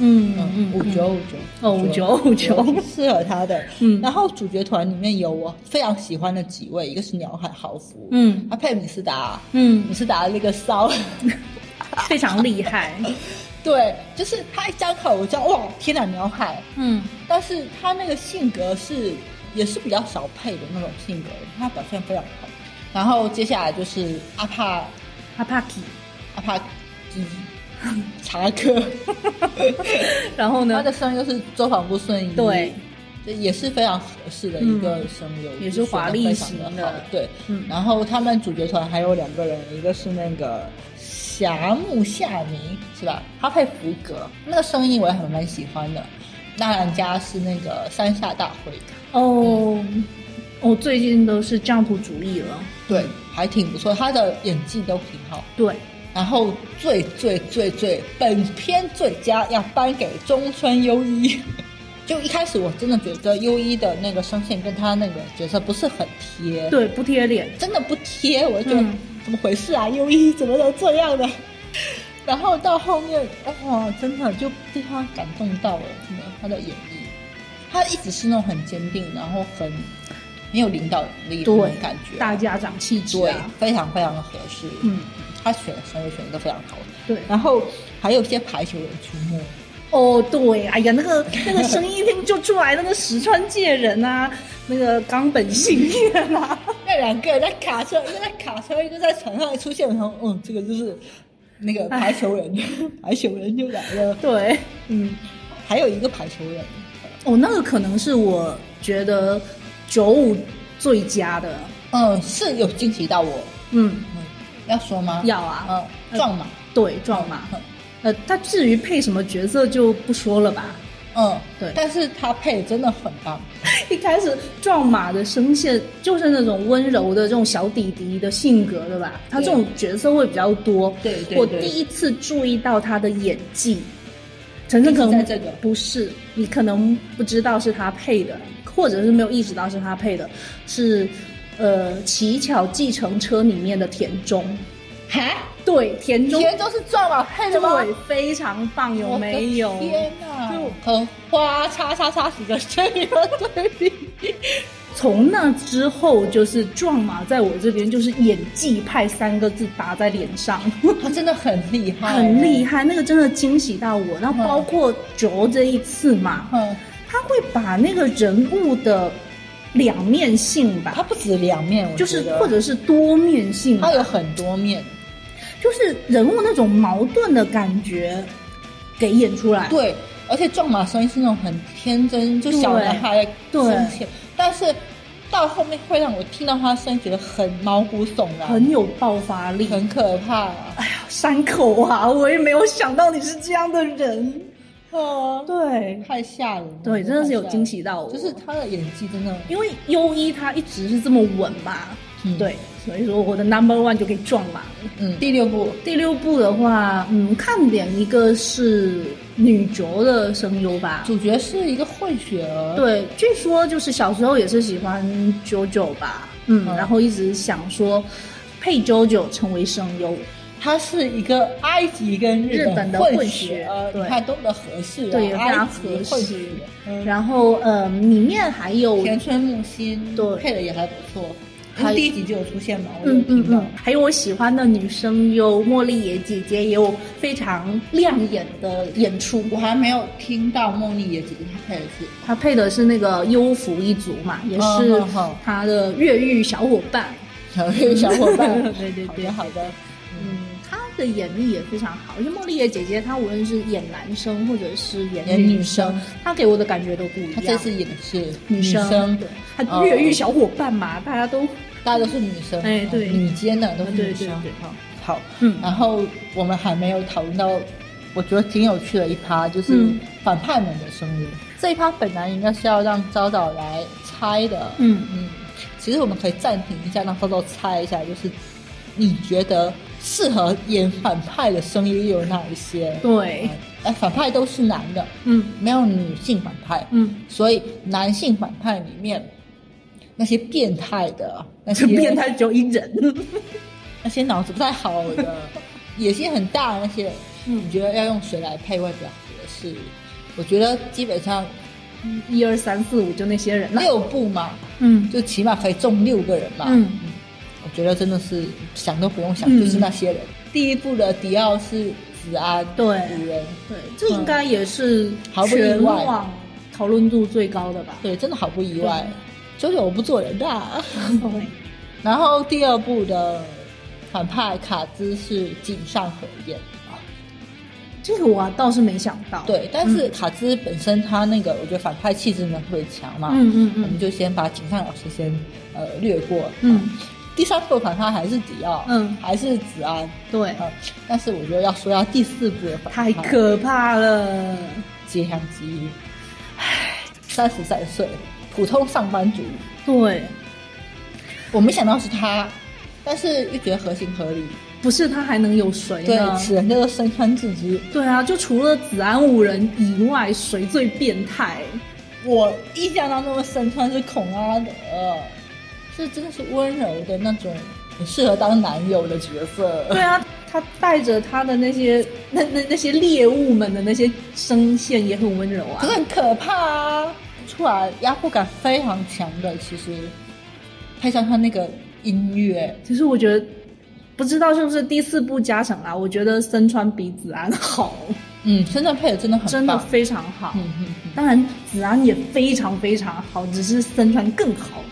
S3: 嗯
S2: 嗯，五九五九
S3: 哦五九五九
S2: 适合他的。
S3: 嗯
S2: 然后主角团里面有我非常喜欢的几位，一个是鸟海豪福，
S3: 嗯
S2: 他配米斯达，米
S3: 嗯，
S2: 斯达那个骚，
S3: 非常厉害。
S2: (laughs) 对，就是他一张口我就哇天哪鸟海，
S3: 嗯
S2: 但是他那个性格是也是比较少配的那种性格，他表现非常好。然后接下来就是阿帕
S3: 阿帕奇。
S2: 阿帕基查克，
S3: 然后
S2: 他
S3: 呢
S2: 的，声优是周防部顺一，
S3: 对，嗯
S2: 这也是非常合适的一个声优，
S3: 也是华丽型的
S2: 选得非常好对。
S3: 嗯
S2: 然后他们主角团还有两个人，一个是那个霞木夏弥，是吧？他配福格，那个声音我也很蛮喜欢的。那人家是那个山下大辉，
S3: 哦，我最近都是降图主义了。
S2: 对，还挺不错，他的演技都挺好。
S3: 对，
S2: 然后最最最最本片最佳要颁给中村优一。 (laughs) 就一开始我真的觉得优一的那个声线跟他那个角色不是很贴，
S3: 对，不贴脸。
S2: 真的不贴，我就觉得、
S3: 嗯
S2: 怎么回事啊？优一怎么能这样呢？ (laughs) 然后到后面，哇，真的就被他感动到了，真的他的演绎，他一直是那种很坚定，然后很很有领导力的那种感觉，啊
S3: 大家长气质
S2: 对
S3: 啊。，
S2: 非常非常的合适。
S3: 嗯，
S2: 他选的声优选的都非常好，
S3: 对。
S2: 然后还有一些排球人出没，
S3: 哦，对，哎呀，那个那个声音一听就出来，那个石川界人啊，那个冈本信彦啊，
S2: 那两个人在卡车，一个在卡车，一个在船上出现的时候，嗯，这个就是那个排球人，
S3: 哎
S2: (laughs) 排球人就来了。
S3: 对，
S2: 嗯，还有一个排球人，
S3: 哦，那个可能是我觉得九五最佳的，
S2: 嗯，是有惊喜到我。
S3: 嗯，
S2: 嗯，要说吗？
S3: 要啊，
S2: 嗯，撞马。嗯
S3: 对，壮马，呃，他至于配什么角色就不说了吧。
S2: 嗯，
S3: 对
S2: 但是他配的真的很棒。
S3: 一开始壮马的声线就是那种温柔的这种小弟弟的性格，对吧？他这种角色会比较多。
S2: 对对
S3: 我
S2: 对
S3: 第一次注意到他的演技，陈晨可
S2: 一
S3: 能
S2: 直在这个
S3: 不是，你可能不知道是他配的，或者是没有意识到是他配的，是呃《乞巧计程车》里面的田中。
S2: 哈，
S3: 对，田中
S2: 全都是撞马配的吗？
S3: 对非常棒，有
S2: 我的
S3: 没有？
S2: 天哪
S3: 就！
S2: 和花叉叉叉死的这个对比，
S3: 从那之后，就是壮马在我这边就是演技派三个字打在脸上，
S2: (laughs) 他真的很厉害，
S3: 很厉。害，那个真的惊喜到我。然后包括卓这一次嘛，
S2: 嗯，
S3: 他会把那个人物的两面性
S2: 他
S3: 吧，
S2: 不止两面，我
S3: 就是
S2: 觉得哦
S3: 或者是多面性吧
S2: 他，有很多面。
S3: 就是人物那种矛盾的感觉给演出来。
S2: 对，而且撞马声音是那种很天真，就小男孩的
S3: 对
S2: 声线，但是到后面会让我听到他声音觉得很毛骨悚然，
S3: 很有爆发力，
S2: 很可怕、
S3: 山口啊，我也没有想到你是这样的人。
S2: 哦，
S3: 对，
S2: 太吓人了，
S3: 对，真的是有惊喜
S2: 到
S3: 到我，
S2: 就是他的演技真的，
S3: 因为优一他一直是这么稳嘛，
S2: 嗯
S3: 对，所以说我的 number one 就给撞满了。
S2: 嗯，第六部
S3: 第六部的话，嗯，看点一个是女角的声优吧，
S2: 主角是一个混血儿，，
S3: 对，据说就是小时候也是喜欢 JoJo 吧，嗯，
S2: 嗯
S3: 然后一直想说配 JoJo 成为声优，
S2: 他是一个埃及跟
S3: 日本的
S2: 混
S3: 混
S2: 血
S3: 血
S2: 儿，
S3: 对
S2: 你看多么的合适、啊，
S3: 对，也非
S2: 埃
S3: 常
S2: 及
S3: 合
S2: 混
S3: 适
S2: 血。嗯
S3: 然后，嗯，里面还有
S2: 田村木心
S3: 对
S2: 配的也还不错，因
S3: 还
S2: 为第一集就有出现嘛，我有
S3: 嗯嗯
S2: 听到。
S3: 嗯，还有我喜欢的女声优茉莉野姐姐也有非常亮眼的演出，
S2: 我还没有听到梦丽也只是她配的是，
S3: 她配的是那个优芙一族嘛，也
S2: 哦
S3: 是
S2: 好好
S3: 她的越狱小伙伴。
S2: 小月小伙伴，
S3: (laughs) 对对对
S2: 好的好的，
S3: 嗯，她的演绎也非常好，而且茉莉叶姐姐她无论是演男生或者是演
S2: 演
S3: 女
S2: 女
S3: 生，
S2: 生
S3: 她给我的感觉都不一样。
S2: 她这次演的是
S3: 女
S2: 生，哦
S3: 对，她越狱小 (laughs) 伙伴嘛，大家都
S2: 大家都是女生，哦
S3: 哎对啊
S2: 女监呢都是
S3: 对
S2: 女
S3: 对
S2: 生。
S3: 对
S2: 好好，
S3: 嗯
S2: 然后我们还没有讨论到，我觉得挺有趣的一趴，就是
S3: 嗯
S2: 反派们的声音。这一趴本来应该是要让昭昭来猜的，
S3: 嗯
S2: 嗯，其实我们可以暂停一下，让昭昭猜一下，就是你觉得适合演反派的声音有哪一些？
S3: 对，
S2: 哎，反派都是男的，
S3: 嗯
S2: 没有女性反派，
S3: 嗯，
S2: 所以男性反派里面那些变态的、那些
S3: 这变态只有一人。
S2: (laughs) 那些脑子不太好的、野心很大的那些，
S3: 嗯
S2: 你觉得要用谁来配会比较合适？我觉得基本上
S3: 一二三四五就那些人了。
S2: 六部嘛，
S3: 嗯
S2: 就起码可以中六个人嘛。
S3: 嗯，
S2: 我觉得真的是想都不用想，
S3: 嗯
S2: 就是那些人。第一部的迪奥是子安，
S3: 对
S2: 五人，
S3: 对，这应该也是
S2: 毫不意
S3: 全
S2: 外
S3: 网讨论度最高的吧？
S2: 对，真的毫不意外。九九我不做人的啊、 (laughs)
S3: 对，
S2: 然后第二部的反派卡兹是井上和彦，
S3: 啊这个我倒是没想到。
S2: 对，但是卡兹本身他那个，我觉得反派气质呢特别强嘛，
S3: 嗯嗯
S2: 我们
S3: 嗯
S2: 就先把井上老师先呃略过。
S3: 嗯，
S2: 第三部的反派还是迪奥，
S3: 嗯
S2: 还是子安，
S3: 对，
S2: 呃，但是我觉得要说到第四部的反
S3: 太
S2: 派，
S3: 可怕了。
S2: 吉祥吉，三十三岁，普通上班族，
S3: 对，
S2: 我没想到是他，但是又觉得合情合理，
S3: 不是他还能有谁
S2: 对
S3: 呢，？
S2: 此人叫做身穿自知。
S3: 对啊，就除了子安五人以外，谁最变
S2: (laughs)
S3: 态？
S2: 我印象当中的神川是孔阿德，是真的是温柔的那种，很适合当男友的角色。
S3: 对啊，他带着他的那些那那那些猎物们的那些声线也很温柔啊
S2: 可是。很可怕啊！出来压迫感非常强的，其实配上他那个音乐，
S3: 其实我觉得，不知道是不是第四部加成啊？我觉得森川比子安好，
S2: 嗯，真的配的真的很棒
S3: 真的非常好。
S2: 嗯嗯嗯
S3: 当然，子安也非常非常好，只是森川更好。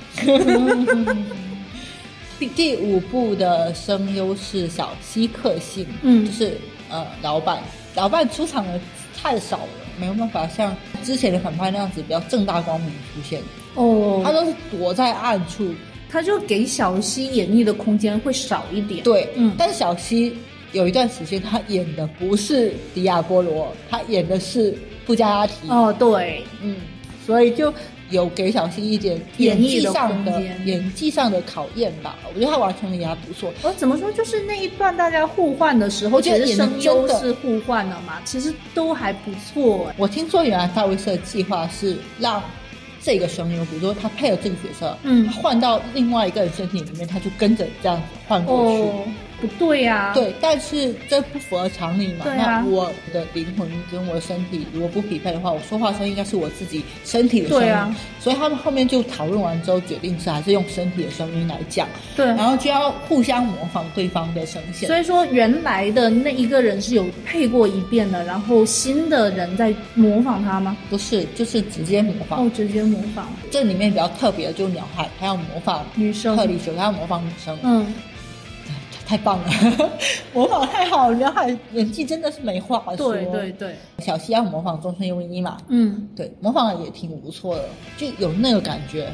S2: 第嗯 (laughs) 第五部的声优是小西克幸，
S3: 嗯
S2: 就是呃老板，老板出场的太少了，没有办法像之前的反派那样子比较正大光明出现，
S3: 哦
S2: 他
S3: 他
S2: 都是躲在暗处，
S3: 他就给小溪演绎的空间会少一点。，
S2: 对，
S3: 嗯
S2: 但是小西有一段时间他演的不是迪亚波罗，他演的是布加拉提，
S3: 哦，对，
S2: 嗯，所以就有给小西一点
S3: 演
S2: 演技
S3: 绎的
S2: 上的
S3: 空间
S2: 演技上的考验吧，我觉得他完成的也还不错，
S3: 哦我怎么说，就是那一段大家互换的时候，
S2: 我
S3: 其
S2: 觉得
S3: 实
S2: 演得
S3: 声
S2: 真
S3: 优
S2: 的
S3: 是互换的嘛，其实都还不错。哎
S2: 我听说原来大卫社的计划是让这个声优，比如说他配了这个角色，
S3: 嗯
S2: 他换到另外一个人身体里面，他就跟着这样子换过去。
S3: 哦，不对呀、啊，，
S2: 对，但是这不符合常理嘛？
S3: 对啊
S2: 那我的灵魂跟我的身体如果不匹配的话，我说话声音应该是我自己身体的声音。
S3: 对啊
S2: 所以他们后面就讨论完之后，决定是还是用身体的声音来讲，
S3: 对
S2: 然后就要互相模仿对方的声线。
S3: 所以说原来的那一个人是有配过一遍的，然后新的人在模仿他吗？
S2: 不是，就是直接模仿。
S3: 哦，直接模仿
S2: 这里面比较特别的就是鸟海，他要模仿
S3: 女生
S2: 特。里修，他要模仿女生，
S3: 嗯，
S2: 太棒了， (laughs) 模仿太好了，鸟海演技真的是没话说。
S3: 对对，对，
S2: 小西要模仿中村优一嘛，
S3: 嗯
S2: 对，模仿的也挺不错的，就有那个感觉。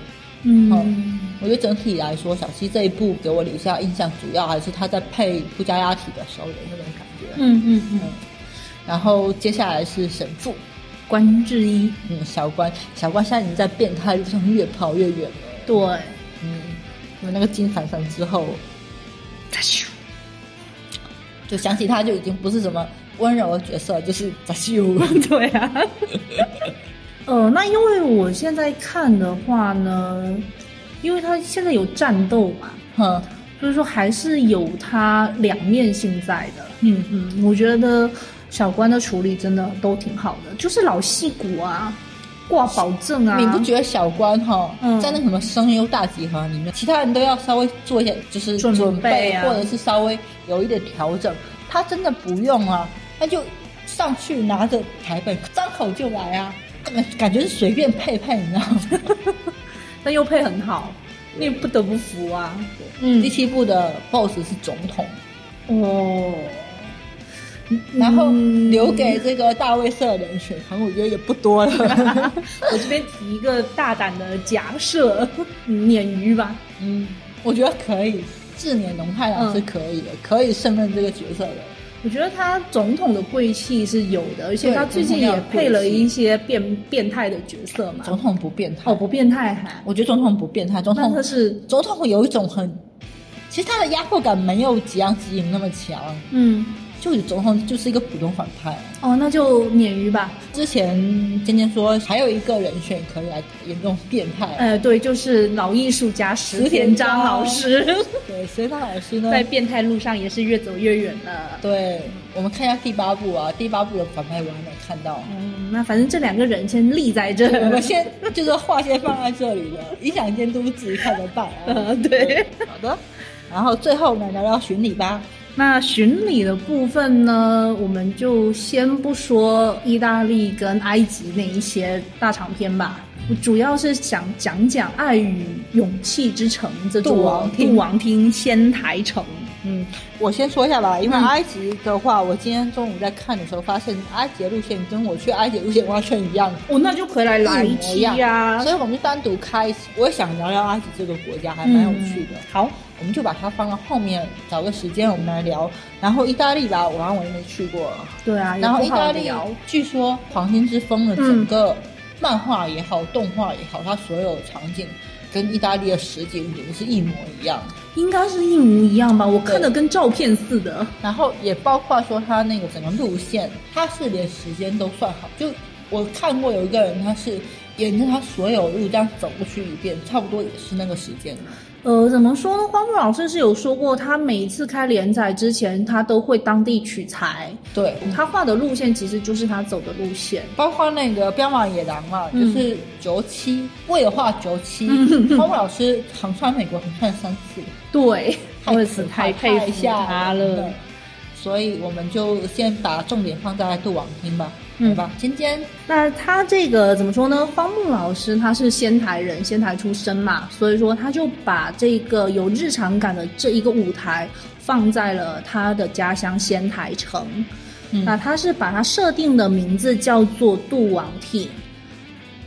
S3: 嗯，
S2: 我觉得整体来说，小西这一部给我留下印象，主要还是他在配布加拉提的时候的那种感觉。
S3: 嗯嗯嗯，
S2: 然后接下来是神父，
S3: 关智一，
S2: 嗯，小关，小关现在已经在变态路上越跑越远了。
S3: 对， (laughs)
S2: 嗯，有那个金闪闪之后，
S3: 他咻
S2: 就想起他就已经不是什么温柔的角色，就是杂秀。
S3: 对
S2: (laughs)
S3: 啊。呃，那因为我现在看的话呢，因为他现在有战斗嘛，
S2: 哼，
S3: 所以说还是有他两面性在的。
S2: 嗯，
S3: 嗯，我觉得小关的处理真的都挺好的，就是老戏骨啊，挂保证啊，
S2: 你不觉得小关哈、
S3: 嗯
S2: 在那什么声优大集合里面，其他人都要稍微做一些就是
S3: 准备
S2: 准
S3: 啊
S2: 或者是稍微有一点调整，他真的不用啊，他就上去拿着台本张口就来啊，感感觉是随便配配，你知道吗？
S3: 但又配很好，你也不得不服啊。
S2: 第
S3: 嗯，
S2: 七部的 BOSS 是总统，
S3: 哦，嗯
S2: 然后留给这个大卫社的人选，好像我觉得也不多
S3: (laughs)
S2: 了。
S3: 我这边提一个大胆的假设，鲶鱼吧。
S2: 嗯，我觉得可以，志年龙太郎是
S3: 嗯
S2: 可以的，可以胜任这个角色的。
S3: 我觉得他总统的贵气是有的，而且
S2: 对
S3: 他最近
S2: 总统
S3: 也
S2: 要有贵
S3: 配了
S2: 气
S3: 一些变变态的角色嘛。
S2: 总统不变态，
S3: 哦，不变态还，
S2: 我觉得总统不变态，总
S3: 那
S2: 统
S3: 他是
S2: 总统有一种很，其实他的压迫感没有吉阳吉影那么强，
S3: 嗯，
S2: 就总统就是一个普通反派。啊
S3: 哦，那就鲶鱼吧。
S2: 之前尖尖说还有一个人选可以来演这种变态，
S3: 呃，对，就是老艺术家石
S2: 石田
S3: 田章
S2: 章
S3: 老师，
S2: 对，所以他老师呢？
S3: 在变态路上也是越走越远了。
S2: 对，我们看一下第八部啊，第八部的反派我还没看到。
S3: 嗯，那反正这两个人先立在这。
S2: 我们先就是话先放在这里了，影响监督自己看着办啊。
S3: 呃， (laughs) 对。
S2: 好的，然后最后呢，聊聊巡礼吧。
S3: 那巡礼的部分呢，我们就先不说意大利跟埃及那一些大长篇吧。我主要是想讲讲《爱与勇气之城》这座
S2: 杜王厅
S3: 杜王厅仙台城。
S2: 嗯，我先说一下吧，因为
S3: 嗯
S2: 埃及的话，我今天中午在看的时候发现，埃及的路线跟我去埃及的路线完全一样，
S3: 哦，那就回来来
S2: 一
S3: 一
S2: 模
S3: 期
S2: 一样。
S3: 呀、
S2: 所以我们就单独开一期，我也想聊聊埃及这个国家，还蛮有趣的。好，我们就把它放到后面，找个时间我们来聊。然后意大利吧，我好像我也没去过。
S3: 对啊，也
S2: 然后
S3: 不
S2: 意
S3: 好
S2: 大利
S3: 聊
S2: 据说《黄金之风》的
S3: 嗯
S2: 整个漫画也好，动画也好，它所有场景跟意大利的实景简直是一模一样。
S3: 应该是一模一样吧？我看的跟照片似的。
S2: 然后也包括说它那个整个路线，它是连时间都算好。就我看过有一个人，他是沿着他所有路这样走过去一遍，差不多也是那个时间。
S3: 呃，怎么说呢？花木老师是有说过，他每一次开连载之前，他都会当地取材。
S2: 对，
S3: 他画的路线其实就是他走的路线。
S2: 包括那个《彪马野狼》嘛，就
S3: 嗯
S2: 是九七，为了画九七，花木老师横穿美国横穿三次。 (laughs)
S3: 对， (laughs) 我也是
S2: 太
S3: 太
S2: 可
S3: 佩
S2: 怕
S3: 服他
S2: 真
S3: 了
S2: 的。所以我们就先把重点放在杜王厅吧，
S3: 嗯
S2: 好吧？尖尖，
S3: 那他这个怎么说呢？方木老师他是仙台人，仙台出身嘛，所以说他就把这个有日常感的这一个舞台放在了他的家乡仙台城。
S2: 嗯
S3: 那他是把它设定的名字叫做杜王替。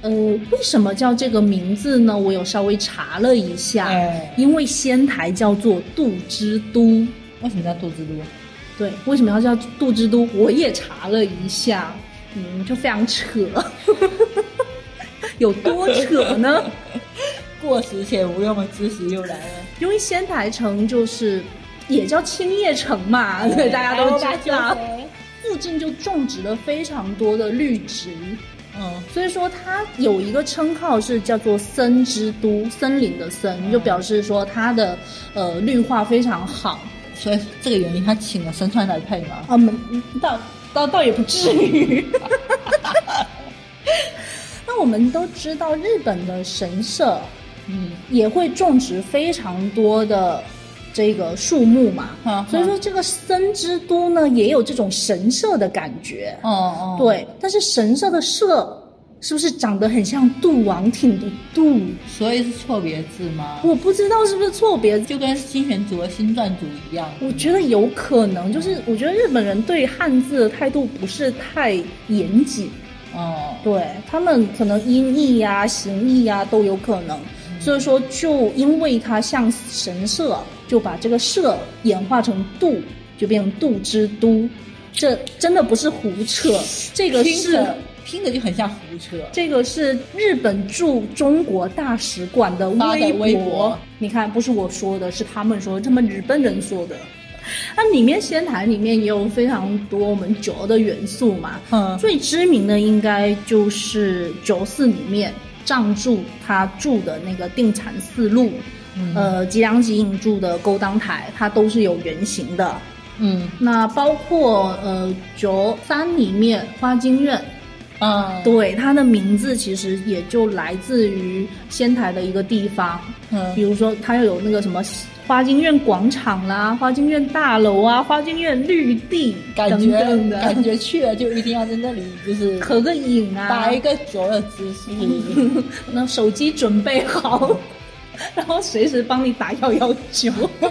S3: 呃，为什么叫这个名字呢？我有稍微查了一下，
S2: 哎
S3: 因为仙台叫做杜之都。
S2: 为什么叫杜之都？
S3: 对，为什么要叫杜之都？我也查了一下，嗯，就非常扯， (laughs) 有多扯呢？
S2: 过时且无用的知识又来了。
S3: 因为仙台城就是也叫青叶城嘛，对，大家都知道，附近就种植了非常多的绿植，
S2: 嗯，
S3: 所以说它有一个称号是叫做“森之都”，森林的森，就表示说它的呃绿化非常好。
S2: 所以这个原因他请了神川来配嘛。
S3: 啊，没倒倒倒也不至于。
S2: (laughs)
S3: 那我们都知道，日本的神社
S2: 嗯，
S3: 也会种植非常多的这个树木嘛，
S2: 嗯
S3: 所以说这个森之都呢也有这种神社的感觉。
S2: 哦哦，
S3: 对，但是神社的社是不是长得很像杜王挺的杜？
S2: 所以是错别字吗？
S3: 我不知道是不是错别字
S2: 就跟新选组和新撰组一样。
S3: 我觉得有可能，就是我觉得日本人对汉字的态度不是太严谨，
S2: 哦，
S3: 对他们可能音译呀、形译呀都有可能，
S2: 嗯
S3: 所以说就因为它像神社，就把这个社演化成度，就变成度之都，这真的不是胡扯，这个
S2: 听
S3: 是
S2: 着听着就很像胡扯。
S3: 这个是日本驻中国大使馆的
S2: 发的
S3: 微
S2: 微博
S3: 你看，不是我说的，是他们说的，他们日本人说的。那里面仙台里面也有非常多我们酒的元素嘛，
S2: 嗯
S3: 最知名的应该就是九寺里面藏住他住的那个定禅寺路，
S2: 嗯
S3: 呃，吉良吉影住的勾当台，它都是有原型的。
S2: 嗯
S3: 那包括呃九三里面花京院，
S2: 啊，
S3: 对，它的名字其实也就来自于仙台的一个地方，
S2: 嗯
S3: 比如说它又有那个什么花京院广场啦、花京院大楼啊、花京院绿地
S2: 感
S3: 等
S2: 觉
S3: 等的，
S2: 感觉去了就一定要在那里
S3: (laughs)
S2: 就是
S3: 合个影啊，嗯
S2: 打一个九的姿势。
S3: (laughs) 那手机 (laughs)
S2: (laughs)
S3: 准备好，然后随时帮你打幺幺九。大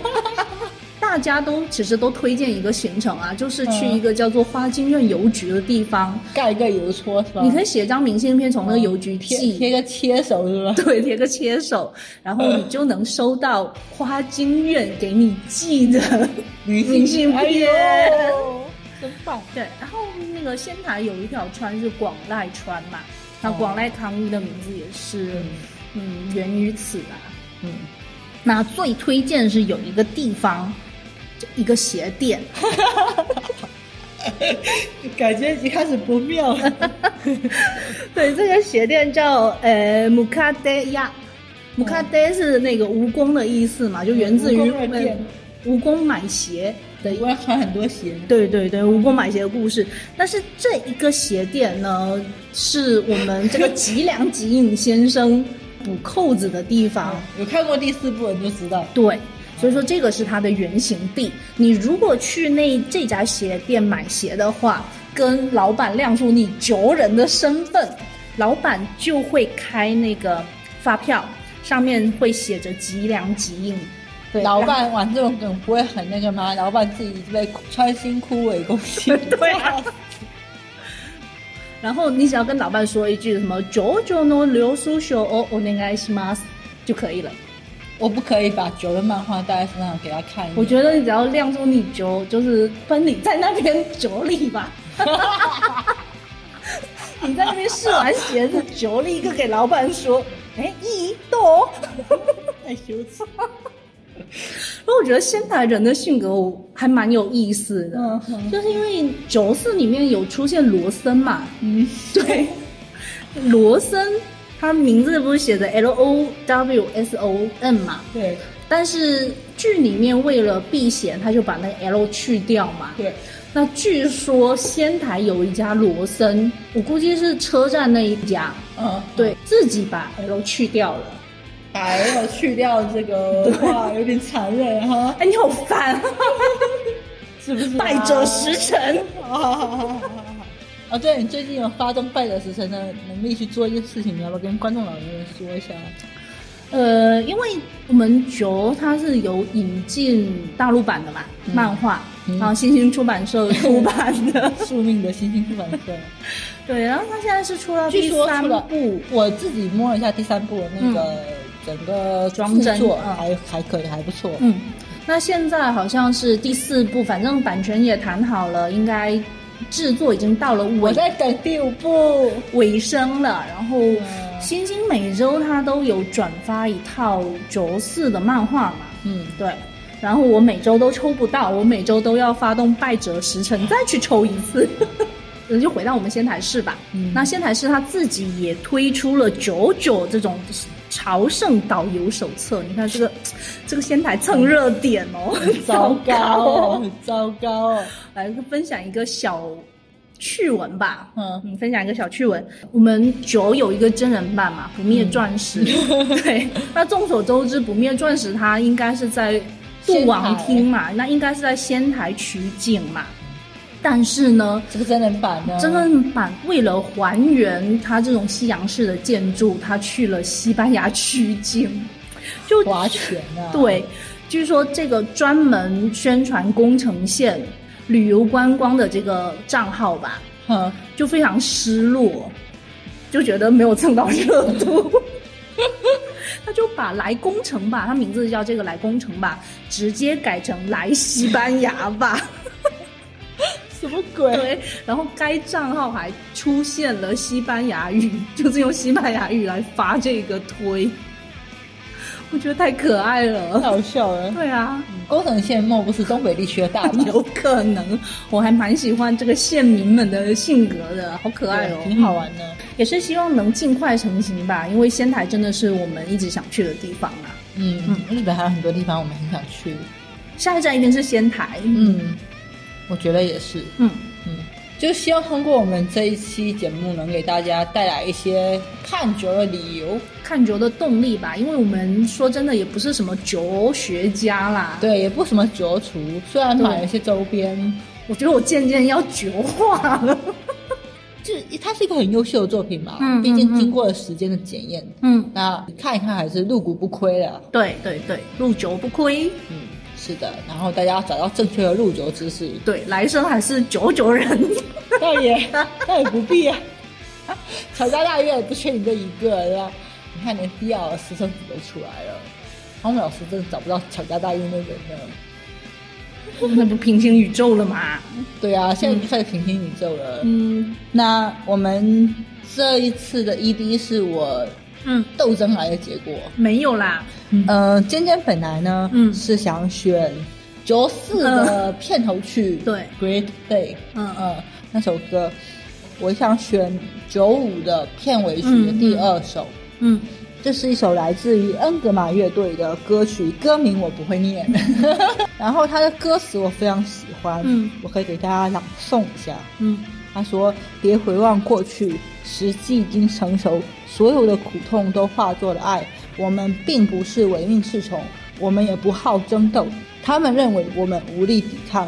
S3: 大家都其实都推荐一个行程啊，就是去一个叫做花京院邮局的地方，
S2: 盖一个邮戳是吧？
S3: 你可以写一张明信片从那个邮局
S2: 嗯贴
S3: 寄，
S2: 贴个切手是吧？
S3: 对，贴个切手，然后你就能收到花京院给你寄的明信
S2: 嗯哎呦
S3: 片。，
S2: 真棒！
S3: 对，然后那个仙台有一条川是广濑川嘛，那
S2: 哦
S3: 广濑康一的名字也是，嗯，源于此吧。
S2: 嗯，
S3: 那最推荐是有一个地方，就一个鞋
S2: (laughs)
S3: 店，
S2: 感觉已经开始不 (laughs) 妙了。
S3: 对，这个鞋店叫呃姆卡德
S2: 哦
S3: 亚，姆卡德是那个蜈蚣的意思嘛，就源自于
S2: 蜈蚣的店
S3: 呃蜈蚣买鞋的
S2: 我要穿很多鞋，
S3: 对对对，蜈蚣买鞋的故事。但是这一个鞋店呢，是我们这个吉良吉影先生补扣子的地方。
S2: 有看过第四部你就知道。
S3: 对，所以说这个是它的原型地。你如果去那这家鞋店买鞋的话，跟老板亮出你求人的身份，老板就会开那个发票，上面会写着吉良吉影。对，
S2: 老
S3: 然后
S2: 板玩这种梗不会很那个吗？老板自己被穿心枯萎攻击。
S3: (laughs) 对啊然后你只要跟老板说一句什么“九九の流苏手哦，我应该します”就可以了。
S2: 我不可以把九的漫画带在身上给他看一眼。
S3: 我觉得你只要亮出你九，就是分你在那边 (laughs) 九里吧。你在那边试完鞋子九里，一个给老板说：“哎，一豆。
S2: 太羞耻。”
S3: 然后我觉得仙台人的性格我还蛮有意思的，
S2: 嗯哼
S3: 就是因为九四里面有出现罗森嘛，嗯，对，罗森他名字不是写着 L O W S O N 嘛，
S2: 对
S3: 但是剧里面为了避嫌，他就把那个 L 去掉嘛。
S2: 对，
S3: 那据说仙台有一家罗森，我估计是车站那一家，
S2: 嗯，
S3: 对自己把 L 去掉了。
S2: 把 L 去掉这个话有点残忍哈，
S3: 哎，你好烦、 (laughs) 啊，
S2: 是不是、
S3: 败者时辰。
S2: 啊！哦，对你最近有发动败者时辰的能力去做一件事情，你要不要跟观众老爷们说一下？
S3: 呃，因为我们九它是有引进大陆版的嘛，漫画，
S2: 嗯
S3: 然后新兴出版社出版的，
S2: 宿命的星星出版社，
S3: 对，然后它现在是出到
S2: 据
S3: 第
S2: 说
S3: 三
S2: 出了
S3: 部，
S2: 我自己摸了一下第三部的那个整个
S3: 嗯装帧
S2: 制作
S3: 嗯
S2: 还还可以，还不错。
S3: 嗯，那现在好像是第四部，反正版权也谈好了，应该制作已经到了
S2: 我
S3: 尾
S2: 在等第五部，
S3: 尾声了。然后
S2: 嗯
S3: 星星每周它都有转发一套九四的漫画嘛， (laughs)
S2: 嗯，
S3: 对。然后我每周都抽不到，我每周都要发动败者时辰再去抽一次。 (laughs) 那就回到我们仙台市吧。
S2: 嗯
S3: 那仙台市它自己也推出了九九这种朝圣导游手册，你看这个这个仙台蹭热点哦，很
S2: 糟糕哦，
S3: 哦
S2: 很糟糕哦，
S3: (laughs) 来分享一个小趣闻吧。
S2: 嗯
S3: 嗯，分享一个小趣闻。我们九有一个真人版嘛，《不灭钻石》 (laughs) 对，那众所周知，《不灭钻石》它应该是在杜王厅嘛，那应该是在仙台取景嘛。但是呢，
S2: 这个真人版呢？
S3: 真人版为了还原它这种西洋式的建筑，它去了西班牙取景，就
S2: 划拳啊，，
S3: 对，据说这个专门宣传宫城县旅游观光的这个账号吧，
S2: 哼，
S3: 就非常失落，就觉得没有蹭到热度。 (laughs) 他就把来宫城吧，他名字叫这个来宫城吧，直接改成来西班牙吧。
S2: 什么鬼？
S3: 对，然后该账号还出现了西班牙语， (laughs) 就是用西班牙语来发这个推，我觉得太可爱
S2: 太 (laughs)
S3: 了。
S2: 好笑了。
S3: 对啊，
S2: 宫城县莫不是东北地区的大
S3: (laughs)
S2: 佬？
S3: 有可能，我还蛮喜欢这个县民们的性格的，好可爱哦，
S2: 挺好玩的。
S3: 也是希望能尽快成型吧，因为仙台真的是我们一直想去的地方啊。
S2: 嗯，日本还有很多地方我们很想去。
S3: 下一站一定是仙台，嗯
S2: 嗯，我觉得也是。
S3: 嗯，
S2: 嗯，就希望通过我们这一期节目，能给大家带来一些看球的理由。
S3: 看球的动力吧，因为我们说真的也不是什么球学家啦，
S2: 对，也不什么球厨，虽然买了一些周边，
S3: 我觉得我渐渐要绝化了。 (laughs)
S2: 就它是一个很优秀的作品嘛。
S3: 嗯
S2: 毕竟
S3: 嗯嗯
S2: 经过了时间的检验，
S3: 嗯，
S2: 那看一看还是入股不亏的。
S3: 对对对，入球不亏。
S2: 嗯，是的，然后大家要找到正确的入游姿
S3: (laughs)
S2: 势，
S3: 对，来生还是九九人。
S2: 倒也倒也不必啊。 (laughs) 乔家大院不缺你这一个，对吧？你看连 D L 私生子都出来了，他们老师真的找不到乔家大院的人呢。
S3: (laughs) 那不平行宇宙了吗？
S2: 对啊，现在就开始平行宇宙了。
S3: 嗯
S2: 那我们这一次的 ED 是我
S3: 嗯，
S2: 斗争来的结果。
S3: 没有啦。
S2: 呃，尖尖本来呢，
S3: 嗯
S2: 是想选九四的片头曲，
S3: 嗯对
S2: ，Great Day，
S3: 嗯
S2: 嗯，那首歌，我想选九五的片尾曲的
S3: 嗯
S2: 第二首，
S3: 嗯，
S2: 这是一首来自于恩格玛乐队的歌曲，歌名我不会
S3: (laughs)
S2: 念，然后它的歌词我非常喜欢，
S3: 嗯，
S2: 我可以给大家朗诵一下，
S3: 嗯
S2: 他说：“别回望过去，时机已经成熟，所有的苦痛都化作了爱。我们并不是唯命是从，我们也不好争斗。他们认为我们无力抵抗，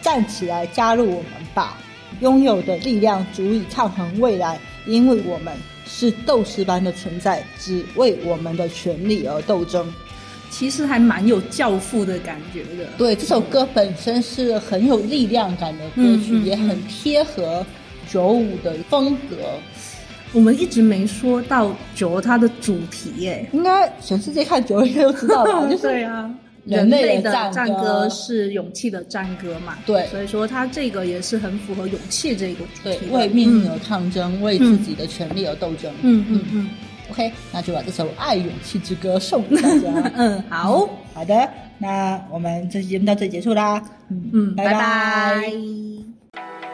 S2: 站起来加入我们吧！拥有的力量足以抗衡未来，因为我们是斗士般的存在，只为我们的权利而斗争。”
S3: 其实还蛮有教父的感觉的。
S2: 对，这首歌本身是很有力量感的歌曲，
S3: 嗯嗯
S2: 也很贴合九五的风格。
S3: 我们一直没说到九它的主题耶。
S2: 应该全世界看九应该都知道 (laughs)
S3: (laughs)
S2: 吧？就是
S3: 对啊，
S2: 人
S3: 人
S2: 类
S3: 类
S2: 的
S3: 的
S2: 战歌
S3: 战歌是勇气的战歌嘛。
S2: 对
S3: 所以说它这个也是很符合勇气这个主
S2: 对
S3: 题的。
S2: 为命而抗争，为自己的权利而斗争。
S3: 嗯嗯嗯
S2: OK，那就把这首《爱勇气之歌》送给大家。
S3: 嗯，好，
S2: (laughs) 好的，那我们这期节目到这里结束啦。
S3: 嗯，
S2: 拜
S3: 拜
S2: 拜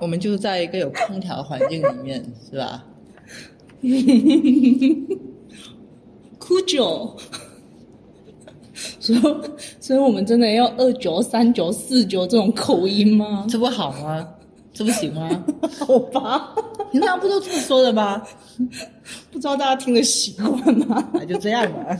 S2: 我们就是在一个有空调的环境里面，是吧？
S3: 酷九， (laughs) 所以所以我们真的要二九、三九、四九这种口音吗？
S2: 这不好吗？这不行 (laughs) 吗？
S3: 好吧，
S4: 平常不都这么说的
S2: (laughs)
S4: 吗？
S2: 哎
S3: 不知道大家听得习惯吗？
S4: 啊，就这样吧。